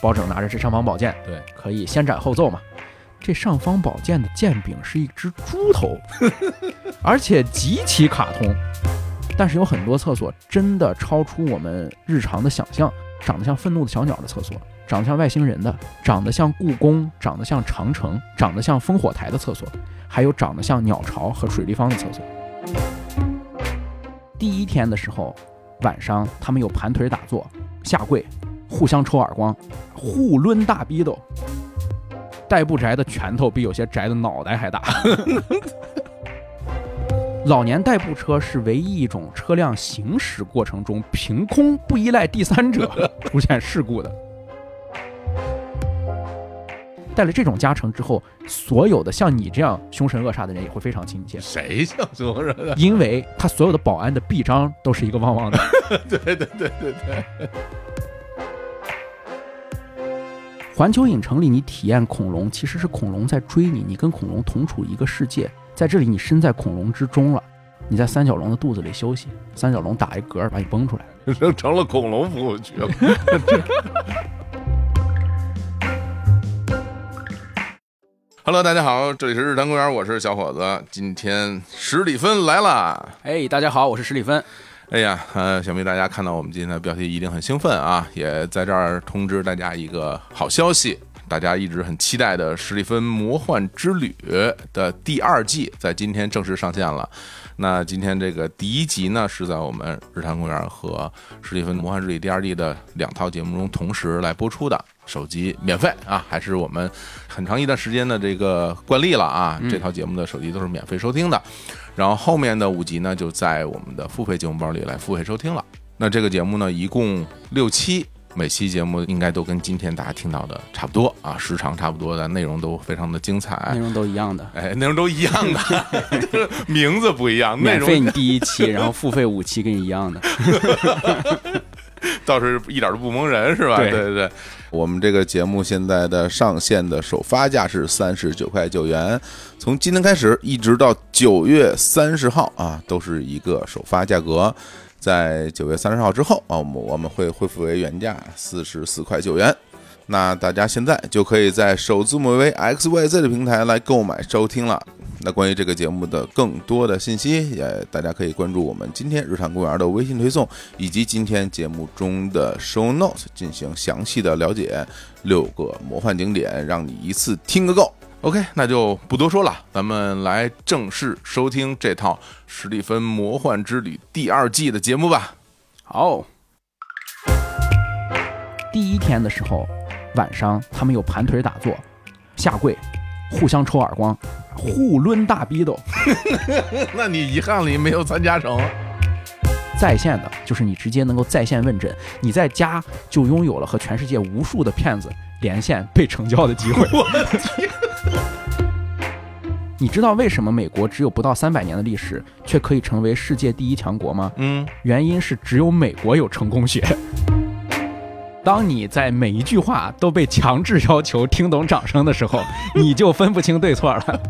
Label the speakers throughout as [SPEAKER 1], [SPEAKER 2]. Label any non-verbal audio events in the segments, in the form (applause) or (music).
[SPEAKER 1] 包拯拿着这尚方宝剑，
[SPEAKER 2] 对，
[SPEAKER 1] 可以先斩后奏嘛。这尚方宝剑的剑柄是一只猪头，而且极其卡通。但是有很多厕所真的超出我们日常的想象，长得像愤怒的小鸟的厕所，长得像外星人的，长得像故宫，长得像长城，长得像烽火台的厕所，还有长得像鸟巢和水立方的厕所。第一天的时候，晚上他们有盘腿打坐、下跪、互相抽耳光、互抡大逼斗。逮不宅的拳头比有些宅的脑袋还大。 (laughs) 老年代步车是唯一一种车辆行驶过程中凭空不依赖第三者 (laughs) 出现事故的。带了这种加成之后，所有的像你这样凶神恶煞的人也会非常亲切，
[SPEAKER 2] 谁像熊人 (laughs) 啊？
[SPEAKER 1] 因为他所有的保安的臂章都是一个旺旺的。
[SPEAKER 2] (laughs) 对对对对对，
[SPEAKER 1] (laughs) 环球影城里，你体验恐龙其实是恐龙在追你，你跟恐龙同处一个世界。在这里，你身在恐龙之中了，你在三角龙的肚子里休息，三角龙打一嗝把你崩出来。
[SPEAKER 2] 成成了恐龙服务区了。Hello，大家好，这里是日坛公园，我是小伙子。今天史蒂芬来啦！
[SPEAKER 1] 哎，大家好，我是史蒂芬。
[SPEAKER 2] 哎呀，呃，想必大家看到我们今天的标题一定很兴奋啊！也在这儿通知大家一个好消息，大家一直很期待的《史蒂芬魔幻之旅》的第二季，在今天正式上线了。那今天这个第一集呢，是在我们日坛公园和《史蒂芬魔幻之旅》第二季的两套节目中同时来播出的，手机免费啊，还是我们很长一段时间的这个惯例了啊，这套节目的手机都是免费收听的。然后后面的五集呢，就在我们的付费节目包里来付费收听了。那这个节目呢，一共六期，每期节目应该都跟今天大家听到的差不多啊，时长差不多的，内容都非常的精彩
[SPEAKER 1] 内。容都一样 (laughs) 的，
[SPEAKER 2] 哎，内容都一样的， (laughs) 就是名字不一样，内
[SPEAKER 1] 免费
[SPEAKER 2] 容
[SPEAKER 1] 你第一期，然后付费五期跟你一样的。
[SPEAKER 2] (laughs) 倒是一点都不蒙人，是吧？
[SPEAKER 1] 对
[SPEAKER 2] 对对对，
[SPEAKER 3] 我们这个节目现在的上线的首发价是三十九块九元，从今天开始一直到九月三十号啊，都是一个首发价格。在九月三十号之后啊，我们我们会恢复为原价四十四块九元。那大家现在就可以在首字母为 XYZ 的平台来购买收听了。那关于这个节目的更多的信息，也大家可以关注我们今天日常公园的微信推送，以及今天节目中的 show notes 进行详细的了解。六个魔幻景点，让你一次听个够。
[SPEAKER 2] OK，那就不多说了，咱们来正式收听这套《史蒂芬魔幻之旅》第二季的节目
[SPEAKER 3] (laughs)
[SPEAKER 2] 吧。
[SPEAKER 1] 好，第一天的时候，晚上他们有盘腿打坐、下跪、互相抽耳光、互抡大逼斗。
[SPEAKER 2] 那你遗憾了，你没有参加成。
[SPEAKER 1] 在线的，就是你直接能够在线问诊，你在家就拥有了和全世界无数的骗子连线被成交的机会。你知道为什么美国只有不到三百年的历史，却可以成为世界第一强国吗？
[SPEAKER 2] 嗯，
[SPEAKER 1] 原因是只有美国有成功学。当你在每一句话都被强制要求听懂掌声的时候，你就分不清对错了。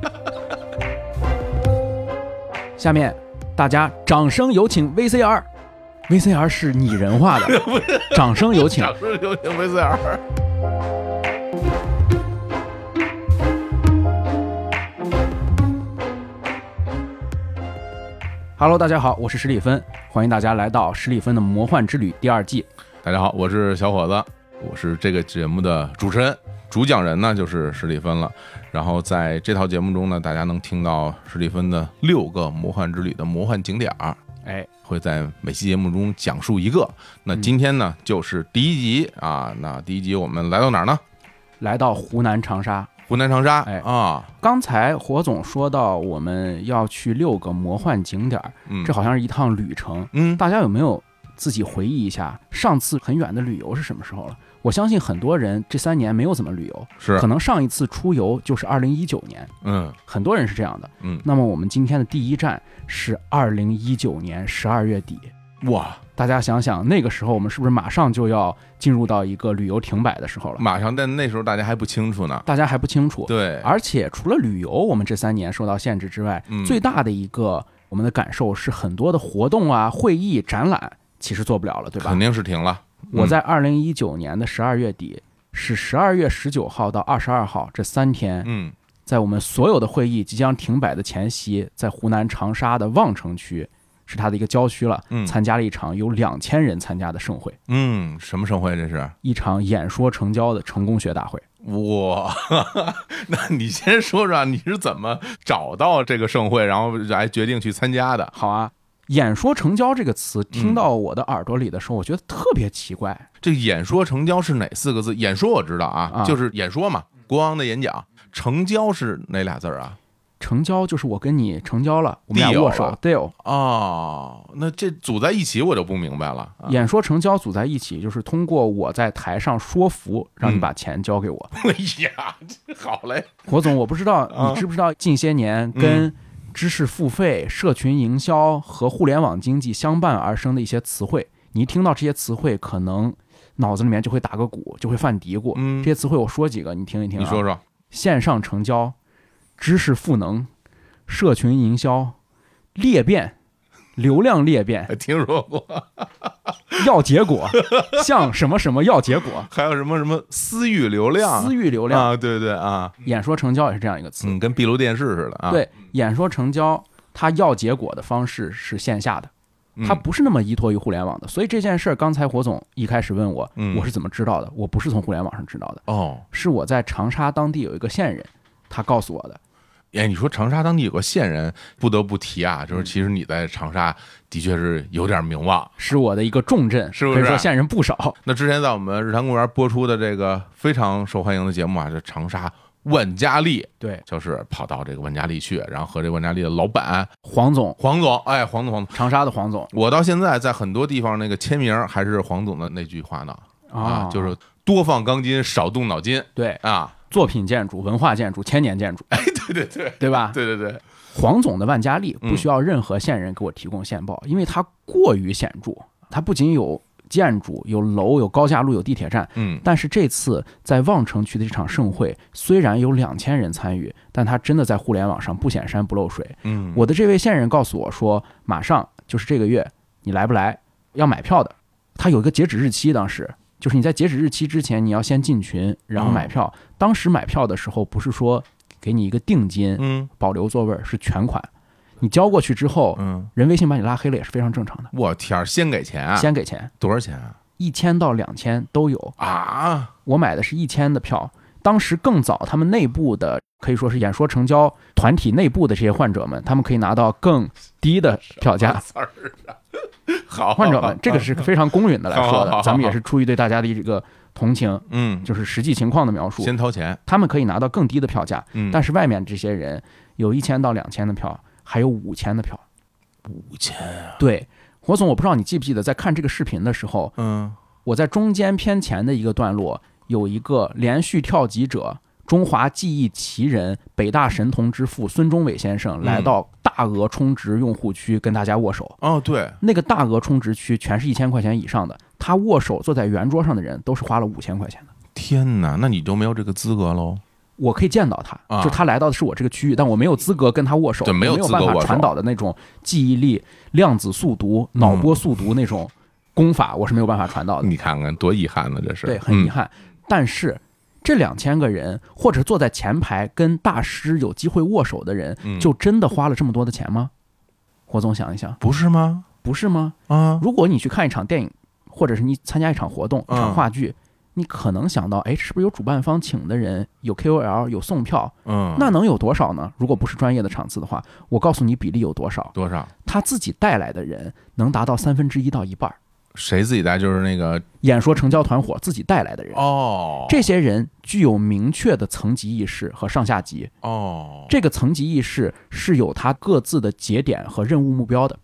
[SPEAKER 1] 下面大家掌声有请 VCR。VCR 是拟人化的，掌声有请。
[SPEAKER 2] 掌声有请 VCR。
[SPEAKER 1] Hello，大家好，我是史蒂芬，欢迎大家来到史蒂芬的魔幻之旅第二季。
[SPEAKER 2] 大家好，我是小伙子，我是这个节目的主持人，主讲人呢就是史蒂芬了。然后在这套节目中呢，大家能听到史蒂芬的六个魔幻之旅的魔幻景点儿，
[SPEAKER 1] 哎，
[SPEAKER 2] 会在每期节目中讲述一个。那
[SPEAKER 1] 嗯
[SPEAKER 2] 今天呢，就是第一集啊。那第一集我们来到哪儿呢？
[SPEAKER 1] 来到湖南长沙，
[SPEAKER 2] 湖南长沙。
[SPEAKER 1] 哎
[SPEAKER 2] 啊，
[SPEAKER 1] 刚才火总说到我们要去六个魔幻景点儿，
[SPEAKER 2] 嗯，
[SPEAKER 1] 这好像是一趟旅程。
[SPEAKER 2] 嗯，
[SPEAKER 1] 大家有没有自己回忆一下上次很远的旅游是什么时候了？我相信很多人这三年没有怎么旅游，
[SPEAKER 2] 是
[SPEAKER 1] 可，能上一次出游就是二零一九年，
[SPEAKER 2] 嗯
[SPEAKER 1] 很多人是这样的。
[SPEAKER 2] 嗯，
[SPEAKER 1] 那么我们今天的第一站是二零一九年十二月底，
[SPEAKER 2] 哇，
[SPEAKER 1] 大家想想那个时候我们是不是马上就要进入到一个旅游停摆的时候了？
[SPEAKER 2] 马上，但那时候大家还不清楚呢。
[SPEAKER 1] 大家还不清楚。
[SPEAKER 2] 对，
[SPEAKER 1] 而且除了旅游，我们这三年受到限制之外，
[SPEAKER 2] 嗯
[SPEAKER 1] 最大的一个我们的感受是很多的活动啊、会议、展览其实做不了了，对吧
[SPEAKER 2] 肯？定是停了。
[SPEAKER 1] 我在二零一九年的十二月底是十二月十九号到二十二号这三天，
[SPEAKER 2] 嗯
[SPEAKER 1] 在我们所有的会议即将停摆的前夕，在湖南长沙的望城区是它的一个郊区了，
[SPEAKER 2] 嗯
[SPEAKER 1] 参加了一场有两千人参加的盛会，
[SPEAKER 2] 嗯，什么盛会这是？
[SPEAKER 1] 一场演说成交的成功学大会。
[SPEAKER 2] 哇， (laughs) 那你先说说啊你是怎么找到这个盛会，然后来决定去参加的？
[SPEAKER 1] 好啊，演说成交这个词
[SPEAKER 2] 嗯
[SPEAKER 1] 听到我的耳朵里的时候，我觉得特别奇怪。
[SPEAKER 2] 这演说成交是哪四个字？演说我知道啊，
[SPEAKER 1] 啊
[SPEAKER 2] 就是演说嘛，国王的演讲。成交是哪俩字儿啊？
[SPEAKER 1] 成交就是我跟你成交了，我们俩
[SPEAKER 2] Deal
[SPEAKER 1] 握手
[SPEAKER 2] 了
[SPEAKER 1] ，deal。
[SPEAKER 2] 哦，那这组在一起我就不明白了。啊
[SPEAKER 1] 演说成交组在一起，就是通过我在台上说服，让
[SPEAKER 2] 嗯
[SPEAKER 1] 你把钱交给我。
[SPEAKER 2] 哎呀，这好嘞，
[SPEAKER 1] 火总，我不知道
[SPEAKER 2] 啊嗯
[SPEAKER 1] 你知不知道，近些年跟知识付费、社群营销和互联网经济相伴而生的一些词汇，你一听到这些词汇，可能脑子里面就会打个鼓，就会犯嘀咕。
[SPEAKER 2] 嗯
[SPEAKER 1] 这些词汇我说几个，你听一听、啊。
[SPEAKER 2] 你说说，
[SPEAKER 1] 线上成交、知识赋能、社群营销、裂变、流量裂变、
[SPEAKER 2] 听说过？
[SPEAKER 1] 要结
[SPEAKER 2] (laughs)
[SPEAKER 1] 果，像什么什么要结果、
[SPEAKER 2] 还有什么什么私域流量？
[SPEAKER 1] 私域流量、
[SPEAKER 2] 啊，对对啊，
[SPEAKER 1] 演说成交也是这样一个词。
[SPEAKER 2] 嗯，跟闭路电视似的啊。，
[SPEAKER 1] 对，演说成交它要结果的方式是线下的，
[SPEAKER 2] 嗯
[SPEAKER 1] 它不是那么依托于互联网的。所以这件事儿，刚才火总一开始问我
[SPEAKER 2] 嗯，
[SPEAKER 1] 我是怎么知道的？我不是从互联网上知道的，
[SPEAKER 2] 哦，
[SPEAKER 1] 是我在长沙当地有一个线人，他告诉我的。
[SPEAKER 2] 哎，你说长沙当地有个线人，不得不提啊，
[SPEAKER 1] 嗯
[SPEAKER 2] 就是其实你在长沙的确是有点名望。
[SPEAKER 1] 是我的一个重镇，
[SPEAKER 2] 是不
[SPEAKER 1] 可以
[SPEAKER 2] 是
[SPEAKER 1] 说线人不少？
[SPEAKER 2] 那之前在我们日坛公园播出的这个非常受欢迎的节目啊，这长沙万家丽，
[SPEAKER 1] 对，
[SPEAKER 2] 就是跑到这个万家丽去，然后和这万家丽的老板
[SPEAKER 1] 黄总，
[SPEAKER 2] 黄总，哎，黄总，黄总，
[SPEAKER 1] 长沙的黄总
[SPEAKER 2] 我到现在在很多地方那个签名还是黄总的那句话呢，啊，就是是多放钢筋，少动脑筋
[SPEAKER 1] 对
[SPEAKER 2] 啊，
[SPEAKER 1] 作品建筑、文化建筑、千年建筑，
[SPEAKER 2] 哎，对对对，
[SPEAKER 1] (laughs) 对吧？
[SPEAKER 2] 对对对，
[SPEAKER 1] 黄总的万家丽
[SPEAKER 2] 嗯
[SPEAKER 1] 不需要任何线人给我提供线报，因为它过于显著。它不仅有建筑、有楼、有高架路、有地铁站，
[SPEAKER 2] 嗯，
[SPEAKER 1] 但是这次在望城区的这场盛会，虽然有两千人参与，但它真的在互联网上不显山不漏水。
[SPEAKER 2] 嗯，
[SPEAKER 1] 我的这位线人告诉我说，马上就是这个月，你来不来？要买票的，他有一个截止日期，当时就是你在截止日期之前，你要先进群，然
[SPEAKER 2] 嗯
[SPEAKER 1] 后买票。当时买票的时候，不是说给你一个定金
[SPEAKER 2] 嗯
[SPEAKER 1] 保留座位儿，是全款。你交过去之后，
[SPEAKER 2] 嗯，
[SPEAKER 1] 人微信把你拉黑了也是非常正常的，
[SPEAKER 2] 我天儿，先给钱啊？
[SPEAKER 1] 先给钱，
[SPEAKER 2] 多少钱啊？
[SPEAKER 1] 一千到两千都有。
[SPEAKER 2] 啊，
[SPEAKER 1] 我买的是一千的票。当时更早，他们内部的可以说是演说成交团体内部的这些患者们，他们可以拿到更低的票价。
[SPEAKER 2] 词儿啊， (laughs) 好，
[SPEAKER 1] 患者们，这个是非常公允的来
[SPEAKER 2] 哦嗯好
[SPEAKER 1] 说
[SPEAKER 2] 好好
[SPEAKER 1] 的，咱们也是出于对大家的这个同情，
[SPEAKER 2] 嗯，
[SPEAKER 1] 就是实际情况的描述。
[SPEAKER 2] 先掏钱，
[SPEAKER 1] 他们可以拿到更低的票价，
[SPEAKER 2] 嗯，
[SPEAKER 1] 但是
[SPEAKER 2] 是
[SPEAKER 1] 外面这些人有一千到两千的票，还有五千的票。
[SPEAKER 2] 五千，
[SPEAKER 1] 对，火总，我不知道你记不记得，在看这个视频的时候，
[SPEAKER 2] 嗯，
[SPEAKER 1] 我在中间偏前的一个段落有一个连续跳级者。中华技艺奇人、北大神童之父孙中伟先生来到大额充值用户区跟大家握手，
[SPEAKER 2] 哦，对，
[SPEAKER 1] 那个大额充值区全是一千块钱以上的，他握手坐在圆桌上的人都是花了五千块钱的。
[SPEAKER 2] 天哪，那你就没有这个资格喽？
[SPEAKER 1] 我可以见到他，
[SPEAKER 2] 啊
[SPEAKER 1] 就他来到的是我这个区域，但我没有资格跟他握手，
[SPEAKER 2] 对没有
[SPEAKER 1] 有
[SPEAKER 2] 资格
[SPEAKER 1] 办法
[SPEAKER 2] 握手
[SPEAKER 1] 传导的那种记忆力、量子速读、脑波速读那种功法，我是没有办法传导的。
[SPEAKER 2] 你看看，多遗憾呢，这嗯是，
[SPEAKER 1] 呃对，很遗
[SPEAKER 2] 嗯，
[SPEAKER 1] 憾。但是这两千个人，或者坐在前排跟大师有机会握手的人，
[SPEAKER 2] 嗯
[SPEAKER 1] 就真的花了这么多的钱吗？火总想一想，
[SPEAKER 2] 不是吗？
[SPEAKER 1] 不是吗？
[SPEAKER 2] 啊，
[SPEAKER 1] 如果你去看一场电影，或者是你参加一场活动、一
[SPEAKER 2] 嗯
[SPEAKER 1] 场话剧，你可能想到，哎，是不是有主办方请的人，有 KOL，有送票？
[SPEAKER 2] 嗯，
[SPEAKER 1] 那能有多少呢？如果不是专业的场次的话，我告诉你比例有多少，
[SPEAKER 2] 多少？
[SPEAKER 1] 他自己带来的人能达到三分之一到一半儿。
[SPEAKER 2] 谁自己带？就是那个
[SPEAKER 1] 演说成交团伙自己带来的人，
[SPEAKER 2] 哦，
[SPEAKER 1] 这些人具有明确的层级意识和上下级，
[SPEAKER 2] 哦，
[SPEAKER 1] 这个层级意识是有它各自的节点和任务目标的，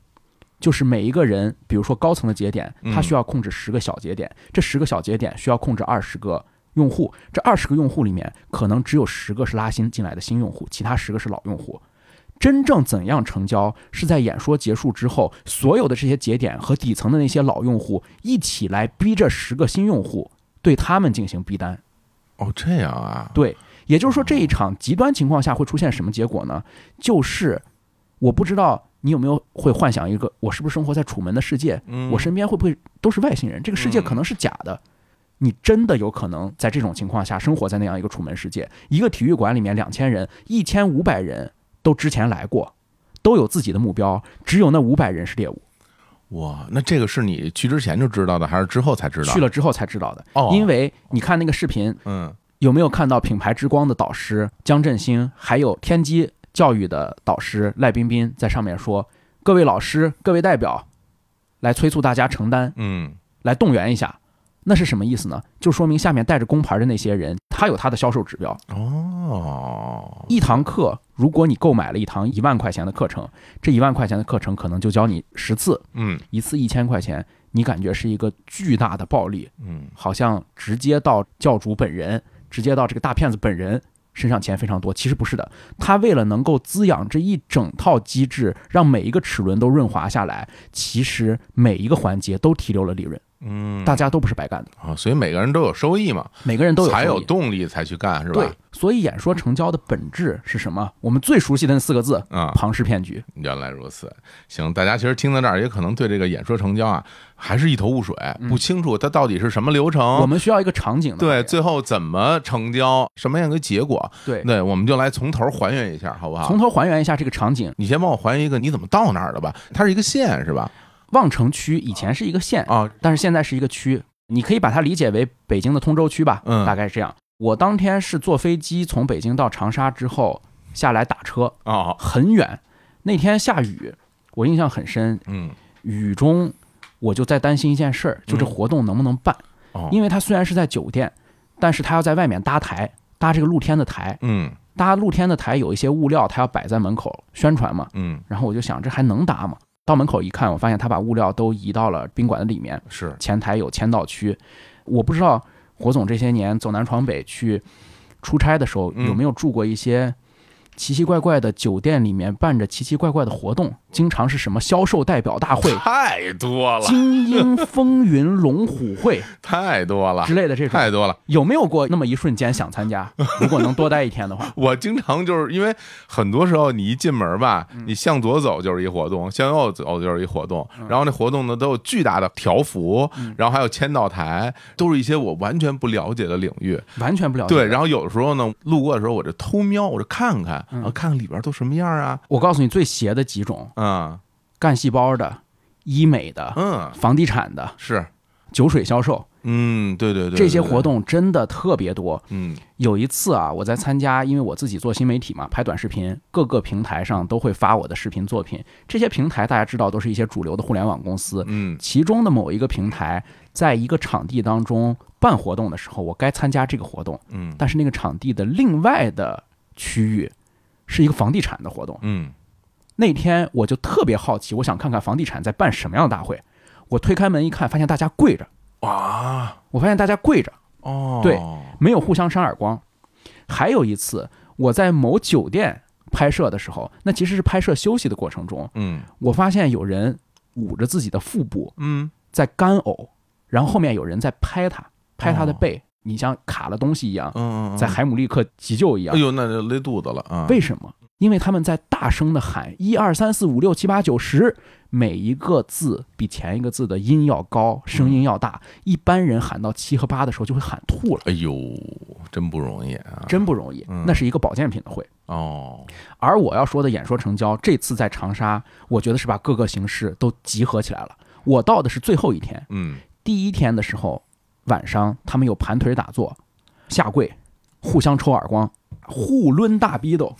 [SPEAKER 1] 就是每一个人，比如说高层的节点，
[SPEAKER 2] 嗯
[SPEAKER 1] 他需要控制十个小节点，这十个小节点需要控制二十个用户，这二十个用户里面，可能只有十个是拉新进来的新用户，其他十个是老用户。真正怎样成交，是在演说结束之后，所有的这些节点和底层的那些老用户一起来逼这十个新用户对他们进行逼单。
[SPEAKER 2] 哦这样啊，
[SPEAKER 1] 对，也就是说这一场极端情况下会出现什么结果呢？就是我不知道你有没有会幻想一个，我是不是生活在楚门的世界？
[SPEAKER 2] 嗯
[SPEAKER 1] 我身边会不会都是外星人？这个世界
[SPEAKER 2] 嗯
[SPEAKER 1] 可能是假的。你真的有可能在这种情况下生活在那样一个楚门世界。一个体育馆里面两千人，一千五百人都之前来过，都有自己的目标，只有那五百人是猎物。
[SPEAKER 2] 哇，那这个是你去之前就知道的，还是之后才知道？
[SPEAKER 1] 去了之后才知道的，
[SPEAKER 2] 哦
[SPEAKER 1] 因为你看那个视频，
[SPEAKER 2] 嗯，
[SPEAKER 1] 有没有看到品牌之光的导师江振兴，还有天基教育的导师赖彬彬在上面说：“各位老师，各位代表，来催促大家承担，
[SPEAKER 2] 嗯
[SPEAKER 1] 来动员一下。”那是什么意思呢？就说明下面带着工牌的那些人，他有他的销售指标。
[SPEAKER 2] 哦，
[SPEAKER 1] 一堂课，如果你购买了一堂一万块钱的课程，这一万块钱的课程可能就教你十次，
[SPEAKER 2] 嗯
[SPEAKER 1] 一次一千块钱，你感觉是一个巨大的暴利，
[SPEAKER 2] 嗯，
[SPEAKER 1] 好像直接到教主本人，直接到这个大骗子本人身上钱非常多。其实不是的，他为了能够滋养这一整套机制，让每一个齿轮都润滑下来，其实每一个环节都提溜了利润，
[SPEAKER 2] 嗯
[SPEAKER 1] 大家都不是白干的，
[SPEAKER 2] 啊，所以每个人都有收益嘛，
[SPEAKER 1] 每个人都有
[SPEAKER 2] 才
[SPEAKER 1] 收
[SPEAKER 2] 有
[SPEAKER 1] 益
[SPEAKER 2] 动力才去干，是吧？
[SPEAKER 1] 对，所以演说成交的本质是什么？我们最熟悉的那四个字：
[SPEAKER 2] 啊、
[SPEAKER 1] 庞氏骗局。
[SPEAKER 2] 原来如此。行，大家其实听到这儿，也可能对这个演说成交啊，还是一头雾水，不清楚它到底是什么流程。
[SPEAKER 1] 嗯我们需要一个场景的
[SPEAKER 2] 哦对，
[SPEAKER 1] 话
[SPEAKER 2] 最后怎么成交，什么样的结果？
[SPEAKER 1] 对，
[SPEAKER 2] 对，啊我们就来从头还原一下，好不好
[SPEAKER 1] 从？头还原一下这个场景。
[SPEAKER 2] 你先帮我还原一个你怎么到那儿的吧？它是一个县是吧？
[SPEAKER 1] 望城区以前是一个县，
[SPEAKER 2] 啊，
[SPEAKER 1] 但是现在是一个区，你可以把它理解为北京的通州区吧，
[SPEAKER 2] 嗯
[SPEAKER 1] 大概是这样。我当天是坐飞机从北京到长沙之后下来打车，
[SPEAKER 2] 哦，
[SPEAKER 1] 很远。那天下雨，我印象很深，
[SPEAKER 2] 嗯，
[SPEAKER 1] 雨中我就在担心一件事儿，就这
[SPEAKER 2] 嗯
[SPEAKER 1] 活动能不能办？
[SPEAKER 2] 哦，
[SPEAKER 1] 因为它虽然是在酒店，但是它要在外面搭台，搭这个露天的台，
[SPEAKER 2] 嗯
[SPEAKER 1] 搭露天的台有一些物料，它要摆在门口宣传嘛。
[SPEAKER 2] 嗯
[SPEAKER 1] 然后我就想，这还能搭吗？到门口一看，我发现他把物料都移到了宾馆的里面，
[SPEAKER 2] 是，
[SPEAKER 1] 前台有签到区。我不知道火总这些年走南闯北去出差的时候，
[SPEAKER 2] 嗯、
[SPEAKER 1] 有没有住过一些奇奇怪怪的酒店，里面办着奇奇怪怪的活动，经常是什么销售代表大会
[SPEAKER 2] (laughs) 太多了，
[SPEAKER 1] 精英风云龙虎
[SPEAKER 2] (laughs)
[SPEAKER 1] 会
[SPEAKER 2] 太多了
[SPEAKER 1] 之。类的这种，
[SPEAKER 2] 太多了！，
[SPEAKER 1] 有没有过那么一瞬间想参加？如果能多待一天的话
[SPEAKER 2] 我经常就是因为很多时候你一进门吧，
[SPEAKER 1] 嗯
[SPEAKER 2] 你向左走就是一活动，向右走就是一活动，
[SPEAKER 1] 嗯
[SPEAKER 2] 然后那活动呢都有巨大的条幅，然后还有签到台，都是一些我完全不了解的领域。
[SPEAKER 1] 完全不了解。
[SPEAKER 2] 对，然后有的时候呢，路过的时候我就偷瞄，我就看看，
[SPEAKER 1] 嗯
[SPEAKER 2] 啊，看看里边都什么样啊，
[SPEAKER 1] 我告诉你最邪的几种：
[SPEAKER 2] 嗯
[SPEAKER 1] 干细胞的、医美的、
[SPEAKER 2] 嗯，
[SPEAKER 1] 房地产的、
[SPEAKER 2] 是，
[SPEAKER 1] 酒水销售，
[SPEAKER 2] 嗯，对对对，
[SPEAKER 1] 这些
[SPEAKER 2] 对
[SPEAKER 1] 活，动真的特别多。
[SPEAKER 2] 对嗯
[SPEAKER 1] 有一次啊，我在参加，因为我自己做新媒体嘛，拍短视频，各个平台上都会发我的视频作品。这些平台大家知道，都是一些主流的互联网公司。
[SPEAKER 2] 嗯
[SPEAKER 1] 其中的某一个平台，在一个场地当中办活动的时候，我该参加这个活动，
[SPEAKER 2] 嗯
[SPEAKER 1] 但是那个场地的另外的区域是一个房地产的活动。
[SPEAKER 2] 嗯
[SPEAKER 1] 那天我就特别好奇，我想看看房地产在办什么样的大会。我推开门一看，发现大家跪着，
[SPEAKER 2] 哇
[SPEAKER 1] 我发现大家跪着，
[SPEAKER 2] 哦，
[SPEAKER 1] 对没有互相扇耳光。还有一次，我在某酒店拍摄的时候，那其实是拍摄休息的过程中，
[SPEAKER 2] 嗯
[SPEAKER 1] 我发现有人捂着自己的腹部
[SPEAKER 2] 嗯
[SPEAKER 1] 在干呕，然后后面有人在拍他，拍他的
[SPEAKER 2] 哦
[SPEAKER 1] 背，你像卡了东西一样，
[SPEAKER 2] 嗯，
[SPEAKER 1] 在
[SPEAKER 2] 嗯
[SPEAKER 1] 海姆立克急救一样
[SPEAKER 2] 哎。呦，那就勒肚子了啊，
[SPEAKER 1] 为什么？因为他们在大声的喊一二三四五六七八九十，每一个字比前一个字的音要高，声音要大。
[SPEAKER 2] 嗯
[SPEAKER 1] 一般人喊到七和八的时候就会喊吐了，
[SPEAKER 2] 哎呦，真不容易啊！
[SPEAKER 1] 真不容易
[SPEAKER 2] 嗯。
[SPEAKER 1] 那是一个保健品的会。
[SPEAKER 2] 哦，
[SPEAKER 1] 而我要说的演说成交，这次在长沙，我觉得是把各个形式都集合起来了。我到的是最后一天，
[SPEAKER 2] 嗯， (laughs)
[SPEAKER 1] 第一天的时候晚上，他们有盘腿打坐、下跪、互相抽耳光、互抡大逼斗。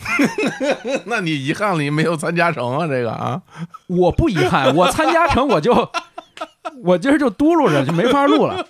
[SPEAKER 2] 那你遗憾了，你没有参加成啊，这个啊，
[SPEAKER 1] 我不遗憾，我参加成我就 (laughs) 我今儿就嘟噜着就没法录了，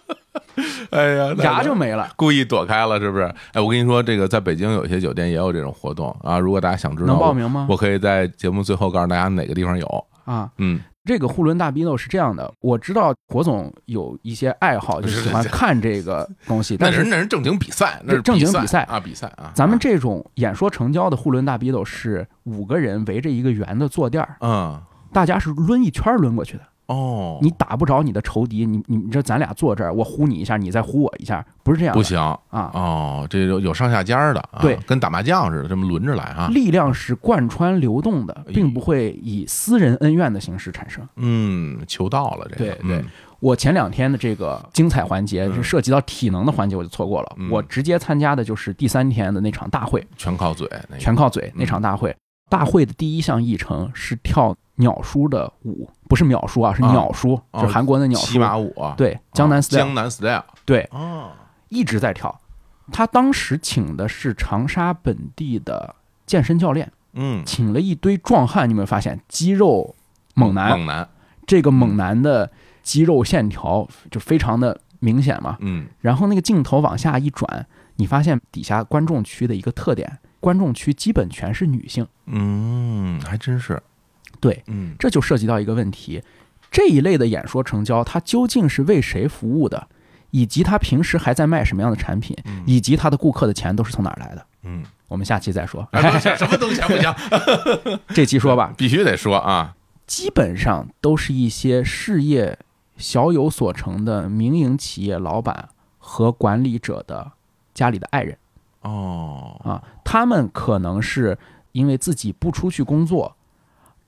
[SPEAKER 2] 哎呀，
[SPEAKER 1] 牙就没了。
[SPEAKER 2] 故意躲开了，是不是？哎，我跟你说，这个在北京有一些酒店也有这种活动啊，如果大家想知道，
[SPEAKER 1] 能报名吗
[SPEAKER 2] 我？我可以在节目最后告诉大家哪个地方有。
[SPEAKER 1] 啊，
[SPEAKER 2] 嗯，
[SPEAKER 1] 这个互抡大逼斗是这样的，我知道火总有一些爱好， (laughs) 就是喜欢看这个东西，
[SPEAKER 2] 那
[SPEAKER 1] 但是
[SPEAKER 2] 人那人正经比赛，那是
[SPEAKER 1] 正经
[SPEAKER 2] 比
[SPEAKER 1] 比赛
[SPEAKER 2] 啊，比赛啊。
[SPEAKER 1] 咱们这种演说成交的互抡大逼斗是五个人围着一个圆的坐垫儿，
[SPEAKER 2] 嗯
[SPEAKER 1] 大家是抡一圈儿抡过去的。
[SPEAKER 2] 哦，
[SPEAKER 1] 你打不着你的仇敌，你你你这咱俩坐这儿，我呼你一下，你再呼我一下，不是这样的
[SPEAKER 2] 不行
[SPEAKER 1] 啊！
[SPEAKER 2] 哦，这有有上下尖儿的，啊
[SPEAKER 1] 对嗯
[SPEAKER 2] 跟打麻将似的，这么轮着来啊。
[SPEAKER 1] 力量是贯穿流动的，并不会以私人恩怨的形式产生。
[SPEAKER 2] 嗯，求到了这个，
[SPEAKER 1] 对对
[SPEAKER 2] 嗯
[SPEAKER 1] 我前两天的这个精彩环节
[SPEAKER 2] 嗯
[SPEAKER 1] 是涉及到体能的环节，我就错过了
[SPEAKER 2] 嗯。
[SPEAKER 1] 我直接参加的就是第三天的那场大会，
[SPEAKER 2] 全靠嘴，那个
[SPEAKER 1] 全靠嘴
[SPEAKER 2] 嗯
[SPEAKER 1] 那场大会。大会的第一项议程是跳鸟叔的舞，不是秒叔啊，是
[SPEAKER 2] 啊
[SPEAKER 1] 鸟叔，
[SPEAKER 2] 哦
[SPEAKER 1] 就是韩国的鸟
[SPEAKER 2] 骑
[SPEAKER 1] 叔。
[SPEAKER 2] 马舞啊，
[SPEAKER 1] 对，
[SPEAKER 2] 啊，
[SPEAKER 1] 江南 style，、
[SPEAKER 2] 江南 style
[SPEAKER 1] 对，
[SPEAKER 2] 哦，
[SPEAKER 1] 一直在跳。他当时请的是长沙本地的健身教练，
[SPEAKER 2] 嗯，
[SPEAKER 1] 请了一堆壮汉，你有没有发现肌肉猛男？
[SPEAKER 2] 猛男，
[SPEAKER 1] 这个猛男的肌肉线条就非常的明显嘛。
[SPEAKER 2] 嗯，
[SPEAKER 1] 然后那个镜头往下一转，你发现底下观众区的一个特点，观众区基本全是女性。
[SPEAKER 2] 嗯，还真是，
[SPEAKER 1] 对，
[SPEAKER 2] 嗯，
[SPEAKER 1] 这就涉及到一个问题：这一类的演说成交，它究竟是为谁服务的，以及它平时还在卖什么样的产品，以及它的顾客的钱都是从哪儿来的？
[SPEAKER 2] 嗯，
[SPEAKER 1] 我们下期再说。
[SPEAKER 2] 哎，不行什么东西还
[SPEAKER 1] (laughs)
[SPEAKER 2] 不行，
[SPEAKER 1] 这期说
[SPEAKER 2] (laughs)
[SPEAKER 1] 吧，
[SPEAKER 2] 必须得说啊，
[SPEAKER 1] 基本上都是一些事业小有所成的民营企业老板和管理者的家里的爱人
[SPEAKER 2] 哦，
[SPEAKER 1] 啊，他们可能是因为自己不出去工作，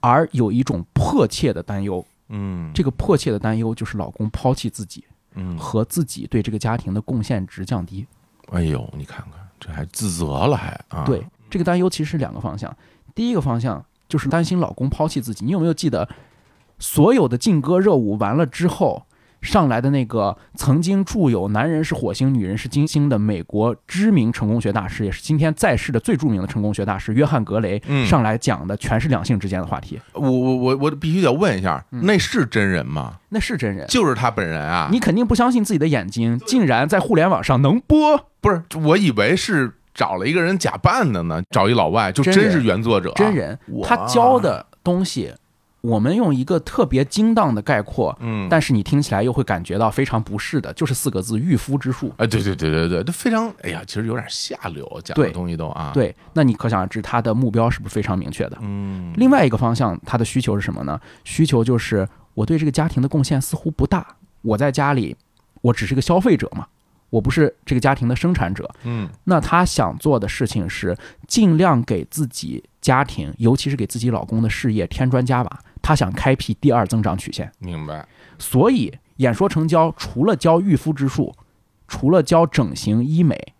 [SPEAKER 1] 而有一种迫切的担忧。
[SPEAKER 2] 嗯，
[SPEAKER 1] 这个迫切的担忧就是老公抛弃自己。
[SPEAKER 2] 嗯，
[SPEAKER 1] 和自己对这个家庭的贡献值降低。
[SPEAKER 2] 哎呦，你看看，这还自责了还啊，
[SPEAKER 1] 对，这个担忧其实是两个方向，第一个方向就是担心老公抛弃自己。你有没有记得，所有的劲歌热舞完了之后上来的那个曾经著有“男人是火星，女人是金星”的美国知名成功学大师，也是今天在世的最著名的成功学大师约翰·格雷
[SPEAKER 2] 嗯
[SPEAKER 1] 上来讲的全是两性之间的话题，
[SPEAKER 2] 我我我我必须得问一下，那是真人吗？
[SPEAKER 1] 那是真人。
[SPEAKER 2] 就是他本人啊？
[SPEAKER 1] 嗯你肯定不相信自己的眼睛，竟然在互联网上能播。
[SPEAKER 2] (laughs) 不是，我以为是找了一个人假扮的呢，找一老外，就
[SPEAKER 1] 真
[SPEAKER 2] 真
[SPEAKER 1] 人
[SPEAKER 2] 是原作者，啊
[SPEAKER 1] 真人，
[SPEAKER 2] 哇
[SPEAKER 1] 他教的东西，我们用一个特别精当的概括，
[SPEAKER 2] 嗯，
[SPEAKER 1] 但是你听起来又会感觉到非常不适的，就是四个字：御夫之术。
[SPEAKER 2] 哎，对对对对对，这非常，哎呀，其实有点下流，讲的
[SPEAKER 1] 对
[SPEAKER 2] 东西都啊，，
[SPEAKER 1] 对，那你可想而知，他的目标是不是非常明确的？
[SPEAKER 2] 嗯，
[SPEAKER 1] 另外一个方向，他的需求是什么呢？需求就是我对这个家庭的贡献似乎不大，我在家里，我只是个消费者嘛，我不是这个家庭的生产者。
[SPEAKER 2] 嗯
[SPEAKER 1] 那他想做的事情是尽量给自己家庭，尤其是给自己老公的事业添砖加瓦。他想开辟第二增长曲线，
[SPEAKER 2] 明白，
[SPEAKER 1] 所以演说成交除了教育夫之术，除了教整形医美、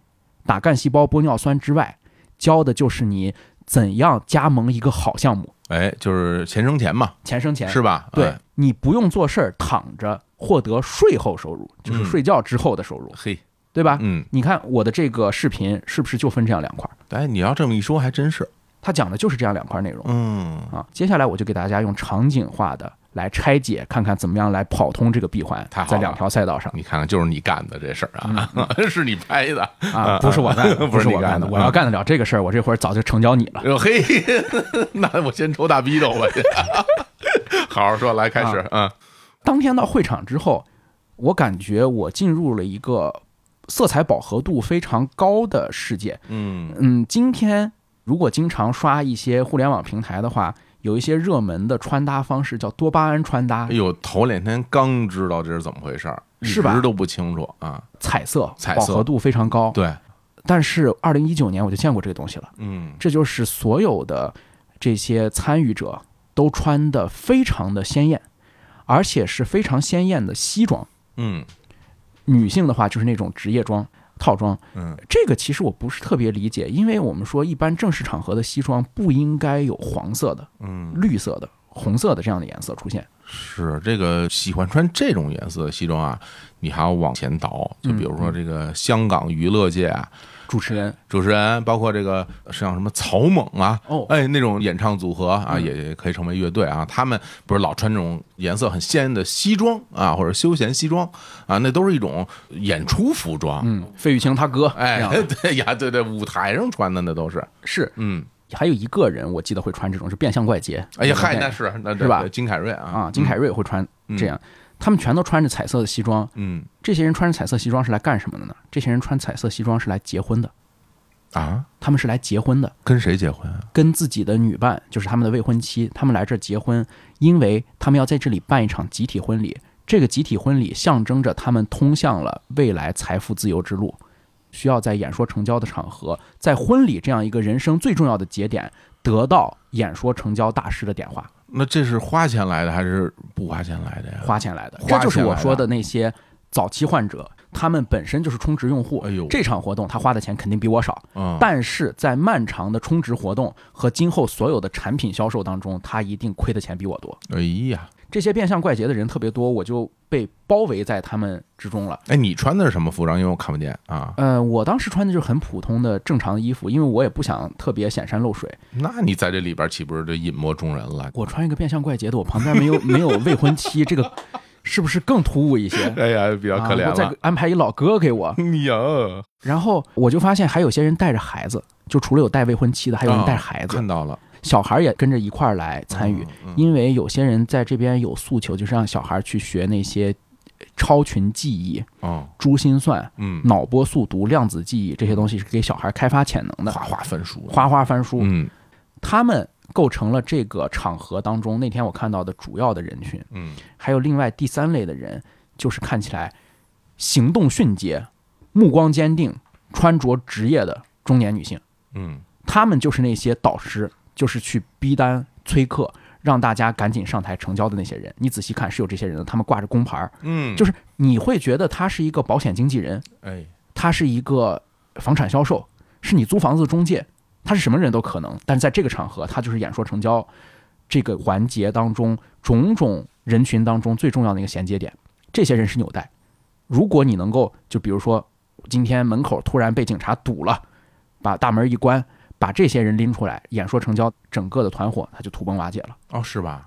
[SPEAKER 1] 打干细胞玻尿酸之外，教的就是你怎样加盟一个好项目，
[SPEAKER 2] 哎，就是钱生钱嘛，
[SPEAKER 1] 钱生钱。
[SPEAKER 2] 是吧？
[SPEAKER 1] 对
[SPEAKER 2] 哎，
[SPEAKER 1] 你不用做事儿，躺着获得税后收入，就是
[SPEAKER 2] 嗯
[SPEAKER 1] 睡觉之后的收入，
[SPEAKER 2] 嘿，
[SPEAKER 1] 对吧？
[SPEAKER 2] 嗯，
[SPEAKER 1] 你看我的这个视频是不是就分这样两块儿？
[SPEAKER 2] 哎，你要这么一说，还真是，
[SPEAKER 1] 它讲的就是这样两块内容
[SPEAKER 2] 嗯，
[SPEAKER 1] 啊。接下来我就给大家用场景化的来拆解，看看怎么样来跑通这个闭环
[SPEAKER 2] 太好，了
[SPEAKER 1] 在两条赛道上
[SPEAKER 2] 你看看，就是你干的这事儿啊，
[SPEAKER 1] 嗯
[SPEAKER 2] (laughs) 是你拍的，
[SPEAKER 1] 啊，不是我干的，
[SPEAKER 2] 呃 (laughs) 不
[SPEAKER 1] 不
[SPEAKER 2] 是
[SPEAKER 1] 是
[SPEAKER 2] 你
[SPEAKER 1] 我
[SPEAKER 2] 干
[SPEAKER 1] 干
[SPEAKER 2] 的啊
[SPEAKER 1] 的，我要干得了这个事儿，我这会儿早就成交你了。
[SPEAKER 2] 哟哎嘿， (laughs) 那我先抽大逼斗吧，先 (laughs) 好好说，来开始，
[SPEAKER 1] 啊
[SPEAKER 2] 嗯
[SPEAKER 1] 当天到会场之后，我感觉我进入了一个色彩饱和度非常高的世界。
[SPEAKER 2] 嗯
[SPEAKER 1] 嗯，今天如果经常刷一些互联网平台的话，有一些热门的穿搭方式叫多巴胺穿搭
[SPEAKER 2] 哎，呦，头两天刚知道这是怎么回事儿，
[SPEAKER 1] 是吧
[SPEAKER 2] 一直都不清楚啊，
[SPEAKER 1] 彩色
[SPEAKER 2] 彩
[SPEAKER 1] 饱
[SPEAKER 2] 色
[SPEAKER 1] 和度非常高。
[SPEAKER 2] 对，
[SPEAKER 1] 但是二零一九年我就见过这个东西了。
[SPEAKER 2] 嗯
[SPEAKER 1] 这就是所有的这些参与者都穿的非常的鲜艳，而且是非常鲜艳的西装。
[SPEAKER 2] 嗯
[SPEAKER 1] 女性的话就是那种职业装、套装。
[SPEAKER 2] 嗯，
[SPEAKER 1] 这个其实我不是特别理解，因为我们说一般正式场合的西装不应该有黄色的、
[SPEAKER 2] 嗯，
[SPEAKER 1] 绿色的、红色的这样的颜色出现。
[SPEAKER 2] 是这个喜欢穿这种颜色的西装啊，你还要往前倒，就比
[SPEAKER 1] 嗯
[SPEAKER 2] 如说这个香港娱乐界啊，
[SPEAKER 1] 主持人
[SPEAKER 2] 主持人，包括这个像什么草蜢啊，
[SPEAKER 1] 哦嗯
[SPEAKER 2] 哎，那种演唱组合啊，也也可以成为乐队啊。他们不是老穿这种颜色很鲜艳的西装啊，或者休闲西装啊，那都是一种演出服装。
[SPEAKER 1] 嗯，费玉清他哥，这
[SPEAKER 2] 哎
[SPEAKER 1] 样的，
[SPEAKER 2] (laughs) 对呀，对对，舞台上穿的那都是，
[SPEAKER 1] 是
[SPEAKER 2] 嗯，
[SPEAKER 1] 还有一个人我记得会穿这种，是变相怪杰。
[SPEAKER 2] 哎
[SPEAKER 1] 那个
[SPEAKER 2] 呀，嗨，
[SPEAKER 1] 概
[SPEAKER 2] 那
[SPEAKER 1] 念
[SPEAKER 2] 是那
[SPEAKER 1] 是吧
[SPEAKER 2] 对金凯瑞啊，
[SPEAKER 1] 啊，金凯瑞会穿这样，他们全都穿着彩色的西装。
[SPEAKER 2] 嗯，
[SPEAKER 1] 这些人穿着彩色西装是来干什么的呢？这些人穿彩色西装是来结婚的，
[SPEAKER 2] 嗯啊，
[SPEAKER 1] 他们是来结婚的，
[SPEAKER 2] 跟谁结婚啊？
[SPEAKER 1] 跟自己的女伴，就是他们的未婚妻，他们来这儿结婚，因为他们要在这里办一场集体婚礼。这个集体婚礼象征着他们通向了未来财富自由之路，需要在演说成交的场合，在婚礼这样一个人生最重要的节点，得到演说成交大师的点化。
[SPEAKER 2] 那这是花钱来的还是不花钱来的呀？
[SPEAKER 1] 花钱来的。
[SPEAKER 2] 花
[SPEAKER 1] 这就是
[SPEAKER 2] 钱
[SPEAKER 1] 我
[SPEAKER 2] 来
[SPEAKER 1] 说
[SPEAKER 2] 的
[SPEAKER 1] 的那些早期患者，他们本身就是充值用户。
[SPEAKER 2] 哎呦
[SPEAKER 1] 这场活动他花的钱肯定比我少，
[SPEAKER 2] 嗯，
[SPEAKER 1] 但是在漫长的充值活动和今后所有的产品销售当中，他一定亏的钱比我多。
[SPEAKER 2] 哎呀，
[SPEAKER 1] 这些变相怪杰的人特别多，我就被包围在他们之中了。
[SPEAKER 2] 哎，你穿的是什么服装？因为我看不见啊。
[SPEAKER 1] 呃，我当时穿的就是很普通的正常的衣服，因为我也不想特别显山露水。
[SPEAKER 2] 那你在这里边岂不是就隐没中人了？
[SPEAKER 1] 我穿一个变相怪杰的，我旁边没
[SPEAKER 2] (laughs)
[SPEAKER 1] 有没有未婚妻，这个是不是更突兀一些？
[SPEAKER 2] 哎呀， (laughs) 比较可怜
[SPEAKER 1] 啊、我再
[SPEAKER 2] 了。
[SPEAKER 1] 安排一老哥给我，
[SPEAKER 2] 呀，
[SPEAKER 1] 然后我就发现还有些人带着孩子，就除了有带未婚妻的，还有人带孩子，
[SPEAKER 2] 嗯看到了，
[SPEAKER 1] 小孩也跟着一块儿来参与。
[SPEAKER 2] 嗯
[SPEAKER 1] 因为有些人在这边有诉求，就是让小孩去学那些超群记忆、
[SPEAKER 2] 哦，
[SPEAKER 1] 珠心算、
[SPEAKER 2] 嗯，
[SPEAKER 1] 脑波速读、量子记忆这些东西，是给小孩开发潜能的。
[SPEAKER 2] 哗哗翻书，
[SPEAKER 1] 哗哗翻书，
[SPEAKER 2] 嗯
[SPEAKER 1] 他们构成了这个场合当中那天我看到的主要的人群。
[SPEAKER 2] 嗯，
[SPEAKER 1] 还有另外第三类的人，就是看起来行动迅捷、目光坚定、穿着职业的中年女性。
[SPEAKER 2] 嗯，
[SPEAKER 1] 她们就是那些导师，就是去逼单、催课，让大家赶紧上台成交的那些人。你仔细看，是有这些人的，他们挂着工牌儿，
[SPEAKER 2] 嗯，
[SPEAKER 1] 就是是你会觉得他是一个保险经纪人，
[SPEAKER 2] 哎，
[SPEAKER 1] 他是一个房产销售，是你租房子的中介，他是什么人都可能。但是在这个场合，他就是演说成交这个环节当中种种人群当中最重要的一个衔接点。这些人是纽带。如果你能够，就比如说今天门口突然被警察堵了，把大门一关，把这些人拎出来，演说成交整个的团伙，他就土崩瓦解了。
[SPEAKER 2] 哦，是吧？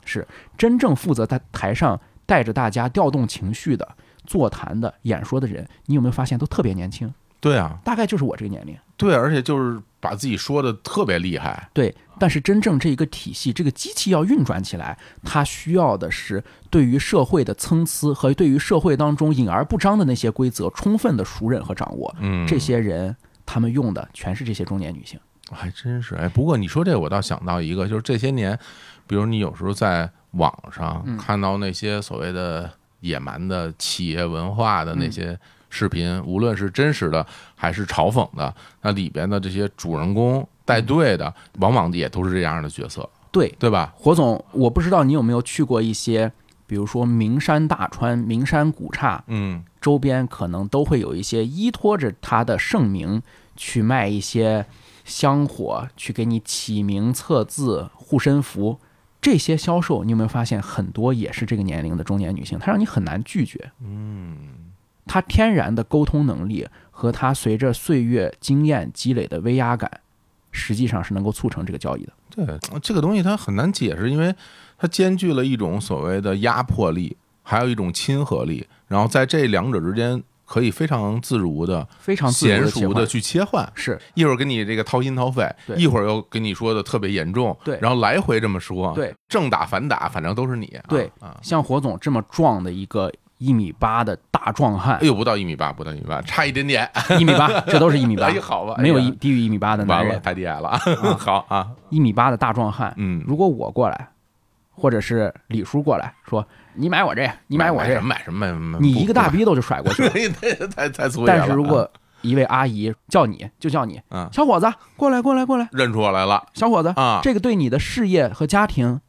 [SPEAKER 1] 真正负责在台上带着大家调动情绪的、座谈的、演说的人，你有没有发现都特别年轻？
[SPEAKER 2] 对啊，
[SPEAKER 1] 大概就是我这个年龄。
[SPEAKER 2] 对，而且就是把自己说的特别厉害，
[SPEAKER 1] 对，但是真正这一个体系，这个机器要运转起来，它需要的是对于社会的参差和对于社会当中隐而不彰的那些规则充分的熟认和掌握。
[SPEAKER 2] 嗯，
[SPEAKER 1] 这些人他们用的全是这些中年女性。
[SPEAKER 2] 还真是。哎，不过你说这，我倒想到一个，就是这些年，比如你有时候在网上看到那些所谓的野蛮的企业文化的那些视频，无论是真实的还是嘲讽的，那里边的这些主人公带队的，往往也都是这样的角色，
[SPEAKER 1] 对，
[SPEAKER 2] 对吧？
[SPEAKER 1] 火总，我不知道你有没有去过一些，比如说名山大川、名山古刹
[SPEAKER 2] 嗯，
[SPEAKER 1] 周边，可能都会有一些依托着它的盛名去卖一些香火，去给你起名、测字、护身符。这些销售，你有没有发现很多也是这个年龄的中年女性，她让你很难拒绝。嗯，她天然的沟通能力和她随着岁月经验积累的威压感，实际上是能够促成这个交易的。
[SPEAKER 2] 对，这个东西它很难解释，因为它兼具了一种所谓的压迫力，还有一种亲和力，然后在这两者之间可以非常自如的、
[SPEAKER 1] 非常自由
[SPEAKER 2] 娴
[SPEAKER 1] 地切
[SPEAKER 2] 熟
[SPEAKER 1] 换
[SPEAKER 2] 的去切换。
[SPEAKER 1] 是
[SPEAKER 2] 一会儿跟你这个掏心掏肺，
[SPEAKER 1] 对
[SPEAKER 2] 一会儿又跟你说的特别严重，
[SPEAKER 1] 对
[SPEAKER 2] 然后来回这么说，
[SPEAKER 1] 对，
[SPEAKER 2] 正打反打，反正都是你，啊
[SPEAKER 1] 对
[SPEAKER 2] 啊，
[SPEAKER 1] 像火总这么壮的一个一米八的大壮汉
[SPEAKER 2] 哎，呦，不到一米八，不到一米八，差一点点，
[SPEAKER 1] 一米八，这都是一米八
[SPEAKER 2] 哎，，好吧，哎呀
[SPEAKER 1] 没有一低于一米八的男
[SPEAKER 2] 完了，
[SPEAKER 1] 人，
[SPEAKER 2] 太低矮了， (laughs) 好啊，
[SPEAKER 1] 一米八的大壮汉。
[SPEAKER 2] 嗯，
[SPEAKER 1] 如果我过来，或者是李叔过来说：“你买我这，你买我
[SPEAKER 2] 什
[SPEAKER 1] 这
[SPEAKER 2] 么，买什么买什么，
[SPEAKER 1] 你一个大
[SPEAKER 2] 逼，
[SPEAKER 1] 逼斗就甩过去。
[SPEAKER 2] (laughs) 太太太粗”野了。
[SPEAKER 1] 但是如
[SPEAKER 2] 啊
[SPEAKER 1] 果一位阿姨叫你，就叫你
[SPEAKER 2] 嗯
[SPEAKER 1] 小伙子过来，过来，过来，
[SPEAKER 2] 认出我来了，
[SPEAKER 1] 小伙子
[SPEAKER 2] 啊
[SPEAKER 1] 这个对你的事业和家庭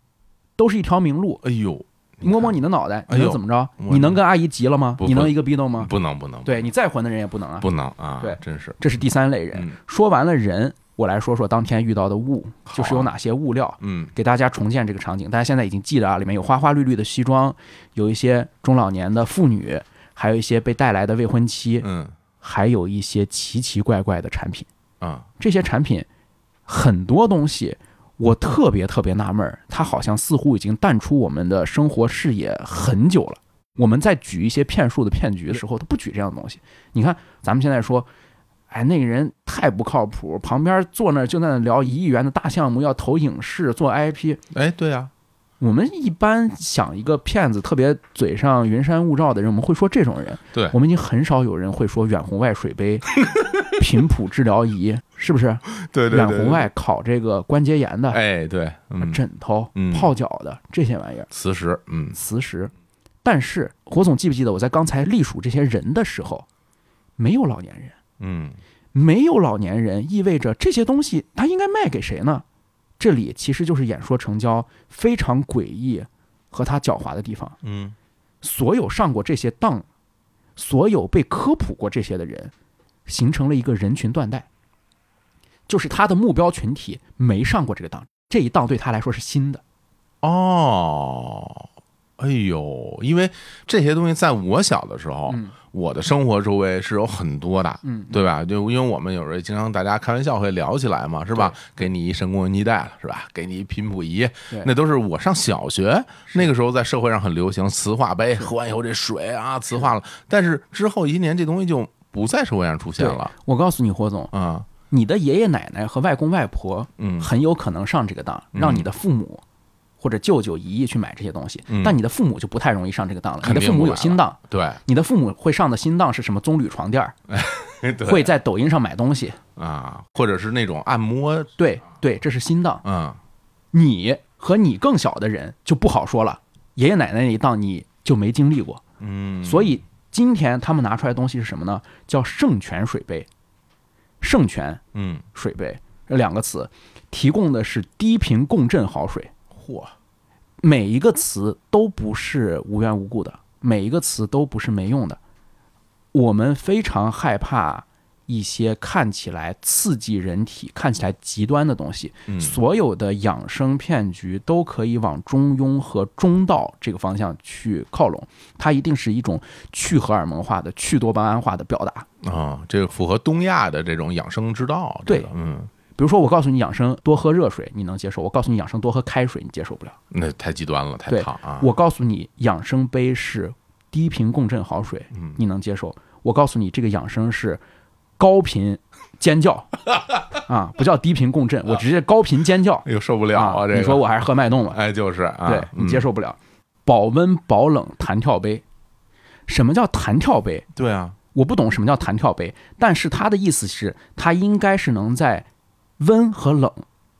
[SPEAKER 1] 都是一条明路。
[SPEAKER 2] 哎呦，
[SPEAKER 1] 摸摸
[SPEAKER 2] 你
[SPEAKER 1] 你的脑袋，
[SPEAKER 2] 哎
[SPEAKER 1] 你
[SPEAKER 2] 呦
[SPEAKER 1] 能怎么着？
[SPEAKER 2] 我
[SPEAKER 1] 你能跟阿姨急了吗？
[SPEAKER 2] 不
[SPEAKER 1] 你能一个逼斗
[SPEAKER 2] 看
[SPEAKER 1] 吗？
[SPEAKER 2] 不能不能，
[SPEAKER 1] 对你再混的人也不能啊。
[SPEAKER 2] 不能啊，
[SPEAKER 1] 对
[SPEAKER 2] 真是，
[SPEAKER 1] 这是第三类人。
[SPEAKER 2] 嗯
[SPEAKER 1] 说完了人，我来说说当天遇到的物，
[SPEAKER 2] 好啊
[SPEAKER 1] 就是有哪些物料，
[SPEAKER 2] 嗯
[SPEAKER 1] 给大家重建这个场景。大家现在已经记得啊，里面有花花绿绿的西装，有一些中老年的妇女，还有一些被带来的未婚妻，
[SPEAKER 2] 嗯
[SPEAKER 1] 还有一些奇奇怪怪的产品。
[SPEAKER 2] 啊，
[SPEAKER 1] 这些产品很多东西。我特别特别纳闷儿，它好像似乎已经淡出我们的生活视野很久了。我们在举一些骗术的骗局的时候，他不举这样的东西。你看，咱们现在说，哎，那个人太不靠谱，旁边坐那儿就在那聊一亿元的大项目要投影视做 IP。
[SPEAKER 2] 哎，对啊，
[SPEAKER 1] 我们一般想一个骗子特别嘴上云山雾罩的人，我们会说这种人。
[SPEAKER 2] 对
[SPEAKER 1] 我们已经很少有人会说远红外水
[SPEAKER 2] (laughs)
[SPEAKER 1] 杯、频谱治疗仪，是不是？
[SPEAKER 2] 对
[SPEAKER 1] 远红，外啊烤这个关节炎的、
[SPEAKER 2] 哎，对，嗯，
[SPEAKER 1] 枕头
[SPEAKER 2] 嗯、
[SPEAKER 1] 泡脚的这些玩意儿。
[SPEAKER 2] 磁石，嗯
[SPEAKER 1] 磁石。但是火总记不记得我在刚才隶属这些人的时候，没有老年人，
[SPEAKER 2] 嗯，
[SPEAKER 1] 没有老年人意味着这些东西他应该卖给谁呢？这里其实就是演说成交非常诡异和他狡猾的地方。
[SPEAKER 2] 嗯
[SPEAKER 1] 所有上过这些当，所有被科普过这些的人，形成了一个人群断代，就是他的目标群体没上过这个当，这一档对他来说是新的。
[SPEAKER 2] 哦，哎呦，因为这些东西在我小的时候，
[SPEAKER 1] 嗯
[SPEAKER 2] 我的生活周围是有很多的，
[SPEAKER 1] 嗯，
[SPEAKER 2] 对吧？就因为我们有时候经常大家开玩笑会聊起来嘛，是吧？给你一神功韧带了，是吧？给你一频谱仪
[SPEAKER 1] 对，
[SPEAKER 2] 那都是我上小学那个时候在社会上很流行磁化杯，喝完以后这水啊磁化了，但是之后一年这东西就不在社会上出现了
[SPEAKER 1] 我告诉你，霍总，
[SPEAKER 2] 啊，
[SPEAKER 1] 你的爷爷奶奶和外公外婆
[SPEAKER 2] 嗯
[SPEAKER 1] 很有可能上这个当，
[SPEAKER 2] 嗯
[SPEAKER 1] 让你的父母或者舅舅姨姨去买这些东西，
[SPEAKER 2] 嗯
[SPEAKER 1] 但你的父母就不太容易上这个当了。你
[SPEAKER 2] 肯
[SPEAKER 1] 的
[SPEAKER 2] 定
[SPEAKER 1] 父母有
[SPEAKER 2] 不买
[SPEAKER 1] 新
[SPEAKER 2] 了
[SPEAKER 1] 当，
[SPEAKER 2] 对，
[SPEAKER 1] 你的父母会上的新当是什么？棕榈床垫儿，
[SPEAKER 2] 对
[SPEAKER 1] 会在抖音上买东西。
[SPEAKER 2] 啊，或者是那种按摩，
[SPEAKER 1] 对对，这是新当。
[SPEAKER 2] 嗯，
[SPEAKER 1] 你和你更小的人就不好说了，爷爷奶奶那一档你就没经历过，
[SPEAKER 2] 嗯，
[SPEAKER 1] 所以今天他们拿出来的东西是什么呢？叫圣泉水杯，圣泉
[SPEAKER 2] 嗯，
[SPEAKER 1] 水杯这两个词提供的是低频共振好水，
[SPEAKER 2] 嚯，
[SPEAKER 1] 每一个词都不是无缘无故的，每一个词都不是没用的。我们非常害怕一些看起来刺激人体、看起来极端的东西，
[SPEAKER 2] 嗯
[SPEAKER 1] 所有的养生骗局都可以往中庸和中道这个方向去靠拢，它一定是一种去荷尔蒙化的、去多巴胺化的表达。
[SPEAKER 2] 啊，这个符合东亚的这种养生之道，这
[SPEAKER 1] 对
[SPEAKER 2] 个嗯，
[SPEAKER 1] 比如说，我告诉你养生多喝热水，你能接受；我告诉你养生多喝开水，你接受不了。
[SPEAKER 2] 那太极端了，太
[SPEAKER 1] 对
[SPEAKER 2] 烫啊，
[SPEAKER 1] 我告诉你，养生杯是低频共振好水，
[SPEAKER 2] 嗯
[SPEAKER 1] 你能接受；我告诉你，这个养生是高频尖
[SPEAKER 2] (laughs)
[SPEAKER 1] 叫啊，不叫低频共振，我直接高频尖叫
[SPEAKER 2] 哎呦受不了
[SPEAKER 1] 啊！
[SPEAKER 2] 这个，
[SPEAKER 1] 你说我还是喝脉动吧，
[SPEAKER 2] 哎，就是啊，
[SPEAKER 1] 对你接
[SPEAKER 2] 嗯
[SPEAKER 1] 受不了。保温保冷弹跳杯，什么叫弹跳杯？
[SPEAKER 2] 对啊，
[SPEAKER 1] 我不懂什么叫弹跳杯，但是它的意思是，它应该是能在温和冷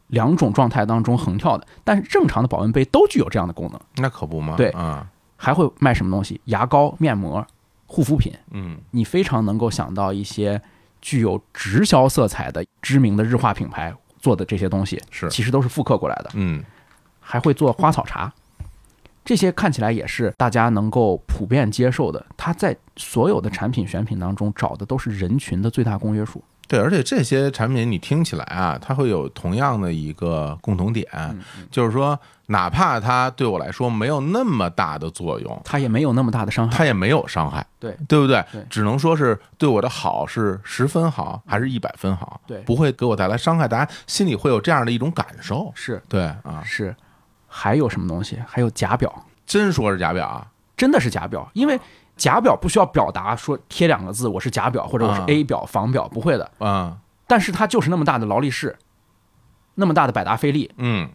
[SPEAKER 1] 两种状态当中横跳的。但是正常的保温杯都具有这样的功能。
[SPEAKER 2] 那可不嘛，
[SPEAKER 1] 对
[SPEAKER 2] 啊，
[SPEAKER 1] 还会卖什么东西？牙膏、面膜、护肤品，
[SPEAKER 2] 嗯
[SPEAKER 1] 你非常能够想到一些具有直销色彩的知名的日化品牌做的这些东西，
[SPEAKER 2] 是
[SPEAKER 1] 其实都是复刻过来的。
[SPEAKER 2] 嗯
[SPEAKER 1] 还会做花草茶，这些看起来也是大家能够普遍接受的。它在所有的产品选品当中找的都是人群的最大公约数。
[SPEAKER 2] 对，而且这些产品你听起来啊，它会有同样的一个共同点，
[SPEAKER 1] 嗯
[SPEAKER 2] 就是说，哪怕它对我来说没有那么大的作用，
[SPEAKER 1] 它也没有那么大的伤害。
[SPEAKER 2] 它也没有伤害，
[SPEAKER 1] 对
[SPEAKER 2] 对不对？
[SPEAKER 1] 对
[SPEAKER 2] 只能说是对我的好是十分好，还是一百分好，
[SPEAKER 1] 对
[SPEAKER 2] 不会给我带来伤害，大家心里会有这样的一种感受，
[SPEAKER 1] 是
[SPEAKER 2] 对啊，
[SPEAKER 1] 是，还有什么东西？还有假表，
[SPEAKER 2] 真说是假表啊，
[SPEAKER 1] 真的是假表，因为假表不需要表达说贴两个字我是假表或者我是
[SPEAKER 2] 啊
[SPEAKER 1] A 表、仿表，不会的。
[SPEAKER 2] 啊，
[SPEAKER 1] 但是它就是那么大的劳力士，那么大的百达翡丽，
[SPEAKER 2] 嗯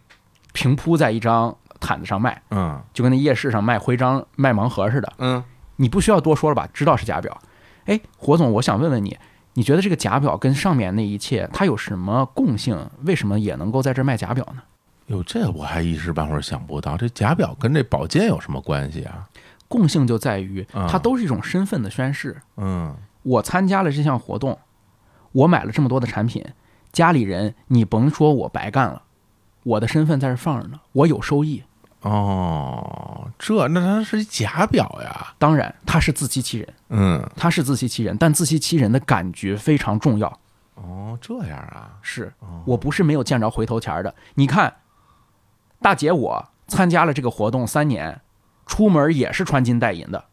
[SPEAKER 1] 平铺在一张毯子上卖，
[SPEAKER 2] 嗯
[SPEAKER 1] 就跟那夜市上卖徽章、卖盲盒似的。
[SPEAKER 2] 嗯，
[SPEAKER 1] 你不需要多说了吧，知道是假表。哎，火总，我想问问你，你觉得这个假表跟上面那一切它有什么共性？为什么也能够在这儿卖假表呢？
[SPEAKER 2] 哟，这我还一时半会儿想不到，这假表跟这宝剑有什么关系啊？
[SPEAKER 1] 共性就在于
[SPEAKER 2] 啊
[SPEAKER 1] 它都是一种身份的宣示。
[SPEAKER 2] 嗯
[SPEAKER 1] 我参加了这项活动，我买了这么多的产品，家里人你甭说我白干了，我的身份在这放着呢，我有收益。
[SPEAKER 2] 哦，这那它是一假表呀，
[SPEAKER 1] 当然，他是自欺欺人，
[SPEAKER 2] 嗯，
[SPEAKER 1] 他是自欺欺人，但自欺欺人的感觉非常重要。
[SPEAKER 2] 哦，这样啊，
[SPEAKER 1] 是我不是没有见着回头钱儿的。你看，大姐我参加了这个活动三年，出门也是穿金戴银的，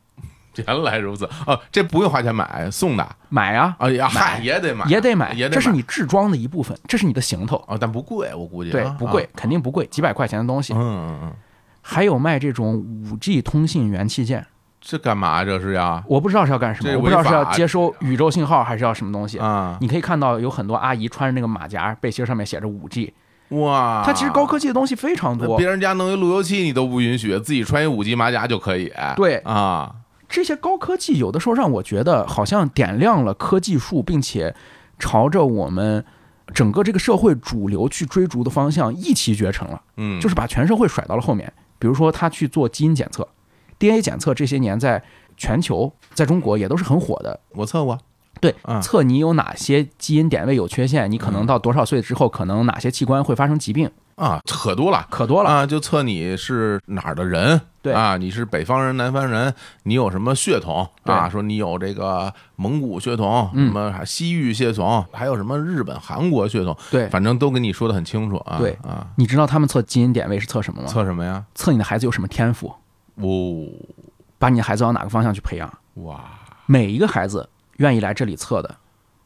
[SPEAKER 2] 原来如此哦，这不用花钱买，送的，
[SPEAKER 1] 买啊，
[SPEAKER 2] 哎呀，
[SPEAKER 1] 买
[SPEAKER 2] 嗨，也得买，
[SPEAKER 1] 也得买，
[SPEAKER 2] 也得
[SPEAKER 1] 这是你置装的一部分，这是你的行头，
[SPEAKER 2] 哦，但不贵，我估计
[SPEAKER 1] 对
[SPEAKER 2] 啊，
[SPEAKER 1] 不贵
[SPEAKER 2] 啊，
[SPEAKER 1] 肯定不贵，几百块钱的东西
[SPEAKER 2] 嗯。嗯嗯，
[SPEAKER 1] 还有卖这种五 G 通信元器件，
[SPEAKER 2] 这干嘛啊这是要
[SPEAKER 1] 我不知道是要干什么，
[SPEAKER 2] 这
[SPEAKER 1] 我不知道
[SPEAKER 2] 违
[SPEAKER 1] 是
[SPEAKER 2] 法
[SPEAKER 1] 要接收宇宙信号还是要什么东西。
[SPEAKER 2] 啊？
[SPEAKER 1] 你可以看到有很多阿姨穿着那个马甲背心，上面写着五 G，
[SPEAKER 2] 哇，
[SPEAKER 1] 它其实高科技的东西非常
[SPEAKER 2] 那
[SPEAKER 1] 多
[SPEAKER 2] 别。人家弄一路由器你都不允许，自己穿一五级马甲就可以，
[SPEAKER 1] 对
[SPEAKER 2] 啊，
[SPEAKER 1] 这些高科技有的时候让我觉得好像点亮了科技树，并且朝着我们整个这个社会主流去追逐的方向一骑绝尘了，
[SPEAKER 2] 嗯，
[SPEAKER 1] 就是把全社会甩到了后面。比如说，他去做基因检测、DNA 检测，这些年在全球、在中国也都是很火的。
[SPEAKER 2] 我测过，
[SPEAKER 1] 对，
[SPEAKER 2] 嗯
[SPEAKER 1] 测你有哪些基因点位有缺陷，你可能到多少岁之后，可能哪些器官会发生疾病。
[SPEAKER 2] 啊，可多了。
[SPEAKER 1] 可多了。
[SPEAKER 2] 啊，就测你是哪儿的人，
[SPEAKER 1] 对
[SPEAKER 2] 啊，你是北方人、南方人，你有什么血统
[SPEAKER 1] 对
[SPEAKER 2] 啊？说你有这个蒙古血统，什
[SPEAKER 1] 嗯
[SPEAKER 2] 么西域血统，还有什么日本、韩国血统，
[SPEAKER 1] 对，
[SPEAKER 2] 反正都跟你说的很清楚啊。
[SPEAKER 1] 对
[SPEAKER 2] 啊，
[SPEAKER 1] 你知道他们测基因点位是测什么吗？
[SPEAKER 2] 测什么呀？
[SPEAKER 1] 测你的孩子有什么天赋，
[SPEAKER 2] 哦，
[SPEAKER 1] 把你的孩子往哪个方向去培养。
[SPEAKER 2] 哇，
[SPEAKER 1] 每一个孩子愿意来这里测的，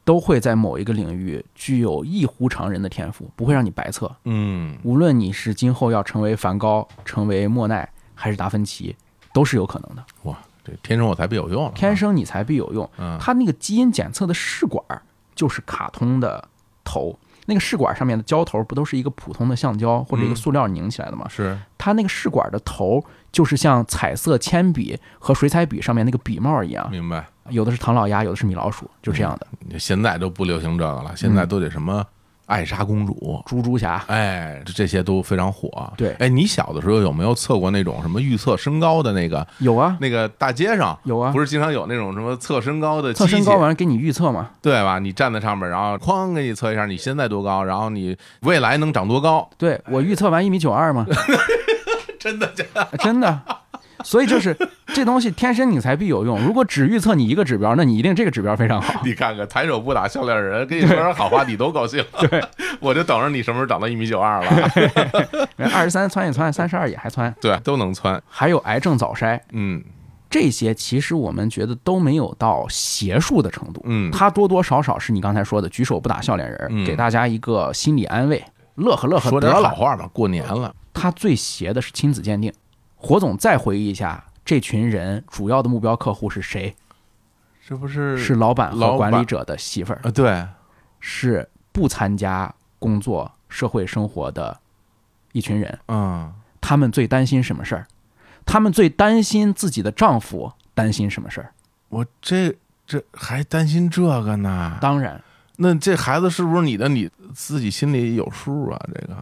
[SPEAKER 1] 都会在某一个领域具有异乎常人的天赋，不会让你白测。
[SPEAKER 2] 嗯，
[SPEAKER 1] 无论你是今后要成为梵高、成为莫奈还是达芬奇，都是有可能的。
[SPEAKER 2] 哇，这天生我材必有用了啊，
[SPEAKER 1] 天生你才必有用。
[SPEAKER 2] 嗯
[SPEAKER 1] 它那个基因检测的试管儿就是卡通的头，那个试管上面的胶头不都是一个普通的橡胶或者一个
[SPEAKER 2] 嗯
[SPEAKER 1] 塑料拧起来的吗？
[SPEAKER 2] 是
[SPEAKER 1] 它那个试管的头就是像彩色铅笔和水彩笔上面那个笔帽一样，
[SPEAKER 2] 明白。
[SPEAKER 1] 有的是唐老鸭，有的是米老鼠，
[SPEAKER 2] 嗯
[SPEAKER 1] 就这样的。
[SPEAKER 2] 现在都不流行这个了，现在
[SPEAKER 1] 嗯
[SPEAKER 2] 都得什么艾莎公主。
[SPEAKER 1] 猪猪侠
[SPEAKER 2] 哎，这这些都非常火。
[SPEAKER 1] 对
[SPEAKER 2] 哎，你小的时候有没有测过那种什么预测身高的那个
[SPEAKER 1] 有啊，
[SPEAKER 2] 那个大街上
[SPEAKER 1] 有啊
[SPEAKER 2] 不是经常有那种什么测身高的机
[SPEAKER 1] 测
[SPEAKER 2] 器，
[SPEAKER 1] 身高完了给你预测嘛？
[SPEAKER 2] 对吧？你站在上面，然后哐给你测一下你现在多高，然后你未来能长多高，
[SPEAKER 1] 对我预测完一米九二嘛，
[SPEAKER 2] (laughs)
[SPEAKER 1] (laughs)
[SPEAKER 2] 真的假的？
[SPEAKER 1] 真的。所以就是这东西天生你才必有用。如果只预测你一个指标，那你一定这个指标非常
[SPEAKER 2] (laughs)
[SPEAKER 1] 好。
[SPEAKER 2] 你看看，抬手不打笑脸人，跟你说点好话，你都
[SPEAKER 1] (laughs)
[SPEAKER 2] 高兴。对，我就等着你什么时候长到一米九二了。 (laughs)
[SPEAKER 1] 二十三窜一窜，三十二也还窜。
[SPEAKER 2] 对，都能窜。
[SPEAKER 1] 还有癌症早筛，
[SPEAKER 2] 嗯
[SPEAKER 1] 这些其实我们觉得都没有到邪术的程度，
[SPEAKER 2] 嗯
[SPEAKER 1] 它多多少少是你刚才说的举手不打笑脸人儿，
[SPEAKER 2] 嗯
[SPEAKER 1] 给大家一个心理安慰，乐呵乐呵
[SPEAKER 2] 说
[SPEAKER 1] 得
[SPEAKER 2] 点好
[SPEAKER 1] 了。
[SPEAKER 2] 话吧，过年了。
[SPEAKER 1] 它最邪的是亲子鉴定。火总再回忆一下，这群人主要的目标客户是谁？
[SPEAKER 2] 这不是
[SPEAKER 1] 是老板
[SPEAKER 2] 老
[SPEAKER 1] 和
[SPEAKER 2] 板
[SPEAKER 1] 管理者的媳妇儿，
[SPEAKER 2] 啊？对，
[SPEAKER 1] 是不参加工作社会生活的一群人。
[SPEAKER 2] 嗯，
[SPEAKER 1] 他们最担心什么事儿？他们最担心自己的丈夫担心什么事儿？
[SPEAKER 2] 我这这还担心这个呢？
[SPEAKER 1] 当然，
[SPEAKER 2] 那这孩子是不是你的？你自己心里有数啊？这个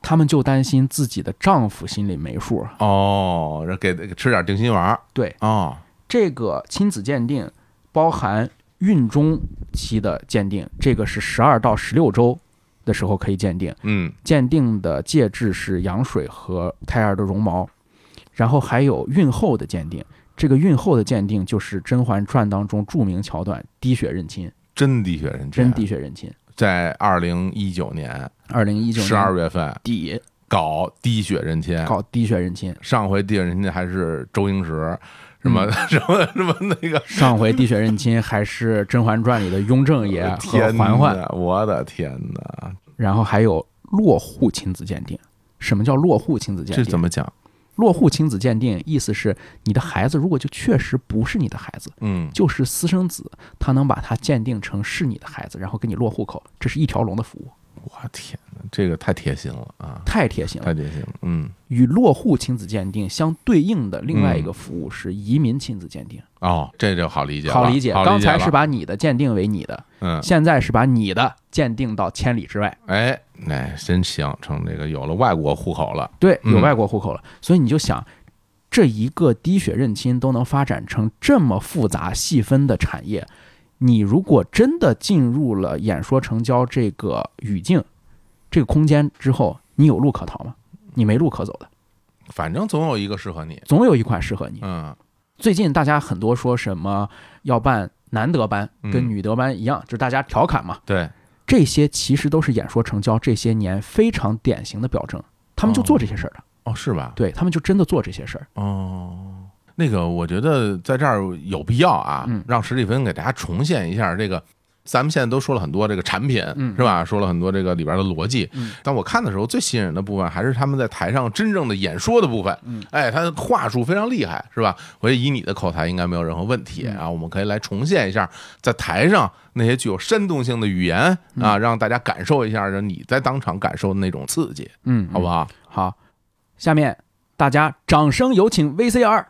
[SPEAKER 1] 他们就担心自己的丈夫心里没数。
[SPEAKER 2] 哦，这给给吃点定心丸儿
[SPEAKER 1] 对，
[SPEAKER 2] 哦，
[SPEAKER 1] 这个亲子鉴定包含孕中期的鉴定，这个是十二到十六周的时候可以鉴定。
[SPEAKER 2] 嗯
[SPEAKER 1] 鉴定的介质是羊水和胎儿的绒毛，然后还有孕后的鉴定。这个孕后的鉴定就是《甄嬛传》当中著名桥段——滴血认亲，
[SPEAKER 2] 真滴血认亲，
[SPEAKER 1] 真滴血认亲。
[SPEAKER 2] 在二零一九年
[SPEAKER 1] 二零一九
[SPEAKER 2] 十二月哎份
[SPEAKER 1] 底
[SPEAKER 2] 搞滴血认亲，
[SPEAKER 1] 搞滴血认亲，
[SPEAKER 2] 上回滴血认亲还是周星驰，什么、什么什么那个
[SPEAKER 1] 上回滴血认亲还是《甄嬛传》里的雍正
[SPEAKER 2] (laughs)
[SPEAKER 1] 爷和
[SPEAKER 2] 天
[SPEAKER 1] 嬛嬛，
[SPEAKER 2] 呐，我的天呐，
[SPEAKER 1] 然后还有落户亲子鉴定。什么叫落户亲子鉴
[SPEAKER 2] 这
[SPEAKER 1] 定？
[SPEAKER 2] 怎么讲？
[SPEAKER 1] 落户亲子鉴定意思是你的孩子如果就确实不是你的孩子，
[SPEAKER 2] 嗯，
[SPEAKER 1] 就是私生子，他能把它鉴定成是你的孩子，然后给你落户口，这是一条龙的服务，
[SPEAKER 2] 我天呐，这个太贴心了啊！
[SPEAKER 1] 太贴心了
[SPEAKER 2] 太。贴心了，嗯，
[SPEAKER 1] 与落户亲子鉴定相对应的另外一个服务是移民亲子鉴定，
[SPEAKER 2] 哦，这就好理解了，
[SPEAKER 1] 好
[SPEAKER 2] 理
[SPEAKER 1] 理解。刚才是
[SPEAKER 2] 吧？
[SPEAKER 1] 把你的鉴定为你的，
[SPEAKER 2] 嗯，
[SPEAKER 1] 现在是把你的鉴定到千里之外。
[SPEAKER 2] 哎，哎，真行，成这个有了外国户口了，
[SPEAKER 1] 对，
[SPEAKER 2] 嗯
[SPEAKER 1] 有外国户口了，所以你就想，这一个滴血认亲都能发展成这么复杂细分的产业，你如果真的进入了演说成交这个语境、这个空间之后，你有路可逃吗？你没路可走的，
[SPEAKER 2] 反正总有一个适合你，
[SPEAKER 1] 总有一款适合你。
[SPEAKER 2] 嗯，
[SPEAKER 1] 最近大家很多说什么要办男德班，跟
[SPEAKER 2] 嗯
[SPEAKER 1] 女德班一样，就是大家调侃嘛，
[SPEAKER 2] 对，
[SPEAKER 1] 这些其实都是演说成交这些年非常典型的表征，他们就
[SPEAKER 2] 哦
[SPEAKER 1] 做这些事儿的，
[SPEAKER 2] 哦，是吧？
[SPEAKER 1] 对他们就真的做这些事儿。
[SPEAKER 2] 哦，那个，我觉得在这儿有必要啊，
[SPEAKER 1] 嗯
[SPEAKER 2] 让史蒂芬给大家重现一下这个。咱们现在都说了很多这个产品，
[SPEAKER 1] 嗯
[SPEAKER 2] 是吧？说了很多这个里边的逻辑，
[SPEAKER 1] 嗯
[SPEAKER 2] 但我看的时候最吸引人的部分还是他们在台上真正的演说的部分。
[SPEAKER 1] 嗯
[SPEAKER 2] 哎，他的话术非常厉害，是吧？我觉得以你的口才应该没有任何问题
[SPEAKER 1] 嗯
[SPEAKER 2] 啊。我们可以来重现一下在台上那些具有煽动性的语言
[SPEAKER 1] 嗯
[SPEAKER 2] 啊，让大家感受一下你在当场感受的那种刺激，
[SPEAKER 1] 嗯，
[SPEAKER 2] 好不好？
[SPEAKER 1] 好，下面大家掌声有请 VCR。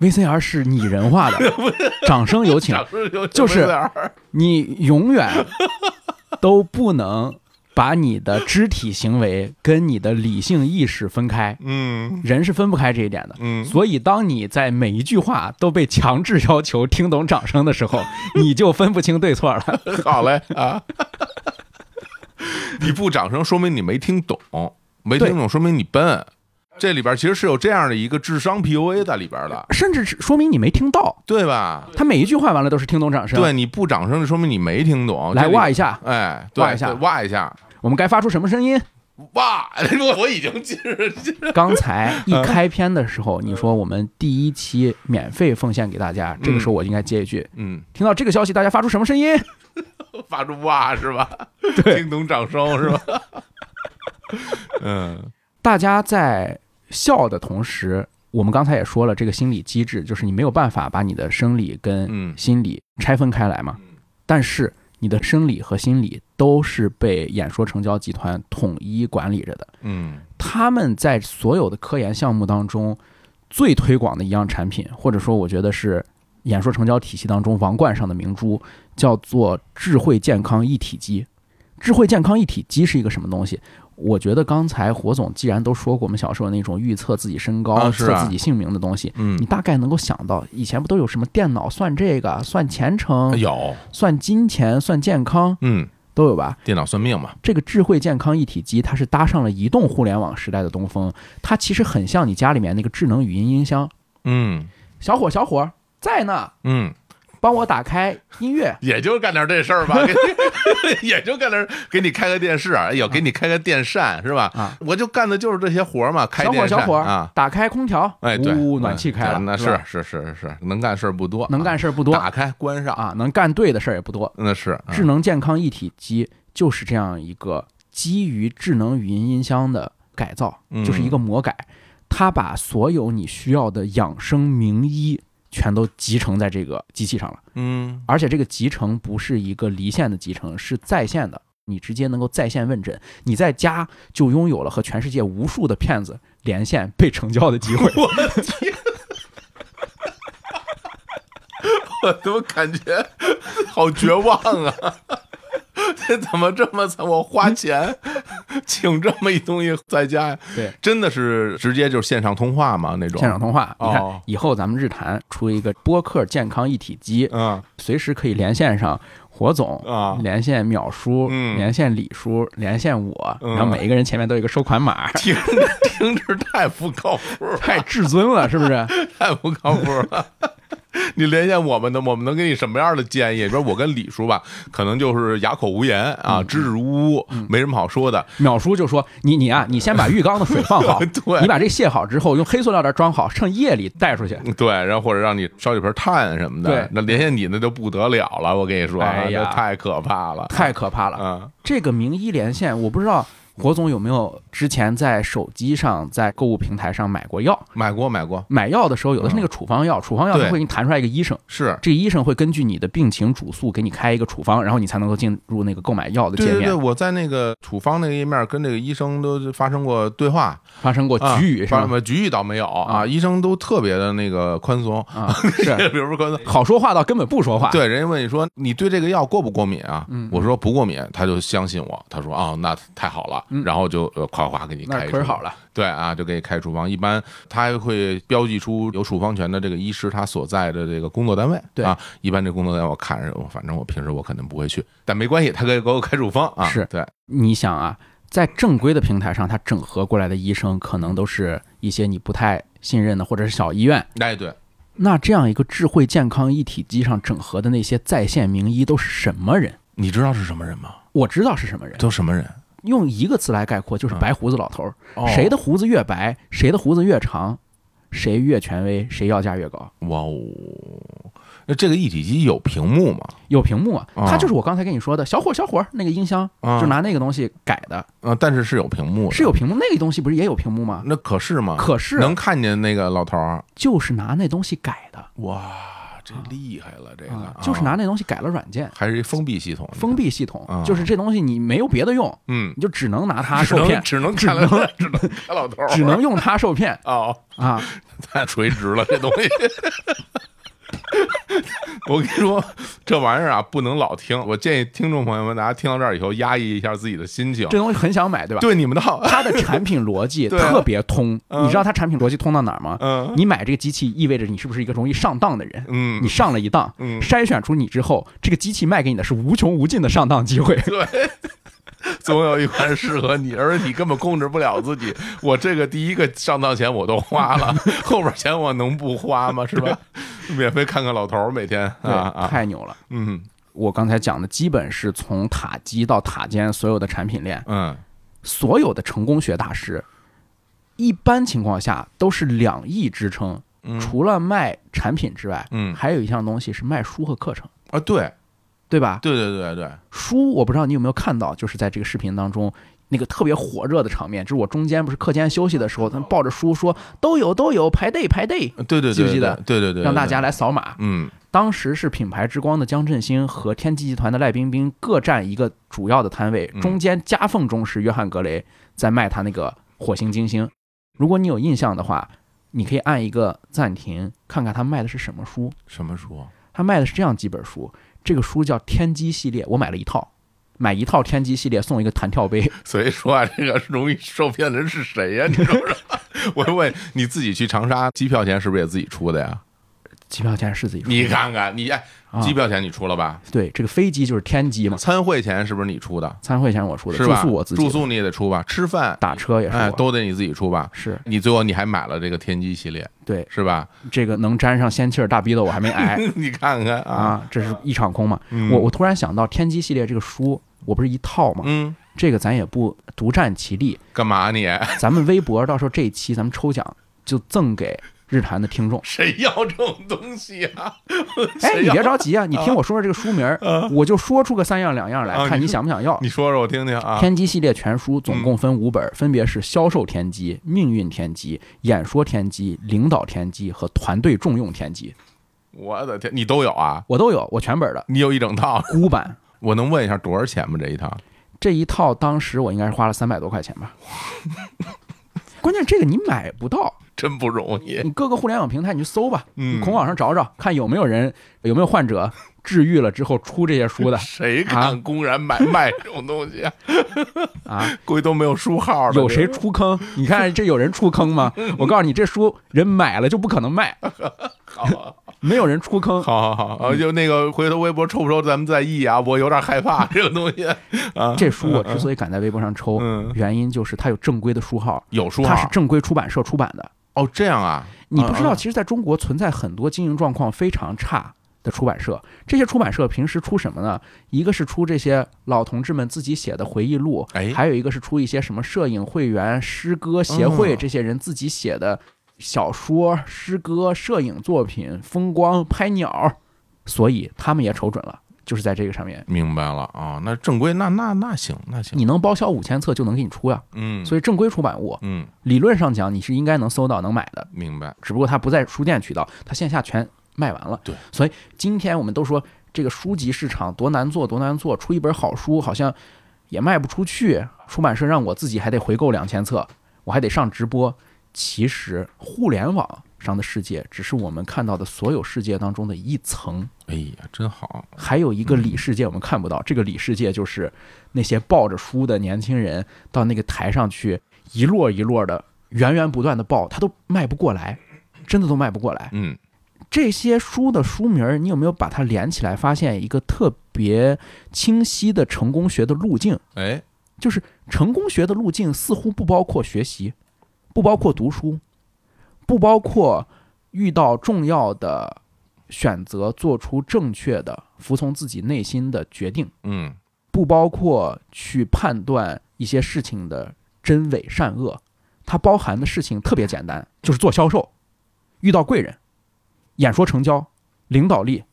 [SPEAKER 1] VCR 是拟人
[SPEAKER 2] (laughs)
[SPEAKER 1] 化的，掌声有请。就是你永远都不能把你的肢体行为跟你的理性意识分开，
[SPEAKER 2] 嗯
[SPEAKER 1] 人是分不开这一点的。
[SPEAKER 2] 嗯，
[SPEAKER 1] 所以，当你在每一句话都被强制要求听懂掌
[SPEAKER 2] (laughs)
[SPEAKER 1] 声的时候，你就分不清对错了。
[SPEAKER 2] 好嘞啊！你不掌声，说明你没听懂，没听懂说明你笨。这里边其实是有这样的一个智商 PUA 在里边的，
[SPEAKER 1] (laughs) 甚至是说明你没听到。
[SPEAKER 2] 对吧？
[SPEAKER 1] 他每一句话完了都是听懂掌声。
[SPEAKER 2] 对，，你不掌声，就说明你没听懂。
[SPEAKER 1] 来
[SPEAKER 2] 这里
[SPEAKER 1] 哇一下，
[SPEAKER 2] 哎，对
[SPEAKER 1] 哇一下
[SPEAKER 2] 对哇一下，
[SPEAKER 1] 我们该发出什么声音？
[SPEAKER 2] 哇！ (laughs) 我我已经进入进入
[SPEAKER 1] 刚才一开篇的时候，你说我们第一期免费奉献给大家，这个时候我应该接一句：
[SPEAKER 2] 嗯，
[SPEAKER 1] 听到这个消息，大家发出什么声音？
[SPEAKER 2] 发出哇是吧？
[SPEAKER 1] 对
[SPEAKER 2] 听懂掌声是吧？
[SPEAKER 1] (laughs)
[SPEAKER 2] 嗯，
[SPEAKER 1] 大家在笑的同时，我们刚才也说了，这个心理机制就是你没有办法把你的生理跟
[SPEAKER 2] 嗯
[SPEAKER 1] 心理拆分开来嘛。但是你的生理和心理都是被演说成交集团统一管理着的。
[SPEAKER 2] 嗯
[SPEAKER 1] 他们在所有的科研项目当中最推广的一样产品，或者说我觉得是演说成交体系当中王冠上的明珠，叫做智慧健康一体机。智慧健康一体机是一个什么东西？我觉得刚才火总既然都说过我们小时候那种预测自己身高、
[SPEAKER 2] 啊是
[SPEAKER 1] 测
[SPEAKER 2] 啊
[SPEAKER 1] 自己姓名的东西，你
[SPEAKER 2] 嗯，
[SPEAKER 1] 大概能够想到，以前不都有什么电脑算这个、算前程、
[SPEAKER 2] 有，
[SPEAKER 1] 算金钱、算健康
[SPEAKER 2] 嗯，
[SPEAKER 1] 都有吧？
[SPEAKER 2] 电脑算命嘛，
[SPEAKER 1] 这个智慧健康一体机，它是搭上了移动互联网时代的东风，它其实很像你家里面那个智能语音音箱。
[SPEAKER 2] 嗯
[SPEAKER 1] 小伙，小伙在呢，
[SPEAKER 2] 嗯，
[SPEAKER 1] 帮我打开音乐。
[SPEAKER 2] 也就干点这事
[SPEAKER 1] (laughs)
[SPEAKER 2] 儿吧，给 (laughs) 也就干点，给你开个电视，哎呦，给你开个电扇是吧？
[SPEAKER 1] 啊
[SPEAKER 2] 我就干的就是这些活儿嘛，开
[SPEAKER 1] 小伙，
[SPEAKER 2] 电扇
[SPEAKER 1] 小伙，
[SPEAKER 2] 啊，
[SPEAKER 1] 打开空调，
[SPEAKER 2] 哎，对，
[SPEAKER 1] 呜，
[SPEAKER 2] 嗯
[SPEAKER 1] 暖气开了，
[SPEAKER 2] 那
[SPEAKER 1] 吧
[SPEAKER 2] 是是是是，能干事儿不多，啊
[SPEAKER 1] 能干事儿不多
[SPEAKER 2] 打嗯开关上，
[SPEAKER 1] 啊，能干对的事儿也不多。
[SPEAKER 2] 那是啊
[SPEAKER 1] 智能健康一体机就是这样一个基于智能语音音箱的改造，
[SPEAKER 2] 嗯
[SPEAKER 1] 就是一个魔改，它把所有你需要的养生名医全都集成在这个机器上了。
[SPEAKER 2] 嗯 (laughs)
[SPEAKER 1] 而且这个集成不是一个离线的集成，是在线的，你直接能够在线问诊，你在家就拥有了和全世界无数的骗子连线被成交的机
[SPEAKER 2] (laughs)
[SPEAKER 1] 会。
[SPEAKER 2] 我怎么感觉好绝望啊！ (laughs) 这怎么这么惨？我花
[SPEAKER 1] (laughs)
[SPEAKER 2] 钱请这么一东西在家，
[SPEAKER 1] 对，
[SPEAKER 2] 真的是直接就是线上通话吗？那种
[SPEAKER 1] 现场通话，你看
[SPEAKER 2] 哦
[SPEAKER 1] 以后咱们日坛出一个播客健康一体机，
[SPEAKER 2] 嗯
[SPEAKER 1] 随时可以连线上火总。
[SPEAKER 2] 啊，
[SPEAKER 1] 连线淼叔，
[SPEAKER 2] 嗯
[SPEAKER 1] 连线李叔，连线我，
[SPEAKER 2] 嗯
[SPEAKER 1] 然后每一个人前面都有一个收款
[SPEAKER 2] (laughs)
[SPEAKER 1] 码，
[SPEAKER 2] 听听着太不靠谱 (laughs) 了，
[SPEAKER 1] 太至尊了，是不是？
[SPEAKER 2] 太不靠谱了。 (laughs) 你连线我们的，我们能给你什么样的建议？比如我跟李叔吧，可能就是哑口无言啊，支支吾吾，没什么好说的。
[SPEAKER 1] 淼叔就说：“你你啊，你先把浴缸的水放好，
[SPEAKER 2] (laughs) 对
[SPEAKER 1] 你把这卸好之后，用黑塑料袋装好，趁夜里带出去。
[SPEAKER 2] 对，然后或者让你烧几瓶炭什么的
[SPEAKER 1] 对，
[SPEAKER 2] 那连线你那就不得了了，我跟你说啊，
[SPEAKER 1] 哎呀
[SPEAKER 2] 这太可怕了，
[SPEAKER 1] 太可怕了。
[SPEAKER 2] 啊，
[SPEAKER 1] 这个名医连线，我不知道火总有没有之前在手机上、在购物平台上买过药。
[SPEAKER 2] 买过买过，
[SPEAKER 1] 买药的时候，有的是那个处方药，处方药它
[SPEAKER 2] 对
[SPEAKER 1] 会给你弹出来一个医生，
[SPEAKER 2] 是，
[SPEAKER 1] 这个医生会根据你的病情主诉给你开一个处方，然后你才能够进入那个购买药的
[SPEAKER 2] 对
[SPEAKER 1] 界
[SPEAKER 2] 对对，
[SPEAKER 1] 面。
[SPEAKER 2] 我在那个处方那个页面跟这个医生都发生过对话，
[SPEAKER 1] 发生过
[SPEAKER 2] 啊
[SPEAKER 1] 局语是
[SPEAKER 2] 发
[SPEAKER 1] 吧？
[SPEAKER 2] 生局域倒没有
[SPEAKER 1] 啊
[SPEAKER 2] 啊，医生都特别的那个宽松，
[SPEAKER 1] 啊，是
[SPEAKER 2] (laughs) 比如
[SPEAKER 1] (laughs)
[SPEAKER 2] 说宽松。
[SPEAKER 1] 好说话到根本不说话。
[SPEAKER 2] 对，人家问你说你对这个药过不过敏啊？
[SPEAKER 1] 嗯
[SPEAKER 2] 我说不过敏，他就相信我。他说啊、那太好了，
[SPEAKER 1] 嗯
[SPEAKER 2] 然后就呃夸夸给你
[SPEAKER 1] 那
[SPEAKER 2] 开
[SPEAKER 1] 可
[SPEAKER 2] 出
[SPEAKER 1] 是好了，
[SPEAKER 2] 对啊，就给你开处方。一般他还会标记出有处方权的这个医师他所在的这个工作单位。
[SPEAKER 1] 对
[SPEAKER 2] 啊，一般这工作单位我看着，我反正我平时我肯定不会去，但没关系，他可以给我开处方啊。
[SPEAKER 1] 是
[SPEAKER 2] 对，
[SPEAKER 1] 你想啊，在正规的平台上，它整合过来的医生可能都是一些你不太信任的，或者是小医院，
[SPEAKER 2] 哎对，
[SPEAKER 1] 那这样一个智慧健康一体机上整合的那些在线名医都是什么人？
[SPEAKER 2] 你知道是什么人吗？
[SPEAKER 1] 我知道是什么人，
[SPEAKER 2] 都什么人？
[SPEAKER 1] 用一个词来概括就是
[SPEAKER 2] 嗯
[SPEAKER 1] 白胡子老头儿。谁的胡子越白，谁的胡子越长，谁越权威，谁要价越高。
[SPEAKER 2] 哇哦！那这个一体机有屏幕吗？
[SPEAKER 1] 有屏幕啊，
[SPEAKER 2] 哦
[SPEAKER 1] 他就是我刚才跟你说的小伙小伙儿那个音箱，
[SPEAKER 2] 啊
[SPEAKER 1] 就拿那个东西改的，
[SPEAKER 2] 啊，但是是有屏幕的，
[SPEAKER 1] 是有屏幕。那个东西不是也有屏幕吗？
[SPEAKER 2] 那可是吗？
[SPEAKER 1] 可是
[SPEAKER 2] 嗯
[SPEAKER 1] 啊
[SPEAKER 2] 能看见那个老头儿。
[SPEAKER 1] 就是拿那东西改的
[SPEAKER 2] 哇，这厉害了，这个、
[SPEAKER 1] 啊，就是拿那东西改了软件，
[SPEAKER 2] 还是一封闭系统，
[SPEAKER 1] 封闭系统
[SPEAKER 2] 啊，
[SPEAKER 1] 就是这东西你没有别的用，
[SPEAKER 2] 嗯，
[SPEAKER 1] 你就只能拿它
[SPEAKER 2] 只
[SPEAKER 1] 受骗
[SPEAKER 2] 能，只能看了只能看老头儿，啊
[SPEAKER 1] 只能用它受骗
[SPEAKER 2] 哦， (laughs)
[SPEAKER 1] 啊。
[SPEAKER 2] 太垂直了，这东西。 (laughs) 我跟你说，这玩意儿啊，不能老听。我建议听众朋友们，大家听到这儿以后，压抑一下自己的心情。
[SPEAKER 1] 这东西很想买，对吧？
[SPEAKER 2] 对你们的好，
[SPEAKER 1] 它的产品逻辑
[SPEAKER 2] (laughs) 对啊
[SPEAKER 1] 特别通，
[SPEAKER 2] 嗯
[SPEAKER 1] 你知道它产品逻辑通到哪儿吗？
[SPEAKER 2] 嗯
[SPEAKER 1] 你买这个机器意味着你是不是一个容易上当的人？
[SPEAKER 2] 嗯
[SPEAKER 1] 你，上了一当，
[SPEAKER 2] 嗯 (laughs) 啊
[SPEAKER 1] 筛选出你之后，这个机器卖给你的是无穷无尽的上当机会。
[SPEAKER 2] 对，总有一款适合你，而你根本控制不了自己。我这个第一个上当钱我都花 (laughs) 了，后边钱我能不花吗？是 (laughs) 吧？免费看看老头儿，每天啊
[SPEAKER 1] (laughs) 对，
[SPEAKER 2] 啊，
[SPEAKER 1] 太牛了！
[SPEAKER 2] 嗯
[SPEAKER 1] 我刚才讲的基本是从塔基到塔尖所有的产品链，
[SPEAKER 2] 嗯，
[SPEAKER 1] 所有的成功学大师，一般情况下都是两翼支撑，
[SPEAKER 2] 嗯
[SPEAKER 1] 除了卖产品之外，
[SPEAKER 2] 嗯
[SPEAKER 1] 还有一项东西是卖书和课程，
[SPEAKER 2] 啊，对
[SPEAKER 1] 对吧？
[SPEAKER 2] 对对对对，
[SPEAKER 1] 书我不知道你有没有看到，就是在这个视频当中。那个特别火热的场面，就是我中间不是课间休息的时候，
[SPEAKER 2] 哦
[SPEAKER 1] 他们抱着书说都有都有排队排队，
[SPEAKER 2] 对对对，
[SPEAKER 1] 记不记得
[SPEAKER 2] 对？对对对，
[SPEAKER 1] 让大
[SPEAKER 2] 对
[SPEAKER 1] 家来扫码。
[SPEAKER 2] 嗯
[SPEAKER 1] 当时是品牌之光的江振兴和天际集团的赖冰冰各占一个主要的摊位
[SPEAKER 2] 嗯，
[SPEAKER 1] 中间夹缝中是约翰格雷在卖他那个火星金星。如果你有印象的话，你可以按一个暂停，看看他卖的是什么书。
[SPEAKER 2] 什么书？啊
[SPEAKER 1] 他卖的是这样几本书，这个书叫《天机系列》，我买了一套，买一套《天机系列》送一个弹跳杯。
[SPEAKER 2] 所以说啊，这个容易受骗的人是谁呀、你说说， (laughs) 我问你自己去长沙，机票钱是不是也自己出的呀？
[SPEAKER 1] 机票钱是自己出的
[SPEAKER 2] 你看看，你哎，
[SPEAKER 1] 啊
[SPEAKER 2] 机票钱你出了吧？
[SPEAKER 1] 对，这个飞机就是天机嘛，
[SPEAKER 2] 参会钱是不是你出的？
[SPEAKER 1] 餐会钱我出的，
[SPEAKER 2] 是
[SPEAKER 1] 住
[SPEAKER 2] 吧？
[SPEAKER 1] 宿我自己的，
[SPEAKER 2] 住宿你也得出吧？吃饭、
[SPEAKER 1] 打车也是我、
[SPEAKER 2] 哎，都得你自己出吧？
[SPEAKER 1] 是
[SPEAKER 2] 你最后你还买了这个天玑系列，
[SPEAKER 1] 对
[SPEAKER 2] 是吧？ (laughs)
[SPEAKER 1] 这个能沾上仙气儿大逼的我还没挨。
[SPEAKER 2] 你看看啊，嗯
[SPEAKER 1] 啊，这是一场空嘛。我我突然想到《天机》系列这个书，我不是一套嘛，
[SPEAKER 2] 嗯，
[SPEAKER 1] 这个咱也不独占其利，
[SPEAKER 2] 干嘛你？。
[SPEAKER 1] 咱们微博到时候这一期咱们抽奖就赠给日坛的听众
[SPEAKER 2] 谁要这种东西啊？
[SPEAKER 1] 哎，
[SPEAKER 2] (laughs) 谁
[SPEAKER 1] 你
[SPEAKER 2] 要
[SPEAKER 1] 别着急啊，你听我说说这个书
[SPEAKER 2] (laughs)
[SPEAKER 1] 名儿，我就说出个三样两样
[SPEAKER 2] 啊
[SPEAKER 1] 来，看
[SPEAKER 2] 你
[SPEAKER 1] 你
[SPEAKER 2] 说
[SPEAKER 1] 想不想要。
[SPEAKER 2] 你说说我听听啊。
[SPEAKER 1] 天机系列全书总共分五本，分别是《销售天机》《命运天机》《演说天机》《领导天机》和《团队重用天机》，
[SPEAKER 2] 我的天，你都有啊？
[SPEAKER 1] 我都有，我全本儿的
[SPEAKER 2] 你有一整套？ (laughs)
[SPEAKER 1] 孤版。
[SPEAKER 2] 我能问一下多少钱吗？这一套？
[SPEAKER 1] 这一套当时我应该是花了三百多块钱吧。关键这个你买不到，
[SPEAKER 2] 真不容易。
[SPEAKER 1] 你各个互联网平台你去搜吧，
[SPEAKER 2] 嗯
[SPEAKER 1] 你孔网上找找，看有没有人有没有患者治愈了之后出这些书的
[SPEAKER 2] 谁敢公然买 (laughs) 卖这种东西啊？
[SPEAKER 1] 啊？
[SPEAKER 2] (laughs) 估计都没有书号的。
[SPEAKER 1] 有谁出坑？你看这有人出坑吗？我告诉你，这书人买了就不可能卖，
[SPEAKER 2] 好 (laughs) 啊？
[SPEAKER 1] 没有人出坑。
[SPEAKER 2] (laughs) 好好好，啊就那个回头微博抽不抽咱们再议啊，我有点害怕这个东 (laughs) 西啊。
[SPEAKER 1] 这书我之所以敢在微博上抽
[SPEAKER 2] 嗯，
[SPEAKER 1] 原因就是它有正规的书号，
[SPEAKER 2] 有啊书
[SPEAKER 1] 它是
[SPEAKER 2] 号
[SPEAKER 1] 正规出版社出版的。
[SPEAKER 2] 哦，这样啊？
[SPEAKER 1] 你不知
[SPEAKER 2] 嗯
[SPEAKER 1] 道，
[SPEAKER 2] 嗯
[SPEAKER 1] 其实在中国存在很多经营状况非常差的出版社。这些出版社平时出什么呢？一个是出这些老同志们自己写的回忆录
[SPEAKER 2] 哎，
[SPEAKER 1] 还有一个是出一些什么摄影会员、诗歌协
[SPEAKER 2] 嗯
[SPEAKER 1] 会这些人自己写的小说、诗歌、摄影作品、风光、拍鸟，所以他们也瞅准了，就是在这个上面。
[SPEAKER 2] 明白了啊，那正规那那那行那行，
[SPEAKER 1] 你能包销五千册就能给你出呀、
[SPEAKER 2] 嗯，
[SPEAKER 1] 所以正规出版物
[SPEAKER 2] 嗯，
[SPEAKER 1] 理论上讲你是应该能搜到能买的，
[SPEAKER 2] 明白。
[SPEAKER 1] 只不过它不在书店渠道，它线下全卖完了。
[SPEAKER 2] 对，
[SPEAKER 1] 所以今天我们都说这个书籍市场多难做，多难做，出一本好书好像也卖不出去，出版社让我自己还得回购两千册，我还得上直播。其实互联网上的世界只是我们看到的所有世界当中的一层，
[SPEAKER 2] 哎呀，真好，
[SPEAKER 1] 还有一个里世界我们看不到。这个里世界就是那些抱着书的年轻人到那个台上去，一摞一摞的源源不断的抱，他都卖不过来，真的都卖不过来。
[SPEAKER 2] 嗯，
[SPEAKER 1] 这些书的书名儿，你有没有把它连起来，发现一个特别清晰的成功学的路径？
[SPEAKER 2] 哎，
[SPEAKER 1] 就是成功学的路径似乎不包括学习，不包括读书，不包括遇到重要的选择，做出正确的、服从自己内心的决定，
[SPEAKER 2] 嗯，
[SPEAKER 1] 不包括去判断一些事情的真伪善恶。它包含的事情特别简单，就是做销售，遇到贵人，演说成交，领导力，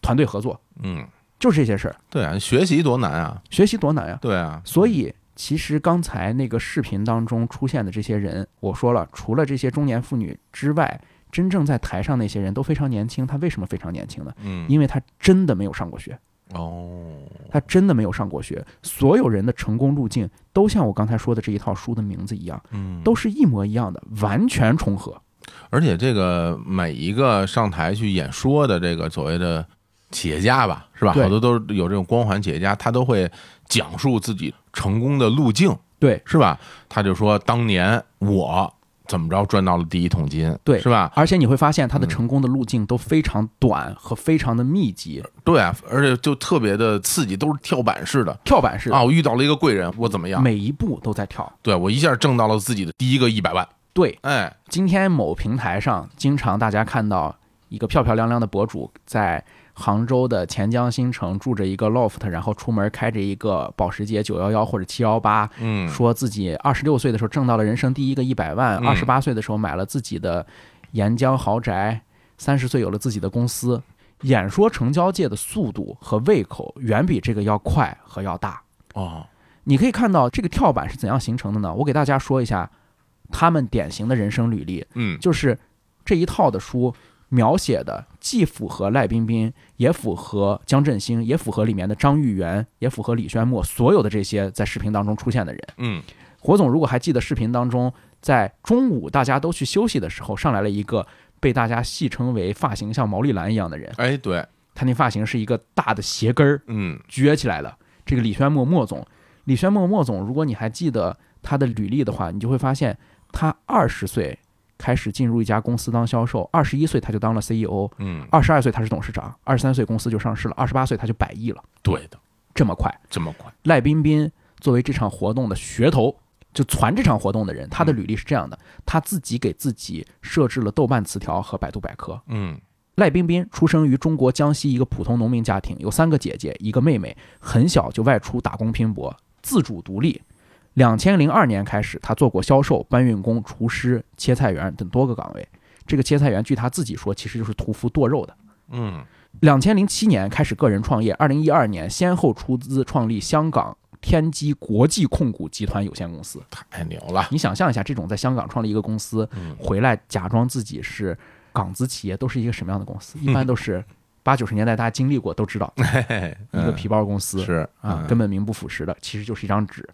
[SPEAKER 1] 团队合作，
[SPEAKER 2] 嗯，
[SPEAKER 1] 就是这些事儿。
[SPEAKER 2] 对啊，学习多难啊，
[SPEAKER 1] 学习多难呀、
[SPEAKER 2] 对啊，
[SPEAKER 1] 所以，其实刚才那个视频当中出现的这些人，我说了，除了这些中年妇女之外，真正在台上那些人都非常年轻。他为什么非常年轻呢？
[SPEAKER 2] 嗯，
[SPEAKER 1] 因为他真的没有上过学，
[SPEAKER 2] 哦，
[SPEAKER 1] 他真的没有上过学。所有人的成功路径都像我刚才说的这一套书的名字一样，
[SPEAKER 2] 嗯，
[SPEAKER 1] 都是一模一样的，完全重合。
[SPEAKER 2] 而且这个每一个上台去演说的这个所谓的企业家吧，是吧？
[SPEAKER 1] 对
[SPEAKER 2] 好多都是有这种光环企业家，他都会讲述自己成功的路径，
[SPEAKER 1] 对
[SPEAKER 2] 是吧？他就说当年我怎么着赚到了第一桶金，
[SPEAKER 1] 对
[SPEAKER 2] 是吧？
[SPEAKER 1] 而且你会发现它的成功的路径都非常短和非常的密集，
[SPEAKER 2] 对啊，而且就特别的刺激，都是跳板式的
[SPEAKER 1] 跳板式的，
[SPEAKER 2] 啊！我遇到了一个贵人，我怎么样？
[SPEAKER 1] 每一步都在跳。
[SPEAKER 2] 对我一下挣到了自己的第一个一百万，
[SPEAKER 1] 对，
[SPEAKER 2] 哎，
[SPEAKER 1] 今天某平台上经常大家看到一个漂漂亮亮的博主在杭州的钱江新城住着一个 loft，然后出门开着一个保时捷九幺幺或者七幺八，
[SPEAKER 2] 嗯，
[SPEAKER 1] 说自己二十六岁的时候挣到了人生第一个一百万，
[SPEAKER 2] 嗯
[SPEAKER 1] 二十八岁的时候买了自己的沿江豪宅，三十岁有了自己的公司。演说成交界的速度和胃口远比这个要快和要大。
[SPEAKER 2] 哦，
[SPEAKER 1] 你可以看到这个跳板是怎样形成的呢？我给大家说一下他们典型的人生履历，
[SPEAKER 2] 嗯，
[SPEAKER 1] 就是这一套的书描写的既符合赖彬彬，也符合江振兴，也符合里面的张玉元，也符合李宣墨，所有的这些在视频当中出现的人。
[SPEAKER 2] 嗯，
[SPEAKER 1] 火总如果还记得视频当中，在中午大家都去休息的时候，上来了一个被大家戏称为发型像毛利兰一样的人，
[SPEAKER 2] 哎，对，
[SPEAKER 1] 他那发型是一个大的斜根儿
[SPEAKER 2] 嗯，
[SPEAKER 1] 撅起来的。这个李宣墨莫总，李宣墨莫总，如果你还记得他的履历的话，你就会发现他二十岁开始进入一家公司当销售，二十一岁他就当了 CEO，
[SPEAKER 2] 嗯，
[SPEAKER 1] 二十二岁他是董事长，二十三岁公司就上市了，二十八岁他就百亿了，
[SPEAKER 2] 对的，
[SPEAKER 1] 这么快。
[SPEAKER 2] 这么快，
[SPEAKER 1] 赖彬彬作为这场活动的噱头，就传这场活动的人，他的履历是这样的：他自己给自己设置了豆瓣词条和百度百科。
[SPEAKER 2] 嗯，
[SPEAKER 1] 赖彬彬出生于中国江西一个普通农民家庭，有三个姐姐，一个妹妹，很小就外出打工拼搏，自主独立。两千零二年开始，他做过销售、搬运工、厨师、切菜员等多个岗位。这个切菜员，据他自己说，其实就是屠夫剁肉的。
[SPEAKER 2] 嗯，
[SPEAKER 1] 两千零七年开始个人创业，二零一二年先后出资创立香港天基国际控股集团有限公司。
[SPEAKER 2] 太牛了，
[SPEAKER 1] 你想象一下，这种在香港创立一个公司
[SPEAKER 2] 嗯，
[SPEAKER 1] 回来假装自己是港资企业，都是一个什么样的公司？
[SPEAKER 2] (laughs)
[SPEAKER 1] 一般都是八九十年代大家经历过都知道，
[SPEAKER 2] 嘿嘿，
[SPEAKER 1] 一个
[SPEAKER 2] 嗯
[SPEAKER 1] 皮包公司
[SPEAKER 2] 是
[SPEAKER 1] 啊，
[SPEAKER 2] 嗯
[SPEAKER 1] 根本名不副实的，其实就是一张纸。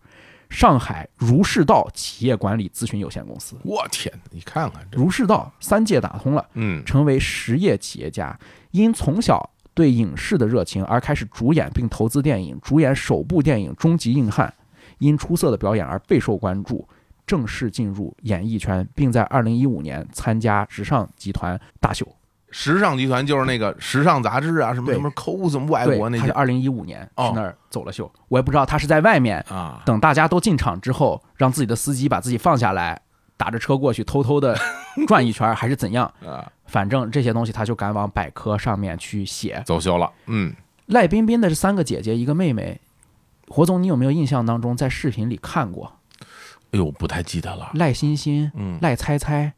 [SPEAKER 1] 上海如是道企业管理咨询有限公司，
[SPEAKER 2] 我天哪，你看看这，
[SPEAKER 1] 如是道三界打通了。
[SPEAKER 2] 嗯，
[SPEAKER 1] 成为实业企业家，因从小对影视的热情而开始主演并投资电影，主演首部电影《终极硬汉》，因出色的表演而备受关注，正式进入演艺圈，并在2015年参加时尚集团大秀。
[SPEAKER 2] 时尚集团就是那个时尚杂志啊，什么
[SPEAKER 1] 对
[SPEAKER 2] 什么 cos 外
[SPEAKER 1] 对
[SPEAKER 2] 国，那
[SPEAKER 1] 他
[SPEAKER 2] 些
[SPEAKER 1] 是2015年
[SPEAKER 2] 哦
[SPEAKER 1] 去那儿走了秀，我也不知道他是在外面
[SPEAKER 2] 啊，
[SPEAKER 1] 等大家都进场之后，让自己的司机把自己放下来，打着车过去偷偷的转一圈儿，还是怎样？
[SPEAKER 2] (laughs) 啊，
[SPEAKER 1] 反正这些东西他就敢往百科上面去写。
[SPEAKER 2] 走秀了，嗯，
[SPEAKER 1] 赖彬彬的这三个姐姐，一个妹妹。火总，你有没有印象当中在视频里看过
[SPEAKER 2] 哎呦，不太记得了，
[SPEAKER 1] 赖欣欣、
[SPEAKER 2] 嗯，
[SPEAKER 1] 赖猜猜？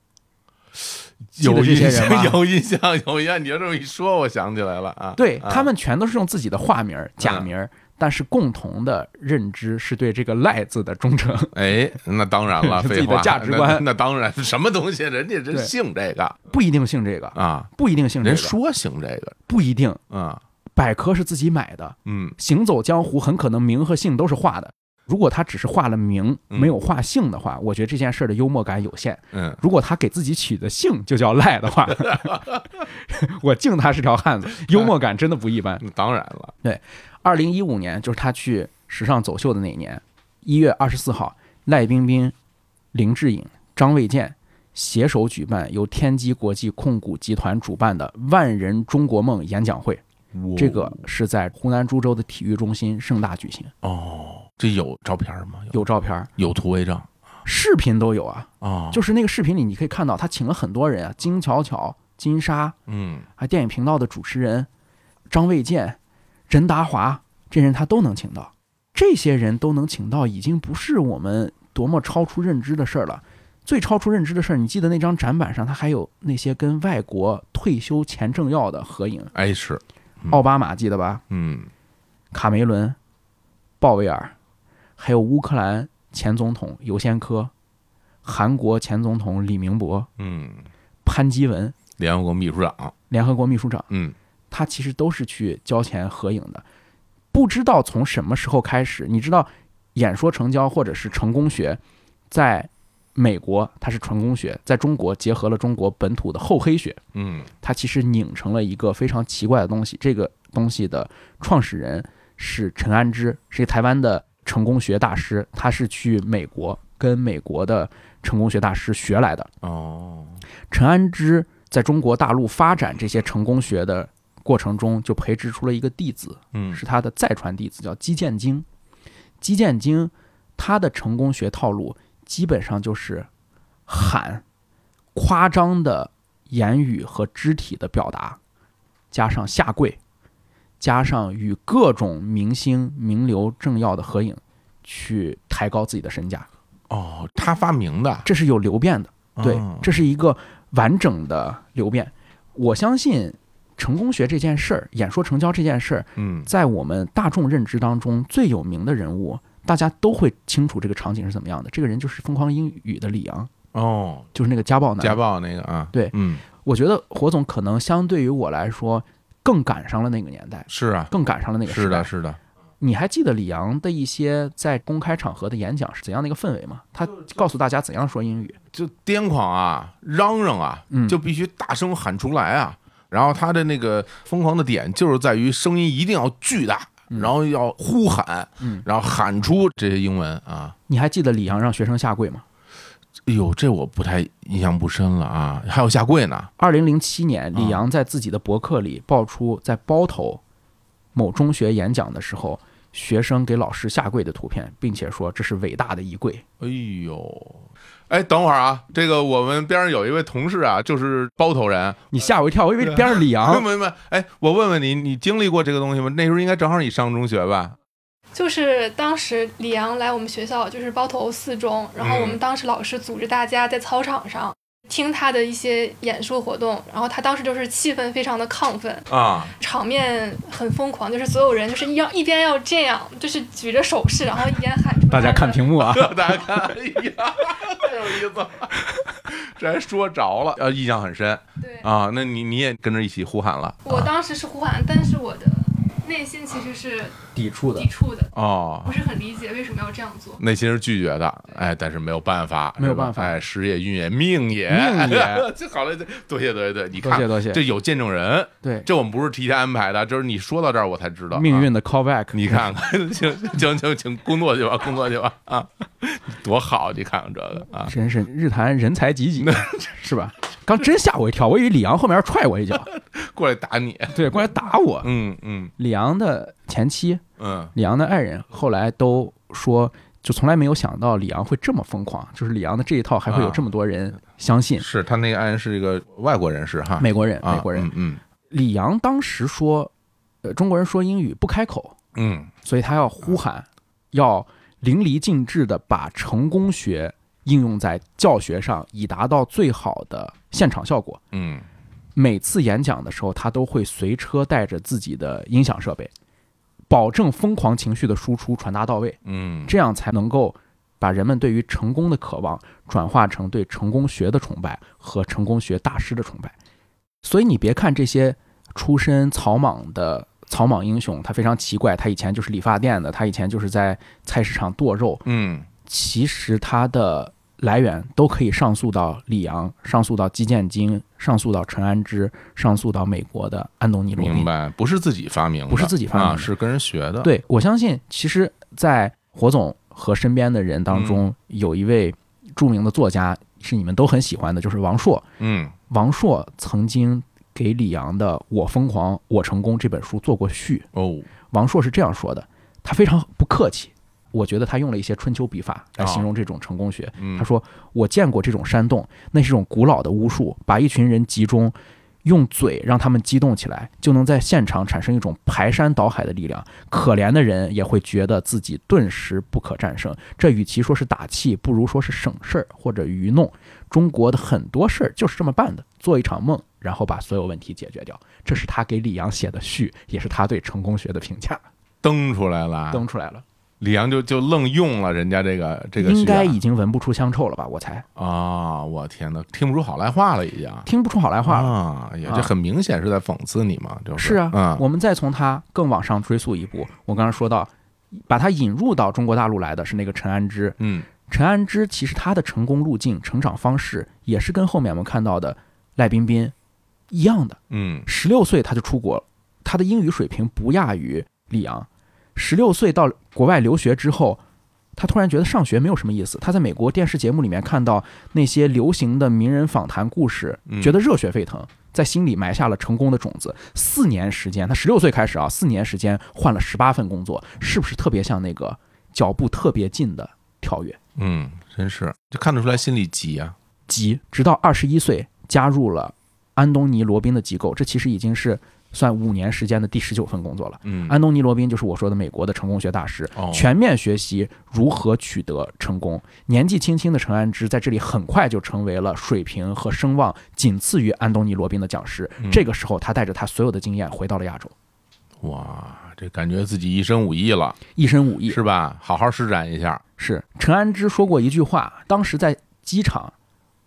[SPEAKER 1] 记
[SPEAKER 2] 有
[SPEAKER 1] 得这些
[SPEAKER 2] 印
[SPEAKER 1] 人
[SPEAKER 2] 象，
[SPEAKER 1] 吗
[SPEAKER 2] 有印象， (laughs) 有印象，你就这么一说，我想起来了啊，
[SPEAKER 1] 对
[SPEAKER 2] 啊嗯
[SPEAKER 1] 他们全都是用自己的化名儿、假名儿，但是共同的认知是对这个“赖”字的忠诚。 (laughs)
[SPEAKER 2] 哎，那当然了，
[SPEAKER 1] 自己
[SPEAKER 2] 废话
[SPEAKER 1] 的价值观
[SPEAKER 2] 那那当然，什么东西，人家真
[SPEAKER 1] 对
[SPEAKER 2] 姓这个
[SPEAKER 1] 不一定姓这个，
[SPEAKER 2] 啊，
[SPEAKER 1] 不一定姓这
[SPEAKER 2] 人
[SPEAKER 1] 个，
[SPEAKER 2] 说姓这个
[SPEAKER 1] 不一定。
[SPEAKER 2] 啊，
[SPEAKER 1] 百科是自己买的，
[SPEAKER 2] 嗯
[SPEAKER 1] 行走江湖很可能名和姓都是画的。如果他只是画了名，
[SPEAKER 2] 嗯
[SPEAKER 1] 没有画姓的话，我觉得这件事儿的幽默感有限。
[SPEAKER 2] 嗯，
[SPEAKER 1] 如果他给自己取的姓就叫赖的话， (laughs) 我敬他是条汉 (laughs) 子，幽默感真的不一般。
[SPEAKER 2] 那当然了，
[SPEAKER 1] 二零一五年就是他去时尚走秀的那一年，一月二十四号，赖彬彬、林志颖、张卫健携手举办由天基国际控股集团主办的“万人中国梦”演讲会，这个是在湖南株洲的体育中心盛大举行，
[SPEAKER 2] 哦，这有照片吗？有
[SPEAKER 1] 有照片儿、
[SPEAKER 2] 有图为证
[SPEAKER 1] 视频都有啊，
[SPEAKER 2] 啊，
[SPEAKER 1] 就是那个视频里你可以看到他请了很多人啊，金巧巧、金莎。
[SPEAKER 2] 嗯，
[SPEAKER 1] 啊，电影频道的主持人张卫健、任达华这些人他都能请到，这些人都能请到，已经不是我们多么超出认知的事儿了。最超出认知的事儿，你记得那张展板上，他还有那些跟外国退休前政要的合影，
[SPEAKER 2] 哎是，嗯
[SPEAKER 1] 奥巴马记得吧？
[SPEAKER 2] 嗯
[SPEAKER 1] 卡梅伦、鲍威尔，还有乌克兰前总统尤先科、韩国前总统李明博、
[SPEAKER 2] 嗯，
[SPEAKER 1] 潘基文，
[SPEAKER 2] 联合国秘书长，
[SPEAKER 1] 联合国秘书长。
[SPEAKER 2] 嗯
[SPEAKER 1] 他其实都是去交钱合影的。不知道从什么时候开始，你知道，演说成交或者是成功学，在美国它是成功学，在中国结合了中国本土的厚黑学，
[SPEAKER 2] 嗯
[SPEAKER 1] 它其实拧成了一个非常奇怪的东西。这个东西的创始人是陈安之，是一个台湾的成功学大师，他是去美国跟美国的成功学大师学来的。
[SPEAKER 2] 哦，
[SPEAKER 1] 陈安之在中国大陆发展这些成功学的过程中，就培植出了一个弟子，
[SPEAKER 2] 嗯，
[SPEAKER 1] 是他的再传弟子，叫基建经。基建经他的成功学套路基本上就是喊夸张的言语和肢体的表达，加上下跪，加上与各种明星名流政要的合影，去抬高自己的身价，
[SPEAKER 2] 哦，他发明的，
[SPEAKER 1] 这是有流变的。对
[SPEAKER 2] 哦，
[SPEAKER 1] 这是一个完整的流变。我相信成功学这件事儿，演说成交这件事儿，
[SPEAKER 2] 嗯
[SPEAKER 1] 在我们大众认知当中最有名的人物，大家都会清楚这个场景是怎么样的。这个人就是《疯狂英语》的李阳，
[SPEAKER 2] 哦，
[SPEAKER 1] 就是那个家暴男。
[SPEAKER 2] 家暴那个啊，
[SPEAKER 1] 对
[SPEAKER 2] 嗯，
[SPEAKER 1] 我觉得火总可能相对于我来说，更赶上了那个年代，
[SPEAKER 2] 是啊，
[SPEAKER 1] 更赶上了那个时
[SPEAKER 2] 是
[SPEAKER 1] 代。
[SPEAKER 2] 的，是的，
[SPEAKER 1] 你还记得李阳的一些在公开场合的演讲是怎样的一个氛围吗？他告诉大家怎样说英语。
[SPEAKER 2] 就癫狂啊，嚷嚷啊，
[SPEAKER 1] 嗯
[SPEAKER 2] 就必须大声喊出来啊。然后他的那个疯狂的点就是在于声音一定要巨大，然后要呼喊，
[SPEAKER 1] 嗯
[SPEAKER 2] 然后喊出这些英文啊。
[SPEAKER 1] 你还记得李阳让学生下跪吗？
[SPEAKER 2] 哎呦，这我不太印象不深了啊。还有下跪呢，
[SPEAKER 1] 二零零七年，李阳在自己的博客里爆出在包头某中学演讲的时候，学生给老师下跪的图片，并且说这是伟大的一跪。
[SPEAKER 2] 哎呦，哎，等会儿啊，这个我们边上有一位同事啊，就是包头人，
[SPEAKER 1] 你吓我一跳，我以为边上李
[SPEAKER 2] 没
[SPEAKER 1] 阳。
[SPEAKER 2] 没没，哎，我问问你，你经历过这个东西吗？那时候应该正好你上中学吧？
[SPEAKER 4] 就是当时李阳来我们学校，就是包头四中，然后我们当时老师组织大家在操场上听他的一些演说活动，然后他当时就是气氛非常的亢奋，
[SPEAKER 2] 啊，
[SPEAKER 4] 场面很疯狂，就是所有人就是要一边要这样，就是举着手势，然后一边喊出
[SPEAKER 1] (laughs) 大家看
[SPEAKER 4] 他的
[SPEAKER 1] 屏幕啊，
[SPEAKER 2] 大家看，哎呀，太有意思了，这还说着了，呃，印象很深
[SPEAKER 4] 对，
[SPEAKER 2] 啊。那你你也跟着一起呼喊了
[SPEAKER 4] 我当时是呼喊，但是我的内心其实是
[SPEAKER 1] 抵触的
[SPEAKER 4] 抵。触的，
[SPEAKER 2] 哦
[SPEAKER 4] 不。是很理解为什么要这样做。
[SPEAKER 2] 内心是拒绝的，哎，但是没有办法，
[SPEAKER 1] 没有
[SPEAKER 2] 是吧
[SPEAKER 1] 办法
[SPEAKER 2] 哎，时也运也命也
[SPEAKER 1] 命
[SPEAKER 2] (laughs)
[SPEAKER 1] 也
[SPEAKER 2] 这好了，这多谢多谢多谢，你
[SPEAKER 1] 多
[SPEAKER 2] 看，
[SPEAKER 1] 谢多谢
[SPEAKER 2] 这有见证人，
[SPEAKER 1] 对，
[SPEAKER 2] 这我们不是提前安排的，就是你说到这儿我才知道
[SPEAKER 1] 命
[SPEAKER 2] 啊
[SPEAKER 1] 运的 callback。
[SPEAKER 2] (laughs) 你，看看，行行行行，工作去吧，工作去吧啊， (laughs) 多好！你看看这个啊，
[SPEAKER 1] 真是日坛人才济济，是吧？刚真吓我一跳，我以为李阳后面要踹我一脚，
[SPEAKER 2] 过来打你，
[SPEAKER 1] 对，过来打我。
[SPEAKER 2] 嗯嗯
[SPEAKER 1] 李阳的前妻
[SPEAKER 2] 嗯，
[SPEAKER 1] 李阳的爱人后来都说，就从来没有想到李阳会这么疯狂，就是李阳的这一套还会有这么多人相信。
[SPEAKER 2] 啊是他那个爱人是一个外国人士哈，
[SPEAKER 1] 美国人，
[SPEAKER 2] 啊
[SPEAKER 1] 美国人。，
[SPEAKER 2] 嗯
[SPEAKER 1] 李阳当时说，呃，中国人说英语不开口，
[SPEAKER 2] 嗯
[SPEAKER 1] 所以他要呼喊，
[SPEAKER 2] 啊
[SPEAKER 1] 要淋漓尽致的把成功学应用在教学上，以达到最好的现场效果。
[SPEAKER 2] 嗯
[SPEAKER 1] 每次演讲的时候，他都会随车带着自己的音响设备，保证疯狂情绪的输出传达到位。
[SPEAKER 2] 嗯
[SPEAKER 1] 这样才能够把人们对于成功的渴望转化成对成功学的崇拜和成功学大师的崇拜。所以你别看这些出身草莽的草莽英雄，他非常奇怪，他以前就是理发店的，他以前就是在菜市场剁肉，
[SPEAKER 2] 嗯
[SPEAKER 1] 其实他的来源都可以上溯到李阳，上溯到基建经，上溯到陈安之，上溯到美国的安东尼·罗
[SPEAKER 2] 明
[SPEAKER 1] 宾。
[SPEAKER 2] 白，不是自己发明的，
[SPEAKER 1] 不是自己发明的
[SPEAKER 2] 啊，是跟人学的，，
[SPEAKER 1] 对我相信，其实，在火总和身边的人当中，有一位著名的作家是你们都很喜欢的，就是王朔。
[SPEAKER 2] 嗯
[SPEAKER 1] 王朔曾经给李阳的《我疯狂我成功》这本书做过序。
[SPEAKER 2] 哦，
[SPEAKER 1] 王朔是这样说的，他非常不客气。我觉得他用了一些春秋笔法来形容这种成功学。
[SPEAKER 2] 嗯
[SPEAKER 1] 他说：“我见过这种煽动，那是一种古老的巫术，把一群人集中，用嘴让他们激动起来，就能在现场产生一种排山倒海的力量。可怜的人也会觉得自己顿时不可战胜。这与其说是打气，不如说是省事儿或者愚弄。中国的很多事儿就是这么办的：做一场梦，然后把所有问题解决掉。”这是他给李阳写的序，也是他对成功学的评价，
[SPEAKER 2] 登出来了，
[SPEAKER 1] 登出来了。
[SPEAKER 2] 李阳就就愣用了人家这个这个
[SPEAKER 1] 应
[SPEAKER 2] 学
[SPEAKER 1] 该
[SPEAKER 2] 啊
[SPEAKER 1] 已经闻不出香臭了吧？我猜
[SPEAKER 2] 啊，我天哪，听不出好赖话了，已经。
[SPEAKER 1] 听不出好赖话了。
[SPEAKER 2] 啊，也
[SPEAKER 1] 啊
[SPEAKER 2] 这很明显是在讽刺你嘛，就是
[SPEAKER 1] 啊，
[SPEAKER 2] 嗯，
[SPEAKER 1] 我们再从他更往上追溯一步，我刚才说到，把他引入到中国大陆来的是那个陈安之。
[SPEAKER 2] 嗯
[SPEAKER 1] 陈安之其实他的成功路径、成长方式也是跟后面我们看到的赖彬彬一样的。
[SPEAKER 2] 嗯
[SPEAKER 1] 十六岁他就出国了，他的英语水平不亚于李阳。十六岁到国外留学之后，他突然觉得上学没有什么意思。他在美国电视节目里面看到那些流行的名人访谈故事，
[SPEAKER 2] 嗯
[SPEAKER 1] 觉得热血沸腾，在心里埋下了成功的种子。四年时间，他十六岁开始啊，四年时间换了十八份工作，是不是特别像那个脚步特别近的跳跃？
[SPEAKER 2] 嗯，真是，就看得出来心里急啊。
[SPEAKER 1] 急，直到二十一岁加入了安东尼·罗宾的机构，这其实已经是算五年时间的第十九份工作了。
[SPEAKER 2] 嗯，
[SPEAKER 1] 安东尼·罗宾就是我说的美国的成功学大师，
[SPEAKER 2] 哦
[SPEAKER 1] 全面学习如何取得成功。年纪轻轻的陈安之在这里很快就成为了水平和声望仅次于安东尼·罗宾的讲师。
[SPEAKER 2] 嗯
[SPEAKER 1] 这个时候，他带着他所有的经验回到了亚洲，
[SPEAKER 2] 哇，这感觉自己一身武艺了，
[SPEAKER 1] 一身武艺
[SPEAKER 2] 是吧？好好施展一下。
[SPEAKER 1] 是陈安之说过一句话，当时在机场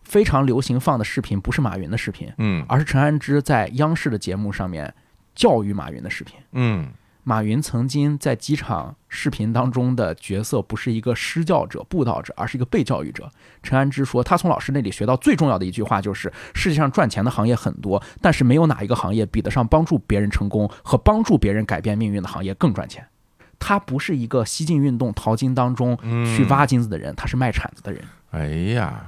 [SPEAKER 1] 非常流行放的视频，不是马云的视频，
[SPEAKER 2] 嗯
[SPEAKER 1] 而是陈安之在央视的节目上面教育马云的视频。
[SPEAKER 2] 嗯，
[SPEAKER 1] 马云曾经在机场视频当中的角色不是一个施教者、布道者，而是一个被教育者。陈安之说，他从老师那里学到最重要的一句话就是：世界上赚钱的行业很多，但是没有哪一个行业比得上帮助别人成功和帮助别人改变命运的行业更赚钱。他不是一个西进运动淘金当中去挖金子的人，他是卖铲子的人。
[SPEAKER 2] 嗯哎呀，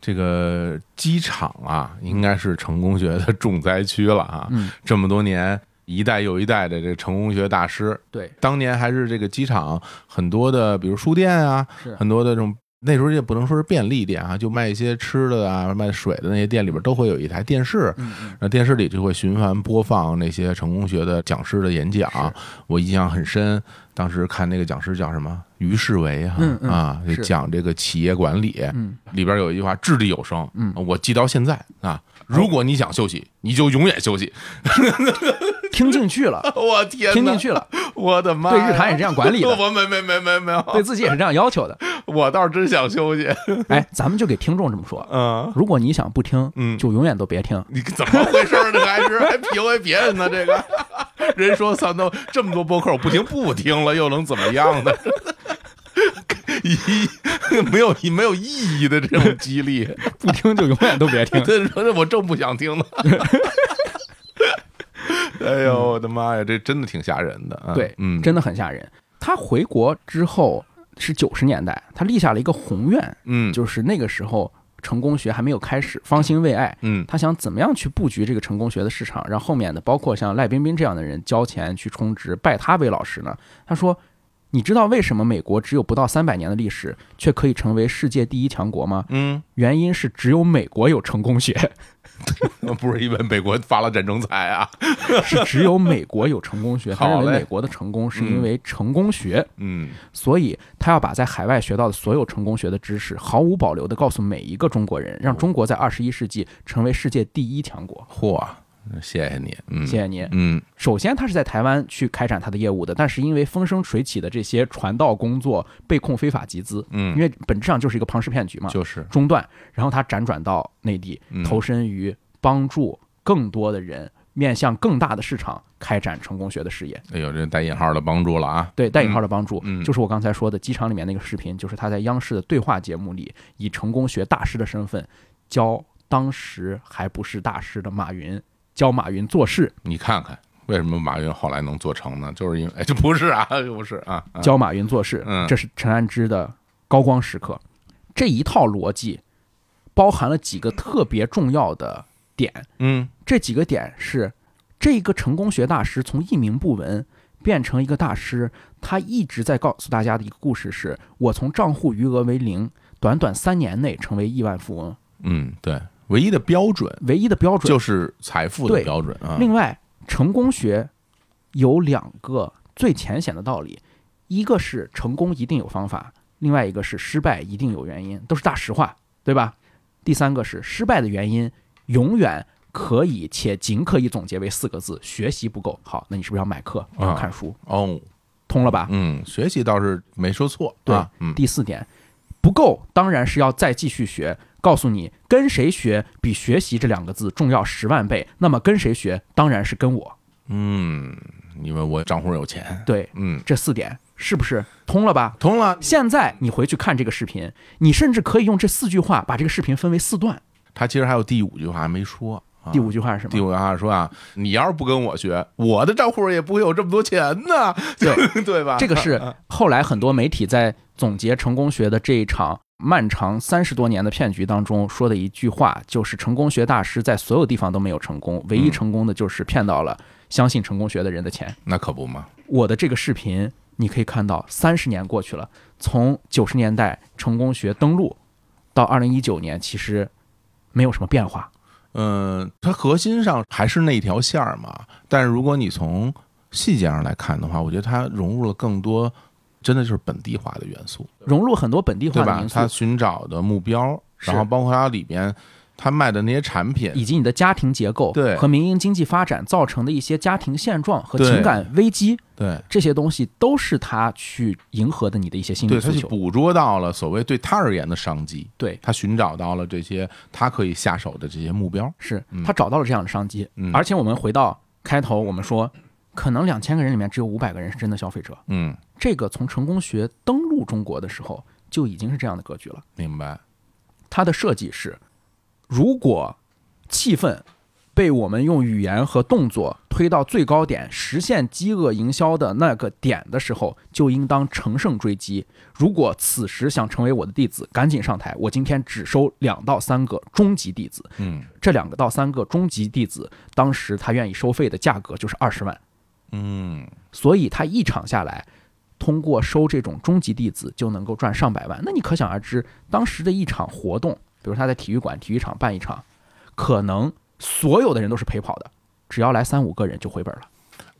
[SPEAKER 2] 这个机场啊，应该是成功学的重灾区了啊。
[SPEAKER 1] 嗯，
[SPEAKER 2] 这么多年，一代又一代的这个成功学大师，
[SPEAKER 1] 对，
[SPEAKER 2] 当年还是这个机场很多的，比如书店啊，
[SPEAKER 1] 是
[SPEAKER 2] 很多的这种。那时候也不能说是便利店啊，就卖一些吃的啊、卖水的那些店里边都会有一台电视，
[SPEAKER 1] 嗯
[SPEAKER 2] 那电视里就会循环播放那些成功学的讲师的演讲，我印象很深。当时看那个讲师叫什么于世维啊、
[SPEAKER 1] 嗯嗯
[SPEAKER 2] 啊，就是讲这个企业管理，
[SPEAKER 1] 嗯
[SPEAKER 2] 里边有一句话掷地有声，
[SPEAKER 1] 嗯
[SPEAKER 2] 我记到现在啊。如果你想休息，你就永远休息。
[SPEAKER 1] 嗯，听进去了，
[SPEAKER 2] (laughs) 我天
[SPEAKER 1] 听
[SPEAKER 2] 哪
[SPEAKER 1] 进！去了，
[SPEAKER 2] 我的妈呀！
[SPEAKER 1] 对日韩也是这样管理的
[SPEAKER 2] (laughs) 我没没没没没有，
[SPEAKER 1] 对自己也是这样要求的。
[SPEAKER 2] 我倒是真想休息。
[SPEAKER 1] 哎，咱们就给听众这么说，
[SPEAKER 2] (laughs) 嗯，
[SPEAKER 1] 如果你想不听，
[SPEAKER 2] 嗯
[SPEAKER 1] 就永远都别听。
[SPEAKER 2] 你怎么回事呢？还是还 PUA 别人呢？
[SPEAKER 1] (laughs)
[SPEAKER 2] 这个人说三都这么多播客，我不听不听了，又能怎么样呢？ (laughs) 一没有没有意义的这种激励，
[SPEAKER 1] (laughs) (laughs) 不听就永远都别听。
[SPEAKER 2] 这说我正不
[SPEAKER 1] (laughs)
[SPEAKER 2] 想听呢。哎呦，我的妈呀，这真的挺吓人的啊！
[SPEAKER 1] 嗯对，(laughs)
[SPEAKER 2] 嗯，
[SPEAKER 1] 真的很吓人。他回国之后是九十年代，他立下了一个宏愿，
[SPEAKER 2] 嗯，
[SPEAKER 1] 就是那个时候成功学还没有开始，方兴未艾。
[SPEAKER 2] 嗯
[SPEAKER 1] 他想怎么样去布局这个成功学的市场，让后面的包括像赖彬彬这样的人交钱去充值，拜他为老师呢？他说：“你知道为什么美国只有不到三百年的历史，却可以成为世界第一强国吗？
[SPEAKER 2] 嗯，
[SPEAKER 1] 原因是只有美国有成功学。”
[SPEAKER 2] 嗯不是因为美国发了战争财啊，
[SPEAKER 1] 是只有美国有成功学，他
[SPEAKER 2] 好
[SPEAKER 1] 认为
[SPEAKER 2] 嘞
[SPEAKER 1] 美国的成功是因为成功学，
[SPEAKER 2] 嗯
[SPEAKER 1] 所以他要把在海外学到的所有成功学的知识毫无保留地告诉每一个中国人，让中国在二十一世纪成为世界第一强国。
[SPEAKER 2] 嚯，谢谢你，嗯，
[SPEAKER 1] 谢谢您。
[SPEAKER 2] 嗯
[SPEAKER 1] 首先，他是在台湾去开展他的业务的，但是因为风生水起的这些传道工作被控非法集资，因
[SPEAKER 2] 嗯，
[SPEAKER 1] 为本质上就是一个庞氏骗局嘛，
[SPEAKER 2] 就是
[SPEAKER 1] 中断。然后他辗转到内地，
[SPEAKER 2] 嗯
[SPEAKER 1] 投身于帮助更多的人面向更大的市场开展成功学的事业。
[SPEAKER 2] 哎呦，这带引号的帮助了啊，
[SPEAKER 1] 对带引号的帮助，
[SPEAKER 2] 嗯
[SPEAKER 1] 就是我刚才说的机场里面那个视频，就是他在央视的对话节目里，以成功学大师的身份教当时还不是大师的马云，教马云做事，
[SPEAKER 2] 你看看为什么马云后来能做成呢？就是因为哎，这 (laughs) 不是啊，这不是啊，啊
[SPEAKER 1] 教马云做事，
[SPEAKER 2] 嗯
[SPEAKER 1] 这是陈安之的高光时刻。这一套逻辑包含了几个特别重要的点，
[SPEAKER 2] 嗯
[SPEAKER 1] 这几个点是这个成功学大师从一鸣不闻变成一个大师，他一直在告诉大家的一个故事是：我从账户余额为零，短短三年内成为亿万富翁，
[SPEAKER 2] 嗯，对，唯一的标准
[SPEAKER 1] 唯一的标准。
[SPEAKER 2] 就是财富的
[SPEAKER 1] 对
[SPEAKER 2] 标准啊，
[SPEAKER 1] 另外，成功学有两个最浅显的道理，一个是成功一定有方法，另外一个是失败一定有原因，都是大实话，对吧？第三个是失败的原因永远可以且仅可以总结为四个字：学习不够。好，那你是不是要买课、
[SPEAKER 2] 啊
[SPEAKER 1] 看书？
[SPEAKER 2] 哦，
[SPEAKER 1] 通了吧？
[SPEAKER 2] 嗯，学习倒是没说错，
[SPEAKER 1] 对
[SPEAKER 2] 啊，嗯
[SPEAKER 1] 第四点，不够当然是要再继续学。告诉你，跟谁学比学习这两个字重要十万倍。那么跟谁学，当然是跟我。
[SPEAKER 2] 嗯，因为我账户有钱，
[SPEAKER 1] 对，
[SPEAKER 2] 嗯，
[SPEAKER 1] 这四点是不是通了吧？
[SPEAKER 2] 通了，
[SPEAKER 1] 现在你回去看这个视频，你甚至可以用这四句话把这个视频分为四段。
[SPEAKER 2] 他其实还有第五句话没说啊
[SPEAKER 1] 第五句话是什么？
[SPEAKER 2] 第五句话说啊，你要是不跟我学，我的账户也不会有这么多钱呢，对 (laughs) 对吧？
[SPEAKER 1] 这个是
[SPEAKER 2] 啊
[SPEAKER 1] 后来很多媒体在总结成功学的这一场漫长三十多年的骗局当中说的一句话，就是成功学大师在所有地方都没有成功，
[SPEAKER 2] 嗯
[SPEAKER 1] 唯一成功的就是骗到了相信成功学的人的钱。
[SPEAKER 2] 那可不嘛，
[SPEAKER 1] 我的这个视频你可以看到，三十年过去了，从九十年代成功学登陆到二零一九年，其实没有什么变化。
[SPEAKER 2] 嗯，它核心上还是那条线儿嘛。但是如果你从细节上来看的话，我觉得它融入了更多，真的就是本地化的元素，
[SPEAKER 1] 融入很多本地
[SPEAKER 2] 对
[SPEAKER 1] 化的
[SPEAKER 2] 吧
[SPEAKER 1] 因？素
[SPEAKER 2] 它，寻找的目标，
[SPEAKER 1] 是
[SPEAKER 2] 然后包括它里边它卖的那些产品，
[SPEAKER 1] 以及你的家庭结构
[SPEAKER 2] 对
[SPEAKER 1] 和民营经济发展造成的一些家庭现状和
[SPEAKER 2] 对
[SPEAKER 1] 情感危机，
[SPEAKER 2] 对
[SPEAKER 1] 这些东西都是他去迎合的你的一些心理
[SPEAKER 2] 对，它
[SPEAKER 1] 诉
[SPEAKER 2] 去
[SPEAKER 1] 求。
[SPEAKER 2] 捕捉到了所谓对他而言的商机，
[SPEAKER 1] 对，
[SPEAKER 2] 他寻找到了这些他可以下手的这些目标，
[SPEAKER 1] 是
[SPEAKER 2] 嗯
[SPEAKER 1] 他找到了这样的商机。
[SPEAKER 2] 嗯
[SPEAKER 1] 而且我们回到开头，我们说，可能两千个人里面只有五百个人是真的消费者。
[SPEAKER 2] 嗯，
[SPEAKER 1] 这个从成功学登陆中国的时候就已经是这样的格局了。
[SPEAKER 2] 明白，
[SPEAKER 1] 它的设计是，如果气氛被我们用语言和动作推到最高点，实现饥饿营销的那个点的时候，就应当乘胜追击。如果此时想成为我的弟子，赶紧上台！我今天只收两到三个中级弟子，
[SPEAKER 2] 嗯
[SPEAKER 1] 这两个到三个中级弟子，当时他愿意收费的价格就是二十万，
[SPEAKER 2] 嗯，
[SPEAKER 1] 所以他一场下来。通过收这种中级弟子就能够赚上百万，那你可想而知，当时的一场活动，比如他在体育馆、体育场办一场，可能所有的人都是陪跑的，只要来三五个人就回本了。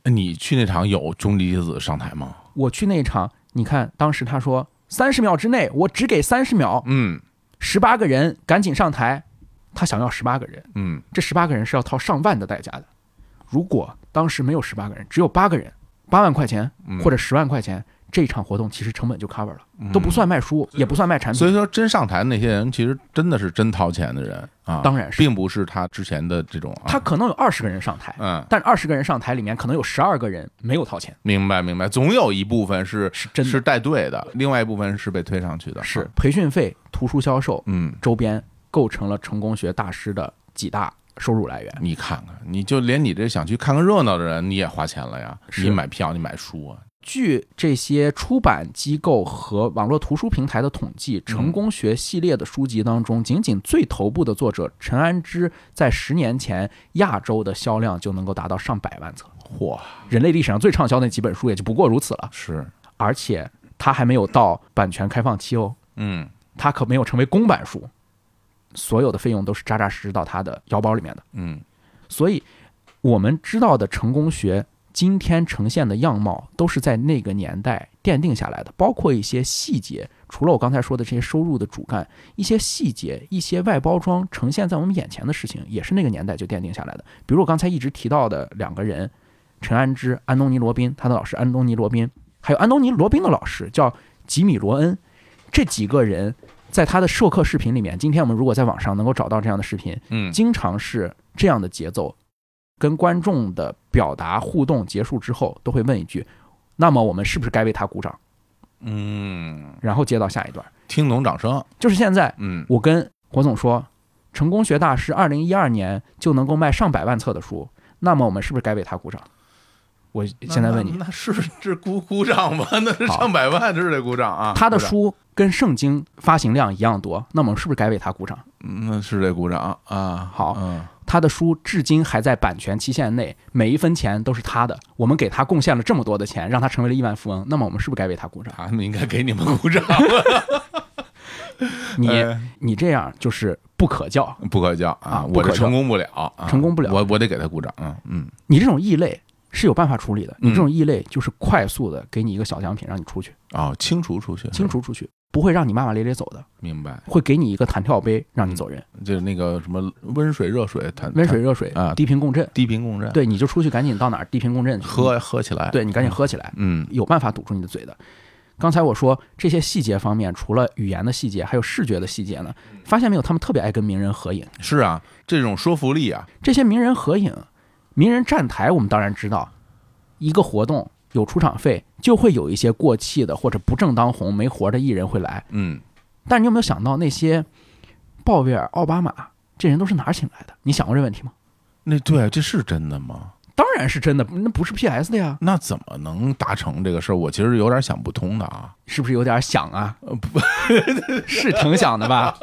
[SPEAKER 2] 哎你去那场有中离子上台吗？
[SPEAKER 1] 我去那一场，你看当时他说三十秒之内，我只给三十秒，
[SPEAKER 2] 嗯
[SPEAKER 1] 十八个人赶紧上台，他想要十八个人，
[SPEAKER 2] 嗯，
[SPEAKER 1] 这十八个人是要掏上万的代价的。如果当时没有十八个人，只有八个人，八万块钱
[SPEAKER 2] 嗯
[SPEAKER 1] 或者十万块钱，这一场活动其实成本就 cover 了，都不算卖书，也不算卖产
[SPEAKER 2] 所以
[SPEAKER 1] 品。
[SPEAKER 2] 说，真上台的那些人，其实真的是真掏钱的人啊，
[SPEAKER 1] 当然是
[SPEAKER 2] 并不是他之前的这种、啊。
[SPEAKER 1] 他可能有二十个人上台，
[SPEAKER 2] 嗯，
[SPEAKER 1] 但二十个人上台里面可能有十二个人没有掏钱，
[SPEAKER 2] 明白明白，总有一部分是
[SPEAKER 1] 是真的
[SPEAKER 2] 是带队的，另外一部分是被推上去的。
[SPEAKER 1] 是
[SPEAKER 2] 啊
[SPEAKER 1] 培训费、图书销售、
[SPEAKER 2] 嗯，
[SPEAKER 1] 周边构成了成功学大师的几大收入来源。
[SPEAKER 2] 你看看，你就连你这想去看看热闹的人，你也花钱了呀，
[SPEAKER 1] 是
[SPEAKER 2] 你买票，你买书啊，
[SPEAKER 1] 据这些出版机构和网络图书平台的统计，成功学系列的书籍当中，仅仅最头部的作者陈安之，在十年前亚洲的销量就能够达到上百万册，
[SPEAKER 2] 嚯，
[SPEAKER 1] 人类历史上最畅销那几本书也就不过如此了。
[SPEAKER 2] 是，
[SPEAKER 1] 而且它还没有到版权开放期哦，
[SPEAKER 2] 嗯
[SPEAKER 1] 它可没有成为公版书，所有的费用都是扎扎实实到他的腰包里面的。
[SPEAKER 2] 嗯，
[SPEAKER 1] 所以我们知道的成功学今天呈现的样貌，都是在那个年代奠定下来的，包括一些细节。除了我刚才说的这些收入的主干，一些细节、一些外包装呈现在我们眼前的事情，也是那个年代就奠定下来的。比如我刚才一直提到的两个人，陈安之、安东尼·罗宾，他的老师安东尼·罗宾，还有安东尼·罗宾的老师叫吉米·罗恩，这几个人在他的授课视频里面，今天我们如果在网上能够找到这样的视频，
[SPEAKER 2] 嗯，
[SPEAKER 1] 经常是这样的节奏，跟观众的表达互动结束之后，都会问一句：“那么我们是不是该为他鼓掌
[SPEAKER 2] 嗯，？”
[SPEAKER 1] 然后接到下一段，
[SPEAKER 2] 听懂掌声，
[SPEAKER 1] 就是现在
[SPEAKER 2] 嗯
[SPEAKER 1] 我跟火总说，成功学大师二零一二年就能够卖上百万册的书，那么我们是不是该为他鼓掌？我现在问你，
[SPEAKER 2] 那是这鼓鼓掌吧？ (laughs) 那是
[SPEAKER 1] 好
[SPEAKER 2] 上百万，这是得鼓掌啊！
[SPEAKER 1] 他的
[SPEAKER 2] 鼓掌，
[SPEAKER 1] 书跟圣经发行量一样多，那么我们是不是该为他鼓掌？
[SPEAKER 2] 嗯那是得鼓掌啊！
[SPEAKER 1] 好
[SPEAKER 2] 嗯
[SPEAKER 1] 他的书至今还在版权期限内，每一分钱都是他的，我们给他贡献了这么多的钱，让他成为了亿万富翁，那么我们是不是该为他鼓掌？
[SPEAKER 2] 啊他们应该给你们鼓掌，
[SPEAKER 1] 你、
[SPEAKER 2] 哎
[SPEAKER 1] 你这样就是不可教，
[SPEAKER 2] 不可教
[SPEAKER 1] 啊
[SPEAKER 2] 我
[SPEAKER 1] 不可
[SPEAKER 2] 这
[SPEAKER 1] 教
[SPEAKER 2] 成功不了，啊
[SPEAKER 1] 成功不了
[SPEAKER 2] 我我得给他鼓掌，嗯嗯，
[SPEAKER 1] 你这种异类是有办法处理的，你
[SPEAKER 2] 嗯
[SPEAKER 1] 这种异类就是快速的给你一个小奖品让你出去，
[SPEAKER 2] 哦，清除出去，
[SPEAKER 1] 清，除出去，不会让你骂骂咧咧走的，
[SPEAKER 2] 明白，
[SPEAKER 1] 会给你一个弹跳杯让你走人，
[SPEAKER 2] 就是那个什么温水、热水、弹
[SPEAKER 1] 温水、热水
[SPEAKER 2] 啊
[SPEAKER 1] 低频共振，
[SPEAKER 2] 低频共振，，
[SPEAKER 1] 对，你就出去赶紧到哪儿低频共振去，
[SPEAKER 2] 喝喝起来，
[SPEAKER 1] 对你赶紧喝起来，
[SPEAKER 2] 嗯，
[SPEAKER 1] 有办法堵住你的嘴的。刚才我说这些细节方面，除了语言的细节，还有视觉的细节呢，发现没有？他们特别爱跟名人合影，
[SPEAKER 2] 是啊，这种说服力啊，
[SPEAKER 1] 这些名人合影、名人站台，我们当然知道，一个活动有出场费，就会有一些过气的或者不正当红、没活儿的艺人会来。
[SPEAKER 2] 嗯，
[SPEAKER 1] 但你有没有想到那些鲍威尔、奥巴马这人都是哪儿请来的？你想过这问题吗？
[SPEAKER 3] 那
[SPEAKER 2] 啊
[SPEAKER 3] 对，这是真的吗？
[SPEAKER 1] 当然是真的，那不是 PS 的呀，
[SPEAKER 3] 那怎么能达成这个事儿？我其实有点想不通的啊！
[SPEAKER 1] 是不是有点想啊？是挺想的吧？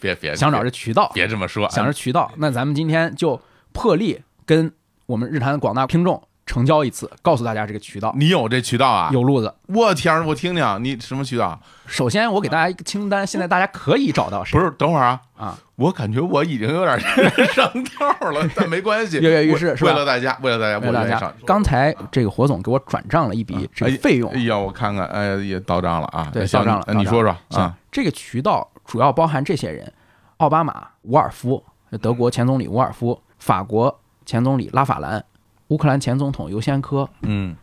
[SPEAKER 2] 别别
[SPEAKER 1] 想找这渠道，
[SPEAKER 2] 别这么说，啊
[SPEAKER 1] 想着渠道。那咱们今天就破例跟我们日坛广大听众成交一次，告诉大家这个渠道
[SPEAKER 2] 你有这渠道啊？
[SPEAKER 1] 有路子。
[SPEAKER 2] 我天儿，我听听你什么渠道？啊
[SPEAKER 1] 首先，我给大家一个清单，现在大家可以找到谁？
[SPEAKER 2] 不是，等会儿啊
[SPEAKER 1] 啊！
[SPEAKER 2] 我感觉我已经有点 (laughs) 上道了，但没关
[SPEAKER 1] (laughs)
[SPEAKER 2] 系，
[SPEAKER 1] 跃跃欲试是吧
[SPEAKER 2] 为了大家，为了大家，
[SPEAKER 1] 为了
[SPEAKER 2] 我愿
[SPEAKER 1] 大
[SPEAKER 2] 意
[SPEAKER 1] 家
[SPEAKER 2] 上，
[SPEAKER 1] 刚才这个火总给我转账了一笔这个费用
[SPEAKER 2] 哎，呀，我看看，哎，也到账了啊，
[SPEAKER 1] 对
[SPEAKER 2] 行
[SPEAKER 1] 到账了
[SPEAKER 2] 那你
[SPEAKER 1] 到账
[SPEAKER 2] 说说
[SPEAKER 1] 行
[SPEAKER 2] 啊，，
[SPEAKER 1] 这个渠道主要包含这些人：奥巴马、伍尔夫，德国前总理伍尔夫，法国前总理拉法兰，乌克兰前总统尤先科，
[SPEAKER 2] 嗯，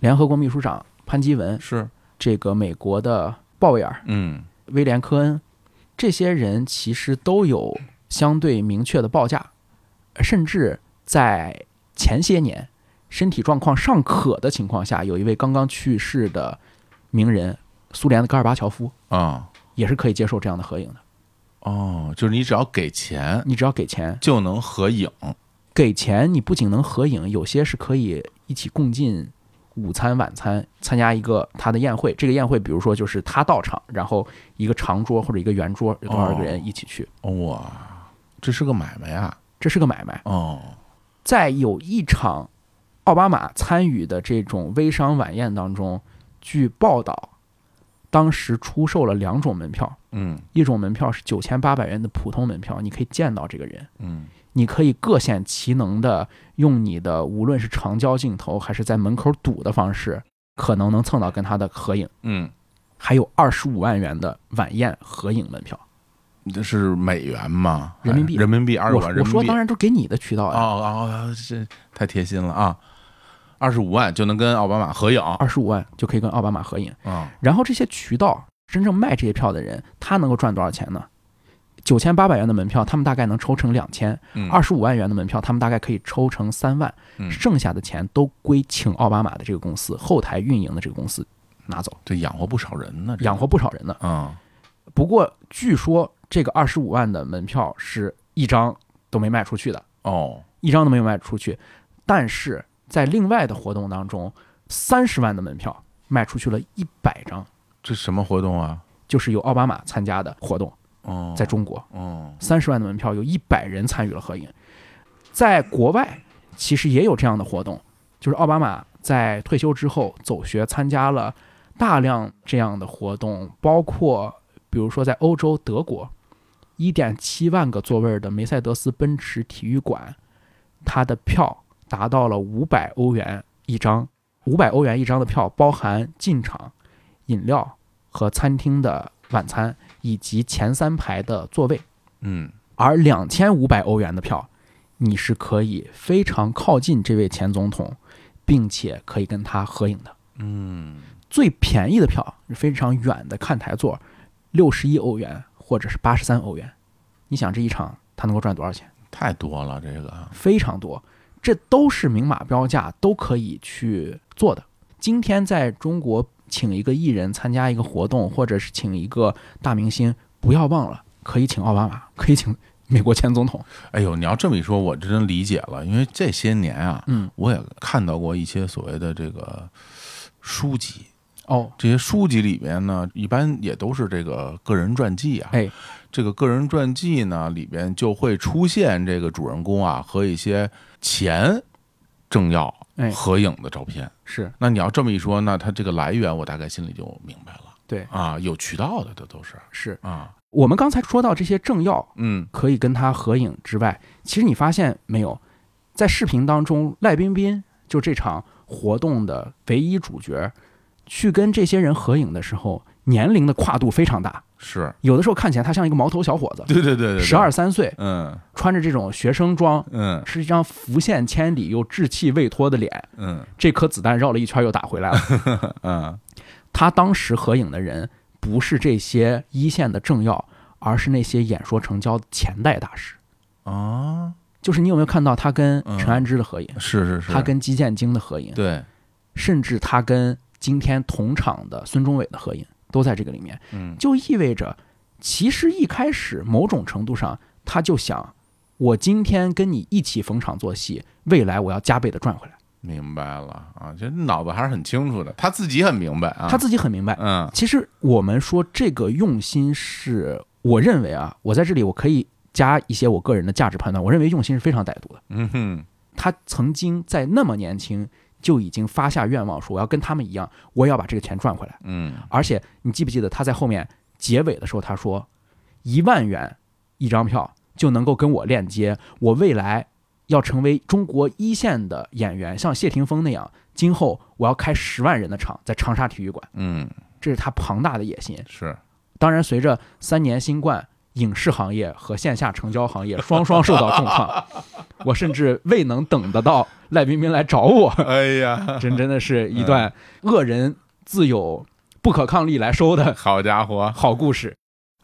[SPEAKER 1] 联合国秘书长潘基文，
[SPEAKER 2] 是，
[SPEAKER 1] 这个美国的鲍威尔、
[SPEAKER 2] 嗯，
[SPEAKER 1] 威廉·科恩，这些人其实都有相对明确的报价，甚至在前些年身体状况尚可的情况下，有一位刚刚去世的名人，苏联的戈尔巴乔夫，
[SPEAKER 2] 啊，
[SPEAKER 1] 也是可以接受这样的合影的。
[SPEAKER 2] 哦，就是你只要给钱
[SPEAKER 1] 你只要给钱，
[SPEAKER 2] 就能合影，
[SPEAKER 1] 给钱你不仅能合影，有些是可以一起共进午餐、晚餐，参加一个他的宴会。这个宴会，比如说就是他到场，然后一个长桌或者一个圆桌，有多少个人一起去，
[SPEAKER 2] 哇，这是个买卖啊，
[SPEAKER 1] 这是个买卖。
[SPEAKER 2] 哦，
[SPEAKER 1] 在有一场奥巴马参与的这种微商晚宴当中，据报道，当时出售了两种门票，
[SPEAKER 2] 嗯
[SPEAKER 1] 一种门票是九千八百元的普通门票，你可以见到这个人，
[SPEAKER 2] 嗯，
[SPEAKER 1] 你可以各显其能的用你的无论是长焦镜头还是在门口堵的方式，可能能蹭到跟他的合影。
[SPEAKER 2] 嗯，
[SPEAKER 1] 还有二十五万元的晚宴合影门票，
[SPEAKER 2] 这是美元吗？
[SPEAKER 1] 人民币
[SPEAKER 2] 哎人民币二十
[SPEAKER 1] 我
[SPEAKER 2] 万，
[SPEAKER 1] 我
[SPEAKER 2] 人民
[SPEAKER 1] 说
[SPEAKER 2] 币
[SPEAKER 1] 当然都啊给你的渠道
[SPEAKER 2] 哦
[SPEAKER 1] 呀，
[SPEAKER 2] 哦，这太贴心了啊！二十五万就能跟奥巴马合影啊
[SPEAKER 1] 二十五万就可以跟奥巴马合影。
[SPEAKER 2] 啊
[SPEAKER 1] 然后这些渠道真正卖这些票的人，他能够赚多少钱呢？九千八百元的门票，他们大概能抽成两千；
[SPEAKER 2] 嗯
[SPEAKER 1] 二十五万元的门票，他们大概可以抽成三万
[SPEAKER 2] 嗯。
[SPEAKER 1] 剩下的钱都归请奥巴马的这个公司后台运营的这个公司拿走，
[SPEAKER 2] 这养活不少人呢，这
[SPEAKER 1] 养活不少人呢。
[SPEAKER 2] 啊，
[SPEAKER 1] 不过据说这个二十五万的门票是一张都没卖出去的，
[SPEAKER 2] 哦，
[SPEAKER 1] 一张都没有卖出去。但是在另外的活动当中，三十万的门票卖出去了一百张，
[SPEAKER 2] 这什么活动啊？
[SPEAKER 1] 就是由奥巴马参加的活动。
[SPEAKER 2] 哦，
[SPEAKER 1] 在中国，
[SPEAKER 2] 哦，
[SPEAKER 1] 三十万的门票有一百人参与了合影。在国外，其实也有这样的活动，就是奥巴马在退休之后走学，参加了大量这样的活动，包括比如说在欧洲德国，一点七万个座位的梅赛德斯奔驰体育馆，它的票达到了五百欧元一张，五百欧元一张的票包含进场、饮料和餐厅的晚餐，以及前三排的座位。
[SPEAKER 2] 嗯，
[SPEAKER 1] 而两千五百欧元的票，你是可以非常靠近这位前总统，并且可以跟他合影的。嗯，最便宜的票是非常远的看台座，六十一欧元或者是八十三欧元。你想这一场他能够赚多少钱？
[SPEAKER 2] 太多了这个，
[SPEAKER 1] 非常多，这都是明码标价，都可以去做的。今天在中国请一个艺人参加一个活动，或者是请一个大明星，不要忘了可以请奥巴马，可以请美国前总统。
[SPEAKER 2] 哎呦，你要这么一说，我真理解了，因为这些年啊，
[SPEAKER 1] 嗯，
[SPEAKER 2] 我也看到过一些所谓的这个书籍，
[SPEAKER 1] 哦，
[SPEAKER 2] 这些书籍里面呢，一般也都是这个个人传记啊。
[SPEAKER 1] 哎，
[SPEAKER 2] 这个个人传记呢，里边就会出现这个主人公啊和一些前政要
[SPEAKER 1] 哎
[SPEAKER 2] 合影的照片。
[SPEAKER 1] 是
[SPEAKER 2] 那你要这么一说，那他这个来源我大概心里就明白了。
[SPEAKER 1] 对
[SPEAKER 2] 啊，有渠道的，这都是
[SPEAKER 1] 是。
[SPEAKER 2] 啊，
[SPEAKER 1] 我们刚才说到这些政要
[SPEAKER 2] 嗯
[SPEAKER 1] 可以跟他合影之外，其实你发现没有，在视频当中，赖彬彬就这场活动的唯一主角，去跟这些人合影的时候，年龄的跨度非常大，
[SPEAKER 2] 是，
[SPEAKER 1] 有的时候看起来他像一个毛头小伙子，
[SPEAKER 2] 对对对对，对
[SPEAKER 1] 十二，三岁，
[SPEAKER 2] 嗯
[SPEAKER 1] 穿着这种学生装。
[SPEAKER 2] 嗯
[SPEAKER 1] 是一张浮现千里又稚气未脱的脸，
[SPEAKER 2] 嗯
[SPEAKER 1] 这颗子弹绕了一圈又打回来了。
[SPEAKER 2] (laughs) 嗯，
[SPEAKER 1] 他当时合影的人不是这些一线的政要，而是那些演说成交的前代大师。
[SPEAKER 2] 啊，
[SPEAKER 1] 就是你有没有看到他跟
[SPEAKER 2] 嗯
[SPEAKER 1] 陈安之的合影，
[SPEAKER 2] 是是是，
[SPEAKER 1] 他跟基建京的合影，
[SPEAKER 2] 对，
[SPEAKER 1] 甚至他跟今天同场的孙中伟的合影，都在这个里面。
[SPEAKER 2] 嗯
[SPEAKER 1] 就意味着，其实一开始某种程度上他就想我今天跟你一起逢场作戏，未来我要加倍的赚回来。
[SPEAKER 2] 明白了啊，这脑子还是很清楚的，他自己很明白啊，
[SPEAKER 1] 他自己很明白。
[SPEAKER 2] 嗯
[SPEAKER 1] 其实我们说这个用心是，我认为啊，我在这里我可以加一些我个人的价值判断，我认为用心是非常歹毒的。
[SPEAKER 2] 嗯哼，
[SPEAKER 1] 他曾经在那么年轻就已经发下愿望，说我要跟他们一样，我也要把这个钱赚回来。
[SPEAKER 2] 嗯
[SPEAKER 1] 而且你记不记得他在后面结尾的时候，他说一万元一张票就能够跟我链接，我未来要成为中国一线的演员，像谢霆锋那样，今后我要开十万人的场，在长沙体育馆，
[SPEAKER 2] 嗯，
[SPEAKER 1] 这是他庞大的野心。
[SPEAKER 2] 是
[SPEAKER 1] 当然，随着三年新冠，影视行业和线下成交行业双双受到重创，我甚至未能等得到赖冰冰来找我，
[SPEAKER 2] 哎呀，
[SPEAKER 1] 真真的是一段
[SPEAKER 2] 嗯
[SPEAKER 1] 恶人自有不可抗力来收的
[SPEAKER 2] 好家伙，
[SPEAKER 1] 好故事。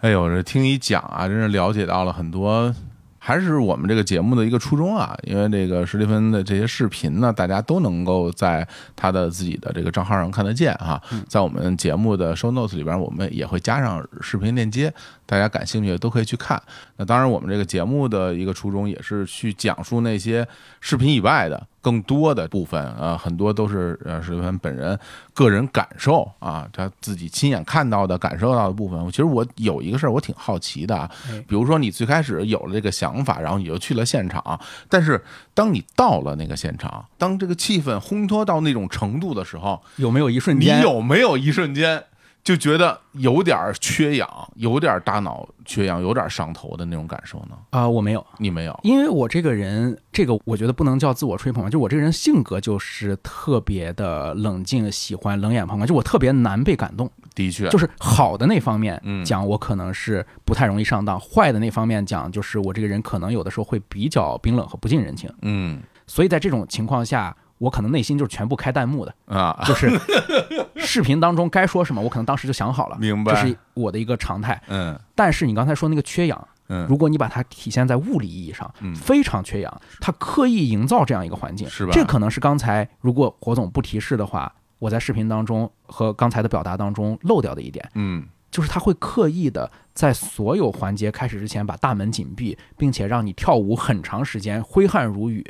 [SPEAKER 2] 哎呦，这听你讲啊，真是了解到了很多，还是我们这个节目的一个初衷啊。因为这个史蒂芬的这些视频呢，大家都能够在他的自己的这个账号上看得见啊。在我们节目的 show notes 里边，我们也会加上视频链接，大家感兴趣的都可以去看。那当然，我们这个节目的一个初衷也是去讲述那些视频以外的更多的部分啊，很多都是呃史蒂芬本人个人感受啊，他自己亲眼看到的、感受到的部分。其实我有一个事儿，我挺好奇的啊
[SPEAKER 1] 哎，
[SPEAKER 2] 比如说你最开始有了这个想法，然后你就去了现场，但是当你到了那个现场，当这个气氛烘托到那种程度的时候，
[SPEAKER 1] 有没有一瞬
[SPEAKER 2] 你
[SPEAKER 1] 间？
[SPEAKER 2] 有没有一瞬间就觉得有点儿缺氧，有点儿大脑缺氧，有点儿上头的那种感受呢？
[SPEAKER 1] 啊、我没有，
[SPEAKER 2] 你没有？
[SPEAKER 1] 因为我这个人，这个我觉得不能叫自我吹捧吧，就我这个人性格就是特别的冷静，喜欢冷眼旁观，就我特别难被感动。
[SPEAKER 2] 的确，
[SPEAKER 1] 就是好的那方面
[SPEAKER 2] 嗯
[SPEAKER 1] 讲，我可能是不太容易上当；坏的那方面讲，就是我这个人可能有的时候会比较冰冷和不近人情。
[SPEAKER 2] 嗯
[SPEAKER 1] 所以在这种情况下，我可能内心就是全部开弹幕的，
[SPEAKER 2] (laughs) 啊，
[SPEAKER 1] 就是视频当中该说什么，我可能当时就想好了，
[SPEAKER 2] 明白
[SPEAKER 1] 这是我的一个常态。
[SPEAKER 2] 嗯
[SPEAKER 1] 但是你刚才说那个缺氧，
[SPEAKER 2] 嗯，
[SPEAKER 1] 如果你把它体现在物理意义上
[SPEAKER 2] 嗯，
[SPEAKER 1] 非常缺氧，他刻意营造这样一个环境，
[SPEAKER 2] 是吧
[SPEAKER 1] 这可能是刚才如果火总不提示的话，我在视频当中和刚才的表达当中漏掉的一点。
[SPEAKER 2] 嗯
[SPEAKER 1] 就是他会刻意的在所有环节开始之前把大门紧闭，并且让你跳舞很长时间，挥汗如雨。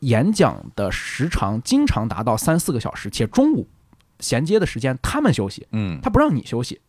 [SPEAKER 1] 演讲的时长经常达到三四个小时，且中午衔接的时间他们休息，
[SPEAKER 2] 嗯，
[SPEAKER 1] 他不让你休息。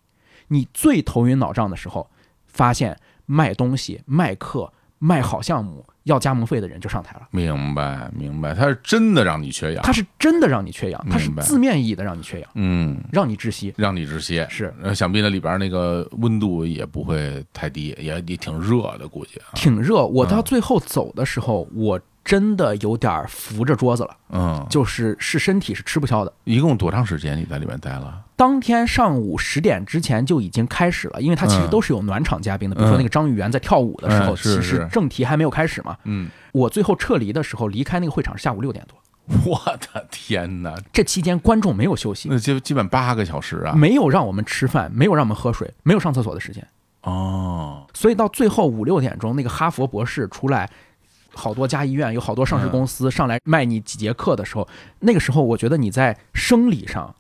[SPEAKER 1] 你最头晕脑胀的时候，发现卖东西、卖课、卖好项目要加盟费的人就上台了。
[SPEAKER 2] 明白明白，他是真的让你缺氧
[SPEAKER 1] 他，是真的让你缺氧，他是
[SPEAKER 2] 明白
[SPEAKER 1] 字面意义的让你缺氧，
[SPEAKER 2] 嗯。
[SPEAKER 1] 让你窒息。
[SPEAKER 2] 让你窒息。
[SPEAKER 1] 是
[SPEAKER 2] 呃，想必那里边那个温度也不会太低，也也挺热的，估计啊。
[SPEAKER 1] 挺热。我到最后走的时候，我真的有点儿扶着桌子了，
[SPEAKER 2] 嗯，
[SPEAKER 1] 就是是身体是吃不消的。
[SPEAKER 2] 一共多长时间你在里面待了？
[SPEAKER 1] 当天上午十点之前就已经开始了，因为它其实
[SPEAKER 2] 嗯
[SPEAKER 1] 都是有暖场嘉宾的，比如说那个张玉元在跳舞的时候，
[SPEAKER 2] 嗯是
[SPEAKER 1] 其
[SPEAKER 2] 是
[SPEAKER 1] 实正题还没有开始嘛。
[SPEAKER 2] 嗯，
[SPEAKER 1] 我最后撤离的时候，离开那个会场是下午六点多，
[SPEAKER 2] (laughs) 我的天哪，
[SPEAKER 1] 这期间观众没有休息，
[SPEAKER 2] 那基基本八个小时啊。
[SPEAKER 1] 没有让我们吃饭，没有让我们喝水，没有上厕所的时间，
[SPEAKER 2] 哦，
[SPEAKER 1] 所以到最后五六点钟，那个哈佛博士出来，好多家医院有好多上市公司上来卖你几节课的时候，那个时候我觉得你在生理上，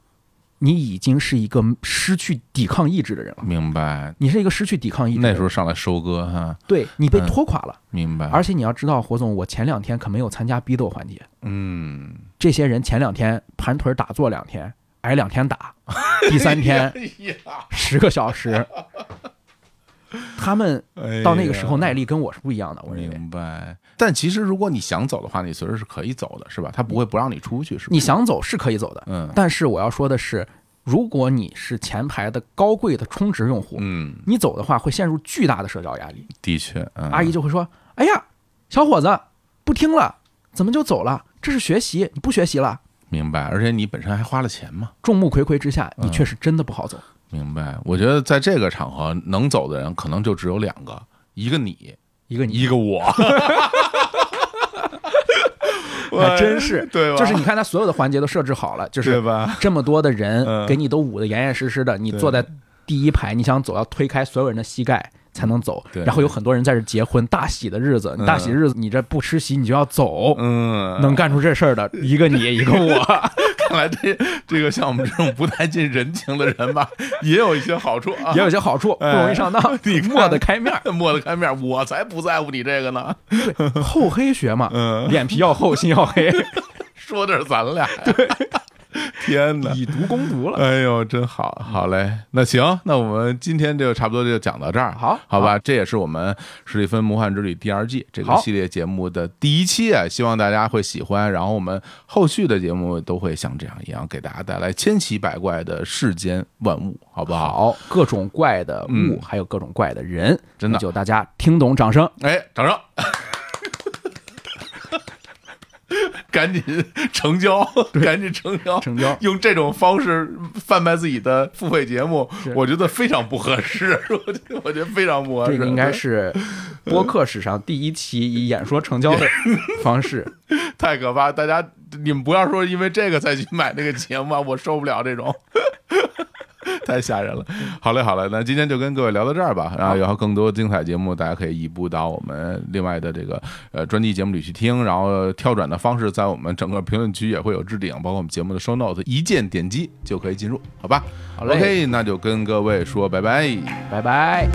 [SPEAKER 1] 你已经是一个失去抵抗意志的人了，
[SPEAKER 2] 明白。
[SPEAKER 1] 你是一个失去抵抗意志的
[SPEAKER 2] 那
[SPEAKER 1] 人。
[SPEAKER 2] 时候上来收割哈，
[SPEAKER 1] 对你被
[SPEAKER 2] 嗯
[SPEAKER 1] 拖垮了，
[SPEAKER 2] 明白。
[SPEAKER 1] 而且你要知道，火总，我前两天可没有参加逼斗环节，
[SPEAKER 2] 嗯，
[SPEAKER 1] 这些人前两天盘腿打坐两天，挨两天
[SPEAKER 2] (laughs)
[SPEAKER 1] 打，第三天
[SPEAKER 2] 哎呀，
[SPEAKER 1] 十个小时，他们到那个时候耐力跟我是不一样的，我认为。
[SPEAKER 2] 哎明白。但其实如果你想走的话，你随时是可以走的，是吧？他不会不让你出去，是吧？
[SPEAKER 1] 你想走是可以走的，
[SPEAKER 2] 嗯
[SPEAKER 1] 但是我要说的是，如果你是前排的高贵的充值用户，
[SPEAKER 2] 嗯，
[SPEAKER 1] 你走的话会陷入巨大的社交压力。
[SPEAKER 2] 的确，嗯
[SPEAKER 1] 阿姨就会说：“哎呀，小伙子不听了，怎么就走了？这是学习，你不学习了。
[SPEAKER 2] 明白。而且你本身还花了钱嘛。”
[SPEAKER 1] 众目睽睽之下，你
[SPEAKER 2] 嗯
[SPEAKER 1] 确实真的不好走。
[SPEAKER 2] 明白，我觉得在这个场合能走的人可能就只有两个，一个你，
[SPEAKER 1] 一个你
[SPEAKER 2] (laughs) 一个我，
[SPEAKER 1] 还真是
[SPEAKER 2] 对吧？
[SPEAKER 1] 就是你看他所有的环节都设置好了，就
[SPEAKER 2] 对
[SPEAKER 1] 是
[SPEAKER 2] 吧？
[SPEAKER 1] 这么多的人
[SPEAKER 2] 嗯
[SPEAKER 1] 给你都捂得严严实实的，你
[SPEAKER 2] 对
[SPEAKER 1] 坐在第一排，你想走要推开所有人的膝盖才能走。
[SPEAKER 2] 对
[SPEAKER 1] 然后有很多人在这结婚大喜的日子，你大喜日子你这不吃席你就要走，
[SPEAKER 2] (laughs) 嗯， (laughs)
[SPEAKER 1] 能干出这事儿的一个你一个我，
[SPEAKER 2] 看来这这个像我们这种不太近人情的人吧，也有一些好处啊，
[SPEAKER 1] 也有些好处，不
[SPEAKER 2] 哎
[SPEAKER 1] 容易上当，
[SPEAKER 2] (laughs) 你看
[SPEAKER 1] 抹得开面儿。
[SPEAKER 2] 抹得开面，我才不在乎你这个呢。
[SPEAKER 1] 厚黑学嘛，
[SPEAKER 2] 嗯
[SPEAKER 1] 脸皮要厚，心要黑，
[SPEAKER 2] (laughs) 说的是咱俩呀，对， (laughs) 天哪！
[SPEAKER 1] 以毒攻毒了。
[SPEAKER 2] (laughs) 哎呦，真好，好嘞。那行，那我们今天就差不多就讲到这儿，
[SPEAKER 1] 好
[SPEAKER 2] 好吧？这也是我们《史蒂芬魔幻之旅》第二季这个
[SPEAKER 1] 好
[SPEAKER 2] 系列节目的第一期啊，希望大家会喜欢。然后我们后续的节目都会像这样一样，给大家带来千奇百怪的世间万物，好不好？
[SPEAKER 1] 好，各种怪的物
[SPEAKER 2] 嗯，
[SPEAKER 1] 还有各种怪的人，
[SPEAKER 2] 真的
[SPEAKER 1] 那就大家听懂掌声。
[SPEAKER 2] 哎，掌声！ (laughs) 赶紧成交，赶紧成交，
[SPEAKER 1] 成交
[SPEAKER 2] (laughs) 用这种方式贩卖自己的付费节目
[SPEAKER 1] 是，
[SPEAKER 2] 我觉得非常不合适。 (laughs) 我觉得我觉得非常不合适。
[SPEAKER 1] 这个应该是播客史上第一期以演说成交的方式。
[SPEAKER 2] (laughs) 太可怕！大家，你们不要说因为这个再去买那个节目啊，我受不了这种， (laughs) 太吓人了。好嘞，好嘞，那今天就跟各位聊到这儿吧。然后以后更多精彩节目，大家可以移步到我们另外的这个呃专辑节目里去听。然后跳转的方式，在我们整个评论区也会有置顶，包括我们节目的 show notes，一键点击就可以进入，好吧
[SPEAKER 1] 好嘞
[SPEAKER 2] ？OK，那就跟各位说拜拜。
[SPEAKER 1] 拜拜。